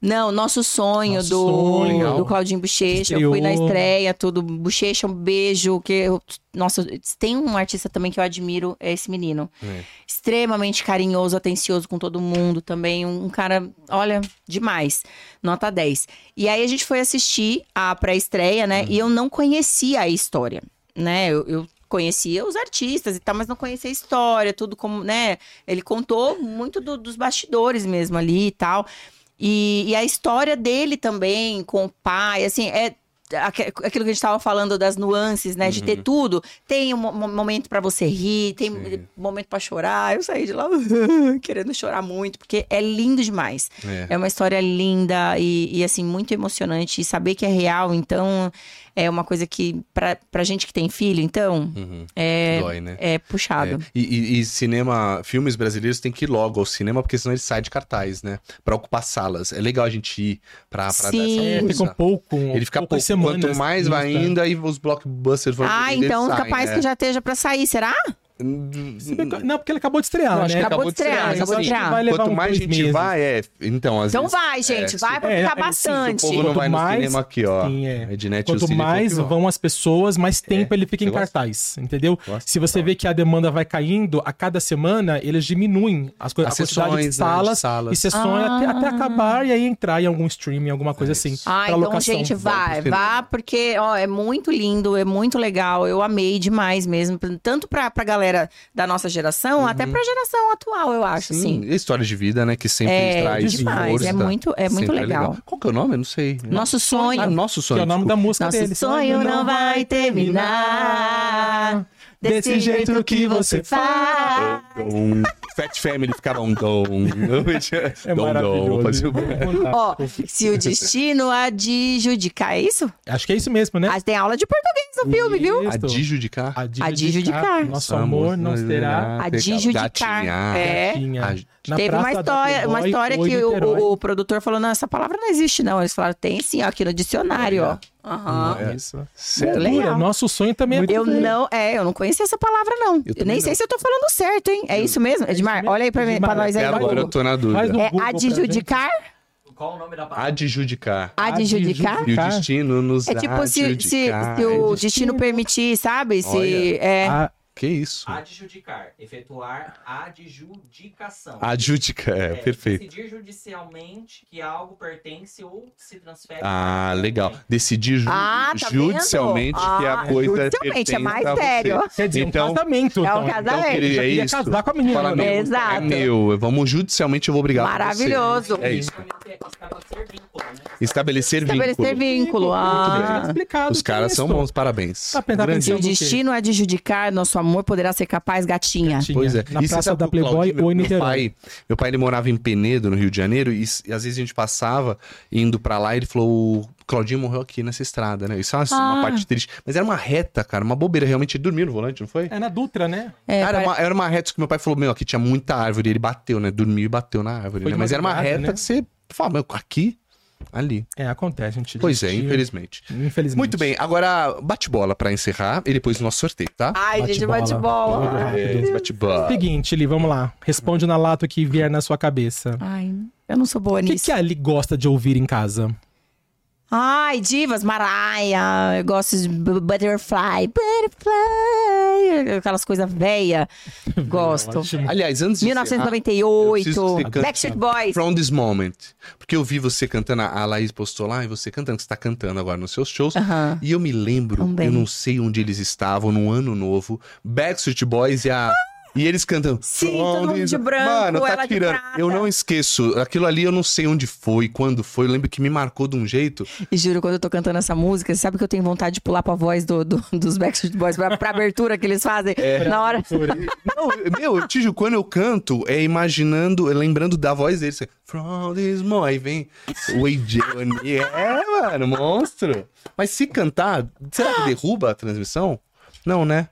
S2: Não, Nosso Sonho
S3: Nosso
S2: do,
S3: Sonho, legal.
S2: do Claudinho Bochecha. Eu fui na
S3: Estreou.
S2: estreia, tudo. Bochecha, um beijo. Que eu- nossa, tem um artista também que eu admiro, é esse menino.
S1: É.
S2: Extremamente carinhoso, atencioso com todo mundo também. Um cara, olha, demais. Nota 10. E aí a gente foi assistir a pré-estreia, né? E eu não conhecia a história, né? Eu, eu conhecia os artistas e tal, mas não conhecia a história, tudo como, né? Ele contou muito do- dos bastidores mesmo ali e tal. E, e a história dele também, com o pai, assim, é aque- aquilo que a gente estava falando das nuances, né? De ter tudo. Tem um mo- momento pra você rir, tem
S1: Sim.
S2: momento pra chorar. Eu saí de lá querendo chorar muito, porque é lindo demais.
S1: É.
S2: É uma história linda e, e, assim, muito emocionante. E saber que é real, então, é uma coisa que, pra, pra gente que tem filho, então,
S1: Uhum.
S2: é,
S1: Dói, né?
S2: é puxado.
S1: É, E, e- e cinema, filmes brasileiros tem que ir logo ao cinema, porque senão ele sai de cartaz, né? Pra ocupar salas. É legal a gente ir pra, pra dar
S2: Sim.
S1: essa
S3: É, fica um
S1: força.
S3: pouco.
S1: Ele fica
S3: poucas
S1: pouco,
S3: semanas né?
S1: quanto mais vai
S3: lista.
S1: ainda, e os blockbusters vão
S2: Ah,
S1: eles
S2: então
S1: saem,
S2: capaz
S1: né?
S2: que já esteja pra sair, será?
S3: Se bem que- Não, porque ele acabou de estrear,
S1: Eu
S3: né?
S1: acho que
S2: Acabou de estrear,
S3: Mas
S2: acabou de
S3: acho que
S2: estrear.
S3: vai
S1: assim,
S3: levar um né?
S1: Quanto
S3: uns
S1: mais
S3: dois
S1: gente
S3: meses.
S1: vai, é. Então, às
S2: Então
S1: vezes.
S2: vai, gente,
S1: é,
S2: vai pra
S3: é,
S2: ficar
S3: é, sim,
S2: bastante.
S1: O povo não
S3: Quanto
S1: vai no
S3: mais-
S1: cinema aqui, ó.
S3: Sim, é.
S1: Ednet, o
S3: Quanto
S1: Cine
S3: mais
S1: Festival.
S3: vão as pessoas,
S1: É,
S3: mais tempo ele fica em
S1: Você gosta?
S3: cartaz, entendeu?
S1: Gosto.
S3: Se você vê que a demanda vai caindo, a cada semana eles diminuem as coisas,
S1: As
S3: a quantidade de
S1: sessões, né, de
S3: salas,
S1: salas.
S3: e sessões
S2: Ah.
S3: até, até acabar e aí entrar em algum streaming, alguma coisa
S1: É
S3: assim.
S1: isso.
S2: Ah,
S3: pra
S2: então,
S3: locação.
S2: gente, vai,
S1: pro cinema.
S2: vá, porque ó, é muito lindo, é muito legal. Eu amei demais mesmo. Tanto pra, pra galera da nossa geração, até pra geração atual, eu acho, assim.
S1: História de vida, né? Que sempre
S2: É
S1: traz
S2: demais,
S1: força.
S2: é muito, é muito
S1: Sempre
S2: legal.
S1: Qual que é o nome? Eu não sei.
S2: Nosso sonho.
S1: Ah, nosso
S3: Que
S1: sonho.
S3: é o nome
S1: desculpa.
S3: da música
S2: Nosso
S3: dele.
S2: sonho não vai terminar desse jeito que você faz.
S1: Dom. Fat Family ficava um dom.
S3: É
S1: dom, dom. Fazia
S3: maravilhoso.
S1: o-
S2: Ó, se o destino adjudicar, é isso?
S3: Acho que é isso mesmo, né?
S2: Ah, tem aula de português no filme, viu?
S1: Adjudicar.
S2: Adjudicar.
S3: Nosso amor não será.
S1: Ah,
S2: Adjudicar.
S1: Gatinhar.
S2: É.
S3: Tinha.
S1: A-
S3: Na
S2: Teve uma
S3: Praça da
S2: história, uma
S3: Playboy,
S2: história
S3: foi
S2: que o,
S3: Niterói.
S2: o- o produtor falou: não, essa palavra não existe, não. Eles falaram, tem sim, ó, aqui no dicionário, ó. Aham.
S1: É.
S3: Isso.
S1: Cê é
S2: Muito Ah. legal.
S1: doido.
S3: Loucura, Nosso sonho também é
S2: Eu não, é, eu não conhecia essa palavra, não. Eu,
S1: também
S2: nem sei
S1: não.
S2: se eu tô falando certo, hein? É isso mesmo? Edmar,
S3: mesmo.
S2: olha aí pra, mim,
S3: Edmar,
S2: pra nós aí.
S1: Até
S3: vai
S1: é agora
S3: no-
S1: eu tô na
S3: Faz
S1: dúvida.
S3: no
S2: É
S3: Google pra
S2: adjudicar?
S4: Qual o nome da palavra?
S1: Adjudicar.
S2: Adjudicar?
S1: E o destino nos
S2: Ah, tá. É tipo se, se- se
S1: adjudicar.
S2: o
S1: Ele-
S2: destino permitir, sabe? Se,
S1: Olha.
S2: é,
S3: Ah,
S1: Que isso?
S4: Adjudicar. Efetuar adjudicação.
S1: Adjudicar, é, perfeito.
S4: Decidir judicialmente que algo pertence ou se transfere.
S1: Ah,
S4: para
S1: legal.
S4: alguém.
S1: Decidir ju-
S2: Ah, tá vendo?
S1: judicialmente que
S2: Ah,
S1: a coisa
S2: judicialmente, é mais
S1: pertence a você.
S2: sério.
S3: Quer dizer,
S1: Então-
S3: um casamento.
S2: É um
S3: então.
S2: casamento.
S3: Então, ele já
S1: É
S3: queria
S1: isso.
S3: casar com a menina.
S1: Fala,
S3: né?
S1: meu,
S2: Exato.
S1: É meu, vamos judicialmente eu vou brigar por você.
S2: Maravilhoso.
S1: É isso.
S4: Estabelecer vínculo, né?
S1: Estabelecer
S2: estabelecer
S1: vínculo.
S2: vínculo.
S3: Tá
S2: Ah.
S3: explicado
S1: Os
S3: que
S1: caras
S3: é
S1: são
S3: isso.
S1: bons, parabéns.
S3: Tá pensando
S1: Grande.
S2: Se o
S3: Então, o quê?
S2: destino é adjudicar, nosso amor poderá ser capaz, gatinha.
S3: Tinha.
S1: Pois é.
S3: Na
S1: E você
S3: Praça
S1: sabe
S3: da
S1: que o Claudinho,
S3: Playboy
S1: meu-
S3: ou em
S1: meu
S3: Niterói.
S1: pai, meu pai ele morava em Penedo, no Rio de Janeiro, e, s- e às vezes a gente passava indo pra lá e ele falou: o Claudinho morreu aqui nessa estrada, né? Isso é uma, uma
S2: Ah.
S1: parte triste. Mas era uma reta, cara, uma bobeira. Realmente ele dormiu no volante, não foi?
S3: É na Dutra, né?
S2: É,
S1: Cara,
S2: pare-
S1: era uma, era uma reta que meu pai falou: Meu, aqui tinha muita árvore. Ele bateu, né? Dormiu e bateu na árvore.
S3: Foi
S1: Né?
S3: de
S1: Mas era uma
S3: madrugada,
S1: reta
S3: né?
S1: que você fala: Meu, aqui, ali.
S3: É, acontece, gente.
S1: Pois é,
S3: Destino.
S1: infelizmente.
S3: Infelizmente.
S1: Muito bem, agora bate-bola pra encerrar e depois o nosso sorteio, tá? É,
S2: Ai, gente, bate
S3: Tudo
S2: bola.
S3: rápido. né?
S1: Bate-bola.
S3: Seguinte, Li, vamos lá. Responde na lata o que vier na sua cabeça.
S2: Ai, eu não sou boa
S3: O que,
S2: nisso.
S3: que é? a Li gosta de ouvir em casa?
S2: Ai, divas, Mariah, eu gosto de bu- Butterfly, Butterfly, aquelas coisas velhas, gosto.
S3: Ótimo.
S1: Aliás, antes de encerrar, eu preciso que você
S2: 1998,
S1: cante- né?
S2: Backstreet Boys.
S1: From This Moment. Porque eu vi você cantando, a Laís postou lá, e você cantando, que você tá cantando agora nos seus shows.
S2: Aham.
S1: E eu me lembro,
S2: Também.
S1: eu não sei onde eles estavam, no ano novo, Backstreet Boys e a. E eles cantando.
S2: Sim,
S1: From
S2: todo mundo
S1: this-
S2: de branco,
S1: Mano, tá
S2: ela de
S1: tirando.
S2: prata.
S1: Eu não esqueço. Aquilo ali eu não sei onde foi, quando foi. Eu lembro que me marcou de um jeito.
S2: E juro, quando eu tô cantando essa música, você sabe que eu tenho vontade de pular pra voz do, do- dos Backstreet Boys, pra, pra abertura que eles fazem
S1: É.
S2: na hora.
S1: Não, meu, eu te juro, quando eu canto, é imaginando, é lembrando da voz deles. assim, From this moment, aí vem o AJ O'Neil. É, mano, monstro. Mas se cantar, será que derruba a transmissão? Não, né?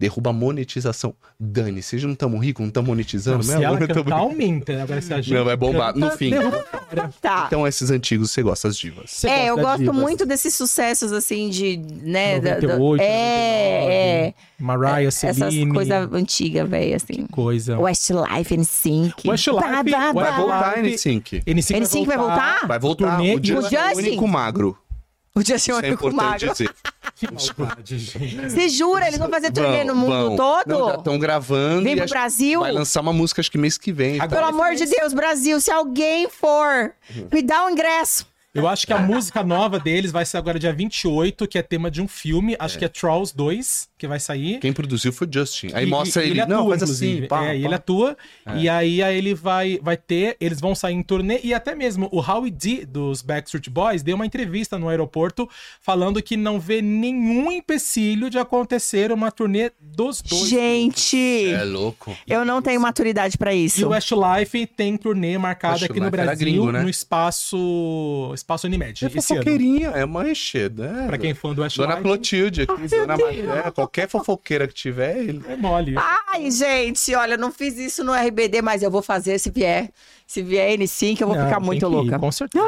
S1: Derruba a monetização. Dani, vocês não estamos ricos, não estamos monetizando
S3: Não,
S1: mesmo?
S3: se ela
S1: Eu tô
S3: cantar,
S1: brincando.
S3: aumenta. né? Agora se a gente
S1: Não, vai bombar. No
S3: canta,
S1: fim.
S3: derruba fora.
S2: Tá.
S1: Então, esses antigos, você gosta das divas.
S3: Você
S2: é,
S3: gosta
S2: eu
S3: das
S2: gosto
S3: divas.
S2: muito desses sucessos, assim, de, né, da- da-
S3: 98,
S2: é, é,
S3: 99, Mariah,
S2: essas
S3: Celine.
S2: coisas antigas, velho, assim.
S3: Coisa.
S2: Westlife, NSYNC.
S3: Então. Westlife,
S2: Bah, bah,
S1: Vai
S3: Ah, Vai
S2: bah.
S1: voltar
S3: lá, Ah,
S1: a NSYNC.
S3: NSYNC
S2: NSYNC vai voltar?
S1: Vai voltar.
S3: Turnê
S1: O
S3: e
S1: Justin é o
S2: Justin?
S1: único magro.
S2: O Justin é o
S1: Isso é
S2: único
S1: importante
S2: magro.
S1: dizer.
S3: Que maldade, gente.
S2: Você jura? Eles vão fazer turnê no
S1: vão.
S2: mundo
S1: Não, já
S2: todo?
S1: estão gravando.
S2: Vem
S1: e
S2: pro
S1: acho-
S2: Brasil?
S1: Vai lançar uma música, acho que mês que vem. tá?
S3: Agora-
S2: Pelo amor de Deus, Brasil, se alguém for, me dá um ingresso.
S3: Eu acho que a música nova deles vai ser agora dia 28, que é tema de um filme. Acho que é Trolls 2, que vai sair.
S1: Quem produziu foi o Justin. Aí
S3: E-
S1: mostra
S3: e-
S1: ele. não, faz
S3: inclusive.
S1: assim. Pá,
S3: é,
S1: pá. É.
S3: e ele atua. E aí, aí ele vai, vai ter. Eles vão sair em turnê. E até mesmo o Howie D dos Backstreet Boys deu uma entrevista no aeroporto falando que não vê nenhum empecilho de acontecer uma turnê dos dois.
S2: Gente,
S1: É louco.
S2: eu não tenho maturidade pra
S3: E o
S2: isso.
S3: Westlife tem turnê marcada aqui no
S1: Westlife era
S3: Brasil,
S1: gringo, né?
S3: no espaço, espaço Unimed.
S1: É
S3: esse ano.
S1: fofoqueirinha, é mancheda.
S3: Pra quem é fã do Westlife,
S1: Dona Clotilde aqui, Dona Maria, qualquer fofoqueira que tiver, ele.
S3: é mole.
S2: Ai, gente, olha, eu não fiz isso no RBD, mas eu vou fazer se vier. Se vier N5, eu vou
S3: Não,
S2: ficar
S3: tem
S2: muito
S3: que ir,
S2: louca. Ah,
S3: com certeza.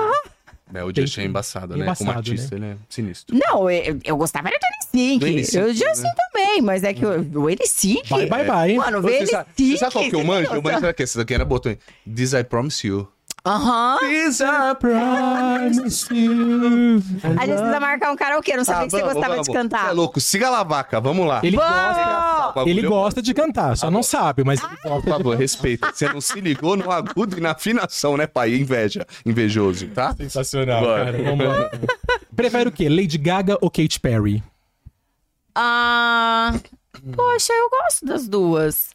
S1: É, o
S3: Tem
S1: Justin é
S3: que-
S1: embaçado, né?
S3: embaçado,
S1: Como artista, ele é sinistro.
S2: Não, eu, eu gostava era do
S1: Do
S2: N5.
S1: NSYNC,
S2: Eu já assim
S1: né?
S2: também, sei, mas é que o, o Ericic.
S3: Bye, bye, bye.
S2: Mano, vê
S1: Você
S2: ele
S1: sabe, você sabe qual que eu manjo? Eu manjo aqui, essa daqui era botão. This I promise you.
S2: Aham.
S1: This I
S3: Promise you.
S2: A gente precisa marcar um karaokê, não sabia que você
S1: Tá, vamos,
S2: gostava
S1: vamos.
S2: de cantar.
S1: Você é louco, siga lá, vaca, vamos lá.
S3: Ele gosta,
S2: Vamos! Ah.
S1: Bagulho, é Ah,
S3: ele gosta de cantar, só não sabe, mas ele
S1: Por
S3: gosta de
S1: favor, respeita. Você não se ligou no agudo e na afinação, né, pai? Inveja, invejoso, tá?
S3: Sensacional,
S1: Bora.
S3: cara. Vamos lá. Prefere o quê? Lady Gaga ou Katy Perry?
S2: Ah, poxa, eu gosto das duas.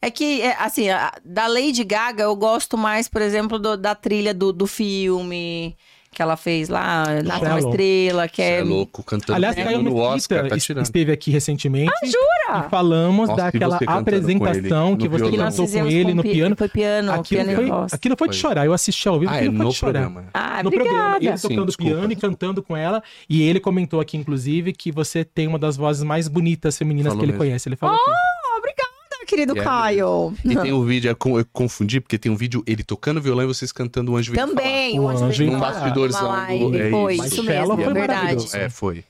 S2: É que, é, assim, a- da Lady Gaga eu gosto mais, por exemplo, do- da trilha do, do filme que ela fez lá, Nasce
S3: é
S2: uma
S3: louco.
S2: Estrela, que
S1: Você
S2: é...
S1: é louco, cantando
S3: Aliás,
S1: piano
S3: Caio
S1: no Oscar,
S3: Mesquita
S1: tá
S3: es-
S1: tirando.
S3: esteve aqui recentemente.
S2: Ah, Jura?
S3: E falamos
S1: Nossa, e
S3: daquela
S1: você cantando com
S3: apresentação
S1: ele
S3: que
S1: no
S3: você
S1: violão.
S2: que nós
S3: cantou com
S2: fizemos
S3: ele no
S2: pi-
S3: piano.
S2: Foi piano,
S3: Aquilo
S2: piano é
S3: foi,
S2: e voz.
S3: aquilo foi de
S1: Foi.
S3: chorar. Eu assisti ao vivo.
S1: Ah, é
S3: aquilo foi
S1: no
S3: de chorar.
S1: programa. né?
S2: Ah,
S3: no programa, ele
S2: obrigada.
S1: Sim,
S3: tocando
S1: desculpa.
S3: piano e cantando com ela. E ele comentou aqui, inclusive, que você tem uma das vozes mais bonitas femininas
S1: Falou
S3: que ele
S1: mesmo.
S3: conhece. Ele falou aqui.
S2: Ah, obrigada, querido
S1: É,
S2: Caio.
S1: E tem um vídeo, eu con- eu confundi, porque tem um vídeo ele tocando violão e vocês cantando o Anjo Vem
S2: Também,
S3: O
S2: o Anjo
S3: Anjo
S2: Vem
S3: em
S2: Falar,
S1: bastidorzão do-
S2: uma live,
S1: é
S2: foi,
S1: isso.
S2: isso
S3: Marcelo
S2: mesmo,
S3: foi
S2: é verdade.
S3: maravilhoso. Tá
S1: Falar. É, foi.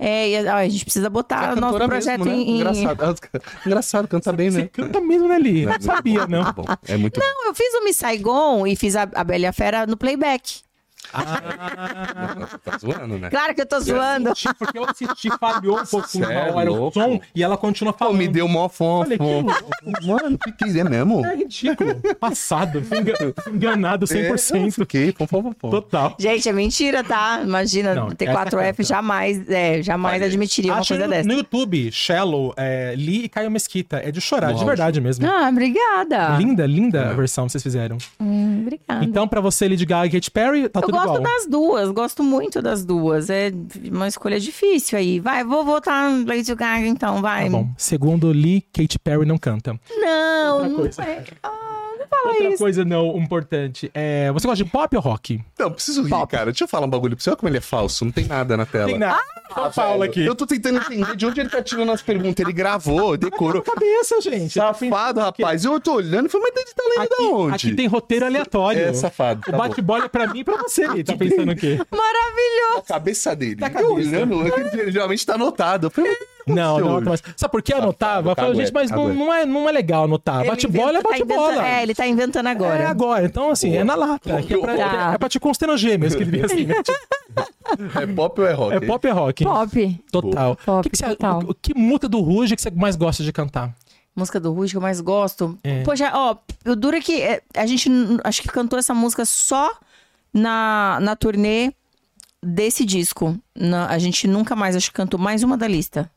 S2: É, e a, a gente precisa botar
S1: É
S2: o nosso
S1: cantora
S2: projeto
S1: mesmo, né?
S2: em... em-
S1: Engraçado, ela- engraçado cantar bem,
S3: Você
S1: né?
S3: canta mesmo, né, Li? Não
S1: Muito bom,
S3: sabia, não.
S1: muito bom. É muito bom.
S2: Não, eu fiz o Miss Saigon e fiz a, a Bela e a Fera no playback.
S1: Tá zoando,
S3: É.
S1: né?
S2: Claro que eu tô zoando.
S3: Senti, Porque Ah, eu senti, falhou um pouquinho
S1: Cê
S3: na
S1: é
S3: hora o
S1: louco.
S3: som e ela continua
S1: Pô,
S3: falando.
S1: me deu um mó fome.
S3: Olha que louco.
S1: Mano, que que é mesmo?
S3: É ridículo. Passado. Fui engan- fui enganado 100%.
S1: Fiquei, pom, pom, pom, pom.
S3: Total.
S2: Gente, é mentira, tá? Imagina,
S3: Não, essa é
S2: T4F
S3: canta.
S2: jamais, é, jamais
S1: Olha,
S2: admitiria uma
S3: Acha
S2: coisa
S3: no,
S2: dessa.
S3: no YouTube, Shallow, é, Lee e Caio Mesquita. É de chorar,
S1: No
S3: de verdade mesmo.
S2: Ah, obrigada.
S3: Linda, linda
S1: É.
S3: a versão que vocês fizeram.
S2: Hum, obrigada.
S3: Então, pra você, Lady Gaga e Katy Perry, tá
S2: eu
S3: tudo
S2: gosto
S3: igual.
S2: das duas, gosto muito das duas. É uma escolha difícil aí. Vai, vou votar no Lady Gaga então, vai.
S3: Tá bom. Segundo Lee, Katy Perry não canta.
S2: Não, não,
S3: coisa.
S2: é. Ah, não fala
S3: Outra
S2: isso.
S3: coisa não importante. É, você gosta de pop ou rock?
S1: Não, preciso rir,
S2: Pop.
S1: cara. Deixa eu falar um bagulho pra você. Olha como ele é falso. Não tem nada na tela.
S3: nada. Ah, Paula aqui. Tá
S1: Eu tô tentando entender de onde ele tá tirando as perguntas. Ele gravou, decorou.
S3: Cabeça, gente. Tá pensando
S1: Safado,
S3: que-
S1: rapaz. Eu tô olhando e falei, mas ele tá lendo
S3: Aqui,
S1: da onde?
S3: aqui tem roteiro aleatório.
S1: É safado.
S3: O
S1: tá bom.
S3: bate-bola é pra mim e pra você, Lee. Tá pensando o quê?
S1: A cabeça dele.
S3: Da
S1: Eu
S3: cabeça.
S1: olhando, ele geralmente tá anotado. Eu falei, mas o que
S3: Não,
S1: aconteceu
S3: não,
S1: hoje?
S3: mas sabe por que eu anotava? Eu falava,
S1: cagué,
S3: gente, mas não,
S1: cagué.
S3: não, é, não é legal anotar.
S2: Ele
S3: Bate-bola é
S2: inventa- tá
S3: bate-bola.
S2: inventando- É, ele tá inventando
S3: É
S2: agora.
S3: agora. Então, assim, é na lata. que é, pra,
S2: Tá.
S3: é pra te constranger mesmo, que ele vem assim. né?
S1: É pop ou é rock?
S3: É pop e rock.
S2: Pop.
S3: Total.
S2: Boa.
S3: O que, que você,
S2: Total.
S3: o- o que música do Ruge que você mais gosta de cantar?
S2: Música do Ruge que eu mais gosto.
S3: É.
S2: Poxa, ó, o duro é que é, a gente n- acho que cantou essa música só na, na turnê desse disco. Na- a gente nunca mais, acho que cantou mais uma da lista.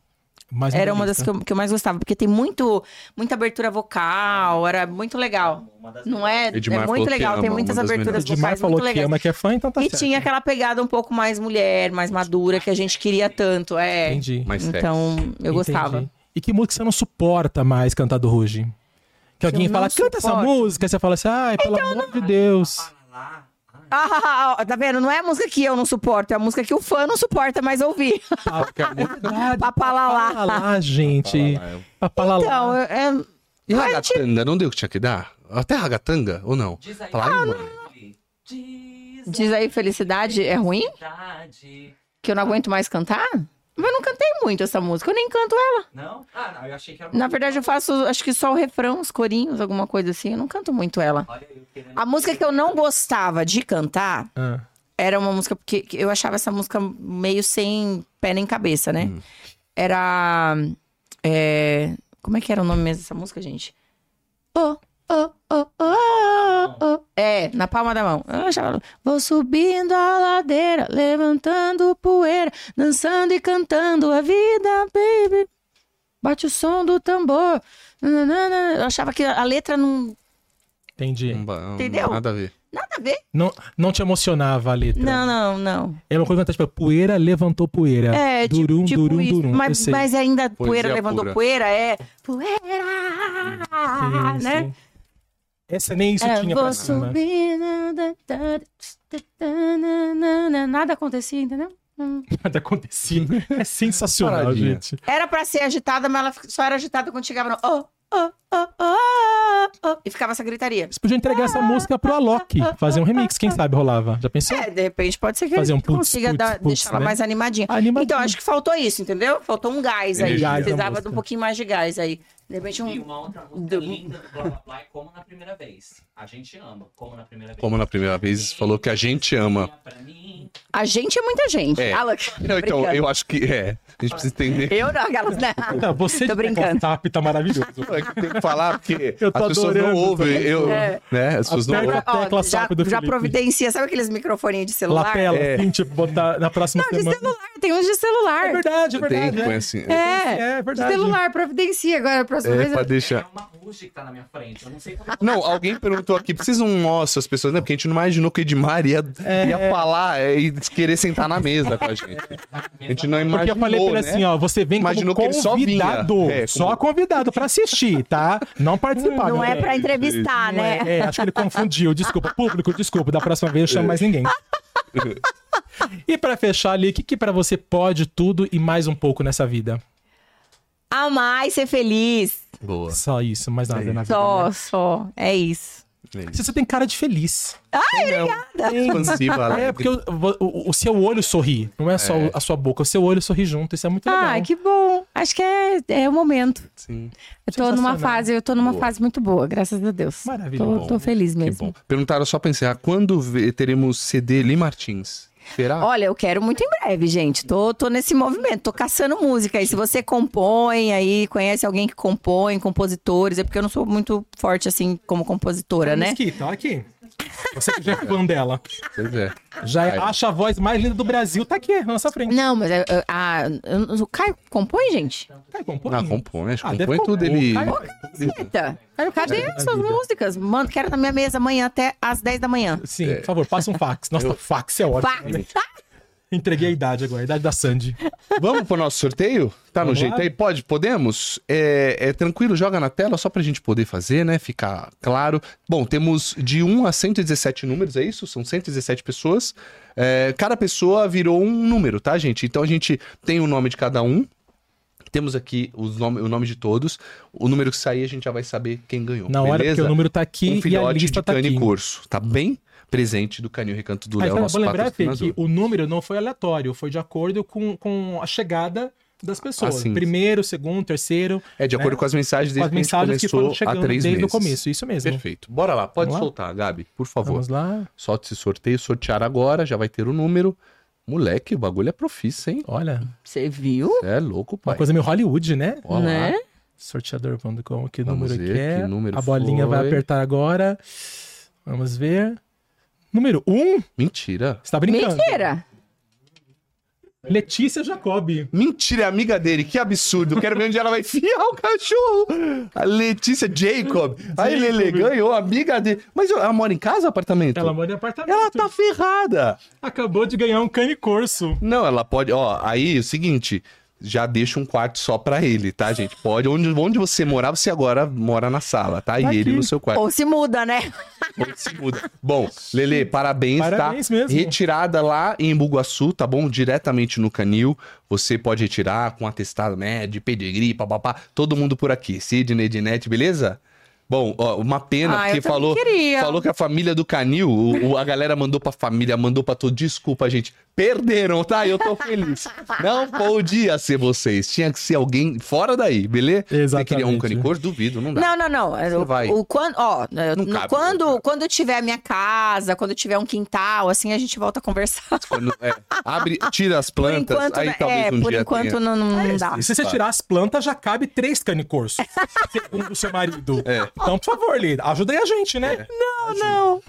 S3: Mais
S2: era uma das
S3: lista.
S2: que eu, que eu mais gostava, porque tem muito, muita abertura vocal, era muito legal.
S4: Uma das
S2: Não é?
S1: Edmar
S2: é
S1: falou
S2: muito
S1: que
S2: legal,
S1: ama,
S2: tem
S1: uma
S2: muitas
S1: das
S2: aberturas
S1: melhores.
S3: Edmar
S2: vocais
S3: falou
S2: muito
S3: que
S2: legais.
S3: ama, que é fã, então tá
S2: e
S3: certo.
S2: tinha aquela pegada um pouco mais mulher, mais madura, que a gente queria tanto. É.
S3: Entendi.
S1: Mais sexy.
S2: Então, eu gostava.
S3: Entendi. E que música você não suporta mais cantar do Ruge? Que alguém
S2: eu
S3: fala,
S2: não
S3: canta essa
S2: suporto. Então,
S3: música, e você fala assim, ai, pelo amor de Deus.
S4: Para lá. Ai,
S2: Ah, tá vendo? Não é a música que eu não suporto, é a música que o fã não suporta mais ouvir.
S3: Verdade,
S2: Papalalá.
S3: Papalalá, Ah, gente.
S1: Papalalá, é.
S3: Papalalá.
S2: Então, eu- é,
S1: E ragatanga? Não deu o que tinha que dar? Até ragatanga ou não?
S4: Diz aí.
S1: Fala aí, mano.
S4: Diz,
S2: diz aí, felicidade é ruim?
S4: Felicidade.
S2: Que eu não aguento mais cantar? Mas eu não cantei muito essa música, eu nem canto ela.
S4: Não? Ah, não, eu achei que era
S2: Na verdade, eu faço, acho que só o refrão, os corinhos, alguma coisa assim, eu não canto muito ela.
S4: Olha, eu querendo...
S2: A música que eu não gostava de cantar
S3: Ah,
S2: era uma música porque que eu achava essa música meio sem pé nem cabeça, né? Era. é, como é que era o nome mesmo dessa música, gente? Oh, oh, oh, oh, oh. É, na palma da mão. Eu achava. Vou subindo a ladeira, levantando poeira, dançando e cantando a vida, baby. Bate o som do tambor. Nananana. Eu achava que a letra não.
S3: entendi.
S1: Não, não,
S2: Entendeu?
S1: Nada a ver.
S2: Nada a ver.
S3: Não, não te emocionava a letra.
S2: Não, não, não.
S3: É uma coisa que tipo, poeira levantou poeira.
S2: É, tipo,
S3: durum,
S2: tipo
S3: durum,
S2: isso.
S3: durum. Eu
S2: Mas,
S3: sei.
S2: mas ainda
S1: Poesia
S2: poeira levantou
S1: pura.
S2: poeira, é.
S3: Sim,
S2: Poeira! né?
S3: sim. Essa nem isso
S2: É,
S3: tinha pra
S2: vou
S3: cima. né?
S2: subir, na- da- da- da- da- na- na- na- Nada acontecia, entendeu? Hum.
S3: Nada acontecia. É sensacional,
S1: Paradinha.
S3: gente.
S2: Era pra ser agitada, mas ela fi- só era agitada quando chegava no. Oh, oh, oh, oh. ah, ah", e ficava essa gritaria.
S3: Você podia entregar essa música pro Alok, fazer um remix, quem sabe rolava. Já pensou?
S2: É, de repente pode ser que
S3: Fazer um
S2: ele
S3: putz,
S2: consiga
S3: putz,
S2: dar-
S3: putz,
S2: deixar ela
S3: né?
S2: mais animadinha.
S3: Animadinha.
S2: Então, acho que faltou isso, entendeu? Faltou um gás aí.
S1: Energia.
S3: Gás
S2: Precisava
S3: na
S2: de um
S3: música.
S2: pouquinho mais de gás aí. De repente,
S4: E
S2: um.
S4: uma outra música
S2: Do-
S4: linda do Blá Blá Blá é Como na Primeira Vez. A gente ama, Como na Primeira Vez.
S1: Como na primeira vez, falou que a gente ama.
S4: Pra mim,
S2: A gente é muita gente.
S1: É.
S2: Alok,
S1: Não, então, eu acho que é. A gente precisa entender.
S2: Eu não, aquelas, né?
S3: Tá, você
S2: Tô
S3: de
S2: brincando.
S3: tap tá maravilhoso.
S1: É que tem que falar, porque
S3: Eu tô
S1: as pessoas não
S3: adorando
S1: ouvem.
S3: também.
S1: Eu,
S2: É.
S1: né, as pessoas não
S3: Aperta-
S1: ouvem.
S2: Ó,
S3: tecla
S2: já,
S3: saco do
S2: já
S3: Felipe.
S2: providencia, sabe aqueles microfoninhos de celular?
S3: Lapela,
S1: É.
S3: assim, tipo, botar na próxima
S2: Não, de
S3: semana.
S2: celular, tem uns de celular.
S3: É verdade, é
S1: Tem,
S3: verdade.
S1: põe
S3: é.
S1: assim. É,
S2: É,
S3: É verdade.
S2: celular, providencia agora, a próxima vez.
S1: pra
S4: é
S1: deixar.
S4: uma música que tá na minha frente. Eu não sei como.
S1: Não, alguém perguntou aqui, precisa um osso as pessoas, né? Porque a gente não imaginou que o Edmar ia, ia falar é, e querer sentar na mesa com a gente. A gente não imaginou,
S3: Porque eu falei pra ele
S1: né?
S3: assim, ó, você vem
S1: Imaginou que
S3: como
S1: ele só vinha.
S3: convidado, só,
S1: É, como-
S3: convidado pra assistir, tá? Não participar.
S2: Não
S1: né?
S2: é pra entrevistar,
S3: Não é,
S2: né?
S3: é, acho que ele confundiu. Desculpa, público, desculpa. Da próxima vez eu chamo mais ninguém. E pra fechar ali, o que, que para você pode tudo e mais um pouco nessa vida?
S2: Amar e ser feliz.
S1: Boa.
S3: Só isso, mais nada
S1: Aí.
S3: na vida.
S2: Só,
S3: né?
S2: só. É isso.
S1: É
S3: Você tem cara de feliz.
S1: Expansiva, alegre.
S3: É, porque o, o- o seu olho sorri. Não é só
S1: É.
S3: a sua boca, o seu olho sorri junto. Isso é muito legal.
S2: Ai, Ah, que bom. Acho que é, é o momento.
S1: Sim.
S2: Eu tô numa
S3: Sensacional.
S2: fase, eu tô numa
S1: Boa.
S2: fase muito boa, graças a Deus.
S3: Maravilha.
S2: Tô,
S1: Bom,
S2: tô feliz
S1: Que
S2: mesmo.
S1: bom. Perguntaram só pra encerrar, quando vê- teremos CD Lee Martins? Será?
S2: Olha, eu quero muito em breve, gente. Tô, tô nesse movimento, tô caçando música. E se você compõe aí, conhece alguém que compõe, compositores, é porque eu não sou muito forte assim como compositora, né?
S3: Mesquita, olha aqui. Você que já é fã dela.
S1: Pois é.
S3: Já
S1: Aí.
S3: é, acha a voz mais linda do Brasil. Tá aqui, na nossa frente.
S2: Não, mas é, é, ah, eu- o Caio compõe, gente?
S3: Tá, compõe.
S1: Ah, compõe, acho que
S3: Ah, deve
S1: compõe tudo.
S3: compor.
S1: Ele.
S2: Eita, cadê
S3: compõe.
S2: essas músicas? Mano, quero na minha mesa amanhã até às 10 da manhã.
S3: Sim,
S1: É.
S3: por favor, passa um fax. Nossa, fax é ótimo.
S2: Pá!
S3: né? Entreguei a idade agora, a idade da Sandy.
S1: Vamos pro nosso sorteio? Tá no
S3: Vamos
S1: jeito
S3: lá.
S1: aí? Pode? Podemos? É, é tranquilo, joga na tela só pra gente poder fazer, né? Ficar claro. Bom, temos de 1 a 117 números, é isso? São 117 pessoas. É, cada pessoa virou um número, tá, gente? Então a gente tem o nome de cada um. Temos aqui os nome- o nome de todos. O número que sair, a gente já vai saber quem ganhou.
S3: Na hora, porque
S1: beleza?
S3: o número tá aqui
S1: um
S3: e a
S1: filhote
S3: lista
S1: de
S3: tá
S1: cane
S3: aqui.
S1: corso. Tá bem presente do Canil Recanto do
S3: Aí,
S1: Léo,
S3: vou
S1: nosso
S3: lembrar, Fê, que
S1: patrocinador.
S3: o número não foi aleatório, foi de acordo com, com a chegada das pessoas.
S1: Ah, sim.
S3: Primeiro, segundo, terceiro,
S1: É, de acordo
S3: né?
S1: com as mensagens
S3: com
S1: desde
S3: as
S1: que a gente
S3: mensagens que foram
S1: começou há
S3: chegando
S1: três
S3: desde
S1: meses.
S3: o começo. Isso mesmo.
S1: Perfeito. Bora lá, pode
S3: Vamos lá?
S1: soltar, Gabi, por favor.
S3: Vamos lá.
S1: Solte esse sorteio, sortear agora, já vai ter o número. Moleque, o bagulho é profício, hein?
S3: Olha,
S2: Você viu?
S1: Cê é louco,
S3: uma
S1: pai.
S3: coisa meio Hollywood, né?
S1: Ó lá.
S2: né?
S3: Sorteador.com, que
S1: Vamos
S3: número
S1: ver
S3: que é.
S1: que número
S3: a bolinha
S1: foi.
S3: vai apertar agora. Vamos ver. Número 1? Um?
S1: Mentira.
S3: Você tá brincando?
S2: Mentira!
S3: Letícia Jacobi.
S1: Mentira, é amiga dele, que absurdo. Quero ver onde ela vai enfiar o cachorro. A Letícia Jacob. Aí, Lele, ganhou, amiga dele. Mas ela mora em casa, apartamento?
S3: Ela mora em apartamento.
S1: Ela tá ferrada.
S3: Acabou de ganhar um cane corso.
S1: Não, ela pode. Ó, aí é o seguinte. Já deixa um quarto só pra ele, tá, gente? Pode. Onde, onde você morar, você agora mora na sala, tá? E
S3: Tá
S1: ele
S3: aqui.
S1: no seu quarto.
S2: Ou se muda, né?
S1: Onde se muda. Bom, Lele, parabéns,
S3: Parabéns
S1: tá?
S3: mesmo.
S1: Retirada lá em Bugaçu, tá bom? Diretamente no Canil. Você pode retirar com atestado médio, pedigree, papapá. Todo mundo por aqui. Sidney, Ednet, beleza? Bom, ó, uma pena,
S2: Ah, eu
S1: porque
S2: também
S1: falou,
S2: queria.
S1: falou que a família do Canil, o- o- a galera mandou pra família, mandou pra todo. Desculpa, gente. Perderam, tá? Eu tô feliz. Não podia ser vocês. Tinha que ser alguém fora daí, beleza? Você queria um
S3: Exatamente.
S1: canicor? Duvido, não dá.
S2: Não, não, não.
S1: Você
S2: O-
S1: vai.
S2: O, quando, ó,
S1: Não cabe,
S2: no-
S1: não
S2: quando,
S1: cabe.
S2: quando eu tiver a minha casa, quando eu tiver um quintal, assim, a gente volta a conversar.
S1: Quando, é, abre, tira as
S2: Por
S1: plantas,
S2: enquanto,
S1: aí
S2: né?
S1: talvez
S2: é,
S1: um
S2: por
S1: dia
S2: enquanto
S1: tenha.
S2: não, não dá.
S3: E se você tirar as plantas, já cabe três cane corso. segundo o seu marido.
S1: É.
S3: Então, por favor, Lida, ajuda aí a gente, né?
S2: Não, não.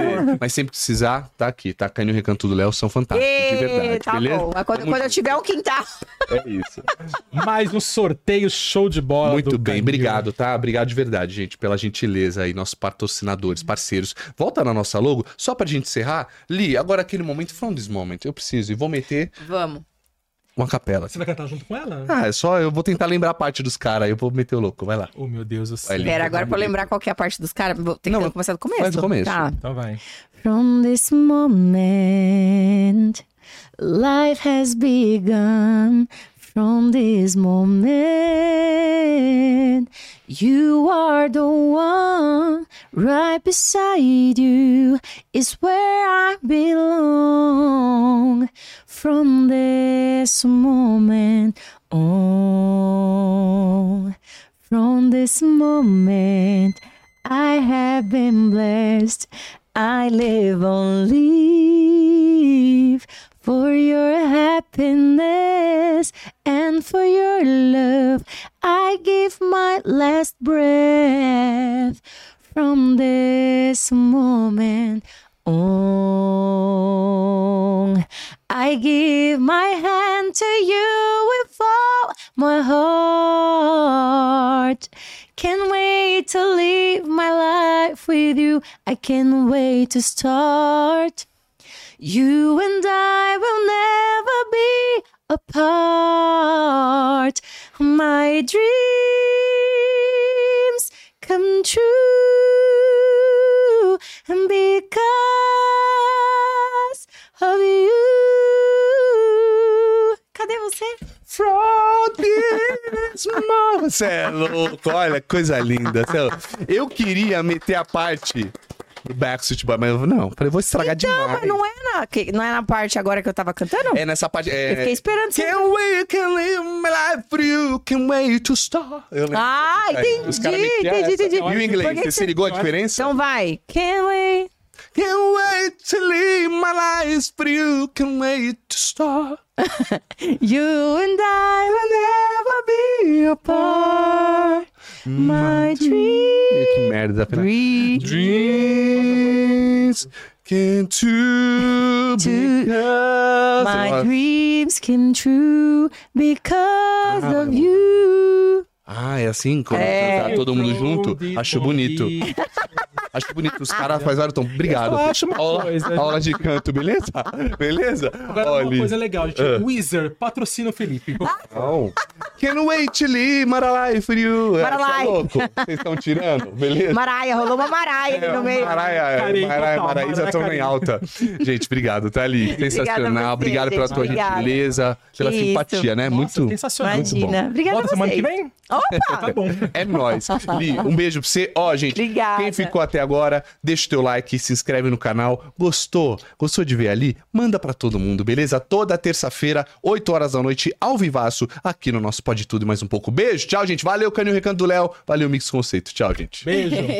S1: Ele- Mas sempre que precisar, tá aqui, tá? Canil Recanto do Léo são fantásticos, de verdade,
S2: tá
S1: beleza?
S2: bom. Mas quando,
S1: Tamo
S2: quando eu
S1: junto.
S2: tiver um quintal.
S1: É isso.
S3: Mais um sorteio show de bola.
S1: Muito
S3: do
S1: bem,
S3: Canil.
S1: obrigado, tá? Obrigado de verdade, gente, pela gentileza aí, nossos patrocinadores, parceiros. Volta na nossa logo, só pra gente encerrar. Li, agora aquele momento, from this moment, eu preciso, e vou meter
S2: Vamos.
S1: uma capela.
S3: Você vai cantar junto com ela?
S1: Ah, é só, eu vou tentar lembrar a parte dos caras, eu vou meter o louco, vai lá.
S3: Oh, meu Deus do céu.
S1: Ele-
S2: Pera, agora pra eu lembrar qual que é a parte dos caras, vou ter
S1: Não,
S2: que começar do começo.
S1: faz do começo.
S2: Tá.
S3: Então vai.
S2: From this moment, life has begun. From this moment,
S5: You are the one right beside you is where I belong from this moment on. From this moment, I have been blessed. I live on live for your happiness and for your love. I give my last breath from this moment on. I give my hand to you with all my heart. Can't wait to live my life with you. I can't wait to start. You and I will never be apart. My dreams come true, and because of you. Cadê você?
S1: From this moment. Você é louco, olha, coisa linda. Você é louco. Eu queria meter a parte do Backstreet Boy, mas eu falei, não, falei, vou estragar demais.
S2: Mas não é, na, que- não é na parte agora que eu tava cantando?
S1: É nessa parte. é-
S2: Eu fiquei esperando você.
S1: Can we, can live my life for you, can wait to start. Eu lembro.
S2: Ah,
S1: Aí,
S2: entendi,
S1: os caras me criaram
S2: entendi,
S1: essa.
S2: entendi.
S1: E o
S2: Por
S1: inglês,
S2: que
S1: você
S2: que
S1: se
S2: você-
S1: ligou a diferença?
S2: Então vai. Can we?
S1: Can wait to live my life for you, can wait to start.
S2: You and I will never be apart.
S1: My dream. Hum. Que merda, afinal.
S2: Breathe.
S1: Dreams came to because
S5: My dreams came true because of you.
S1: Ah, é assim? Quando tá
S2: É.
S1: todo mundo junto? Acho bonito. Acho bonito. Os caras fazem hora, então, obrigado.
S3: Eu só acho uma
S1: aula,
S3: coisa. né?
S1: aula de canto, beleza? Beleza?
S3: Agora, uma
S1: Olha.
S3: coisa legal, gente.
S1: Ah.
S3: Weezer, patrocina o Felipe.
S1: Não. Can wait to live, Maralai, for you. É,
S2: Maralai.
S1: tá louco? Vocês estão tirando? Beleza?
S2: Maraia, rolou uma maraia ali no meio.
S1: É, Maraia,
S3: Carinho
S1: Maraia, Maraísa
S3: total, Maraia
S1: estão em
S3: carinho.
S1: alta. Gente, obrigado, tá ali. Sensacional.
S2: você,
S1: Obrigado pela
S2: gente,
S1: tua
S2: obrigada.
S1: gentileza, pela
S2: Que
S1: simpatia,
S2: isso.
S1: né?
S3: Nossa,
S1: Muito.
S3: Sensacional.
S2: Imagina. Obrigada a
S3: Volta semana que
S2: vocês.
S3: vem? Tá
S2: Opa!
S3: bom.
S1: É nóis. Li, um beijo pra você. Ó, gente,
S2: Obrigada.
S1: quem ficou até agora, deixa o teu like, se inscreve no canal. Gostou? Gostou de ver ali? Manda pra todo mundo, beleza? Toda terça-feira, 8 horas da noite, ao vivaço, aqui no nosso Pode Tudo e mais um pouco. Beijo, tchau, gente. Valeu, Canil Recanto do Léo. Valeu, Mix Conceito. Tchau, gente.
S3: Beijo.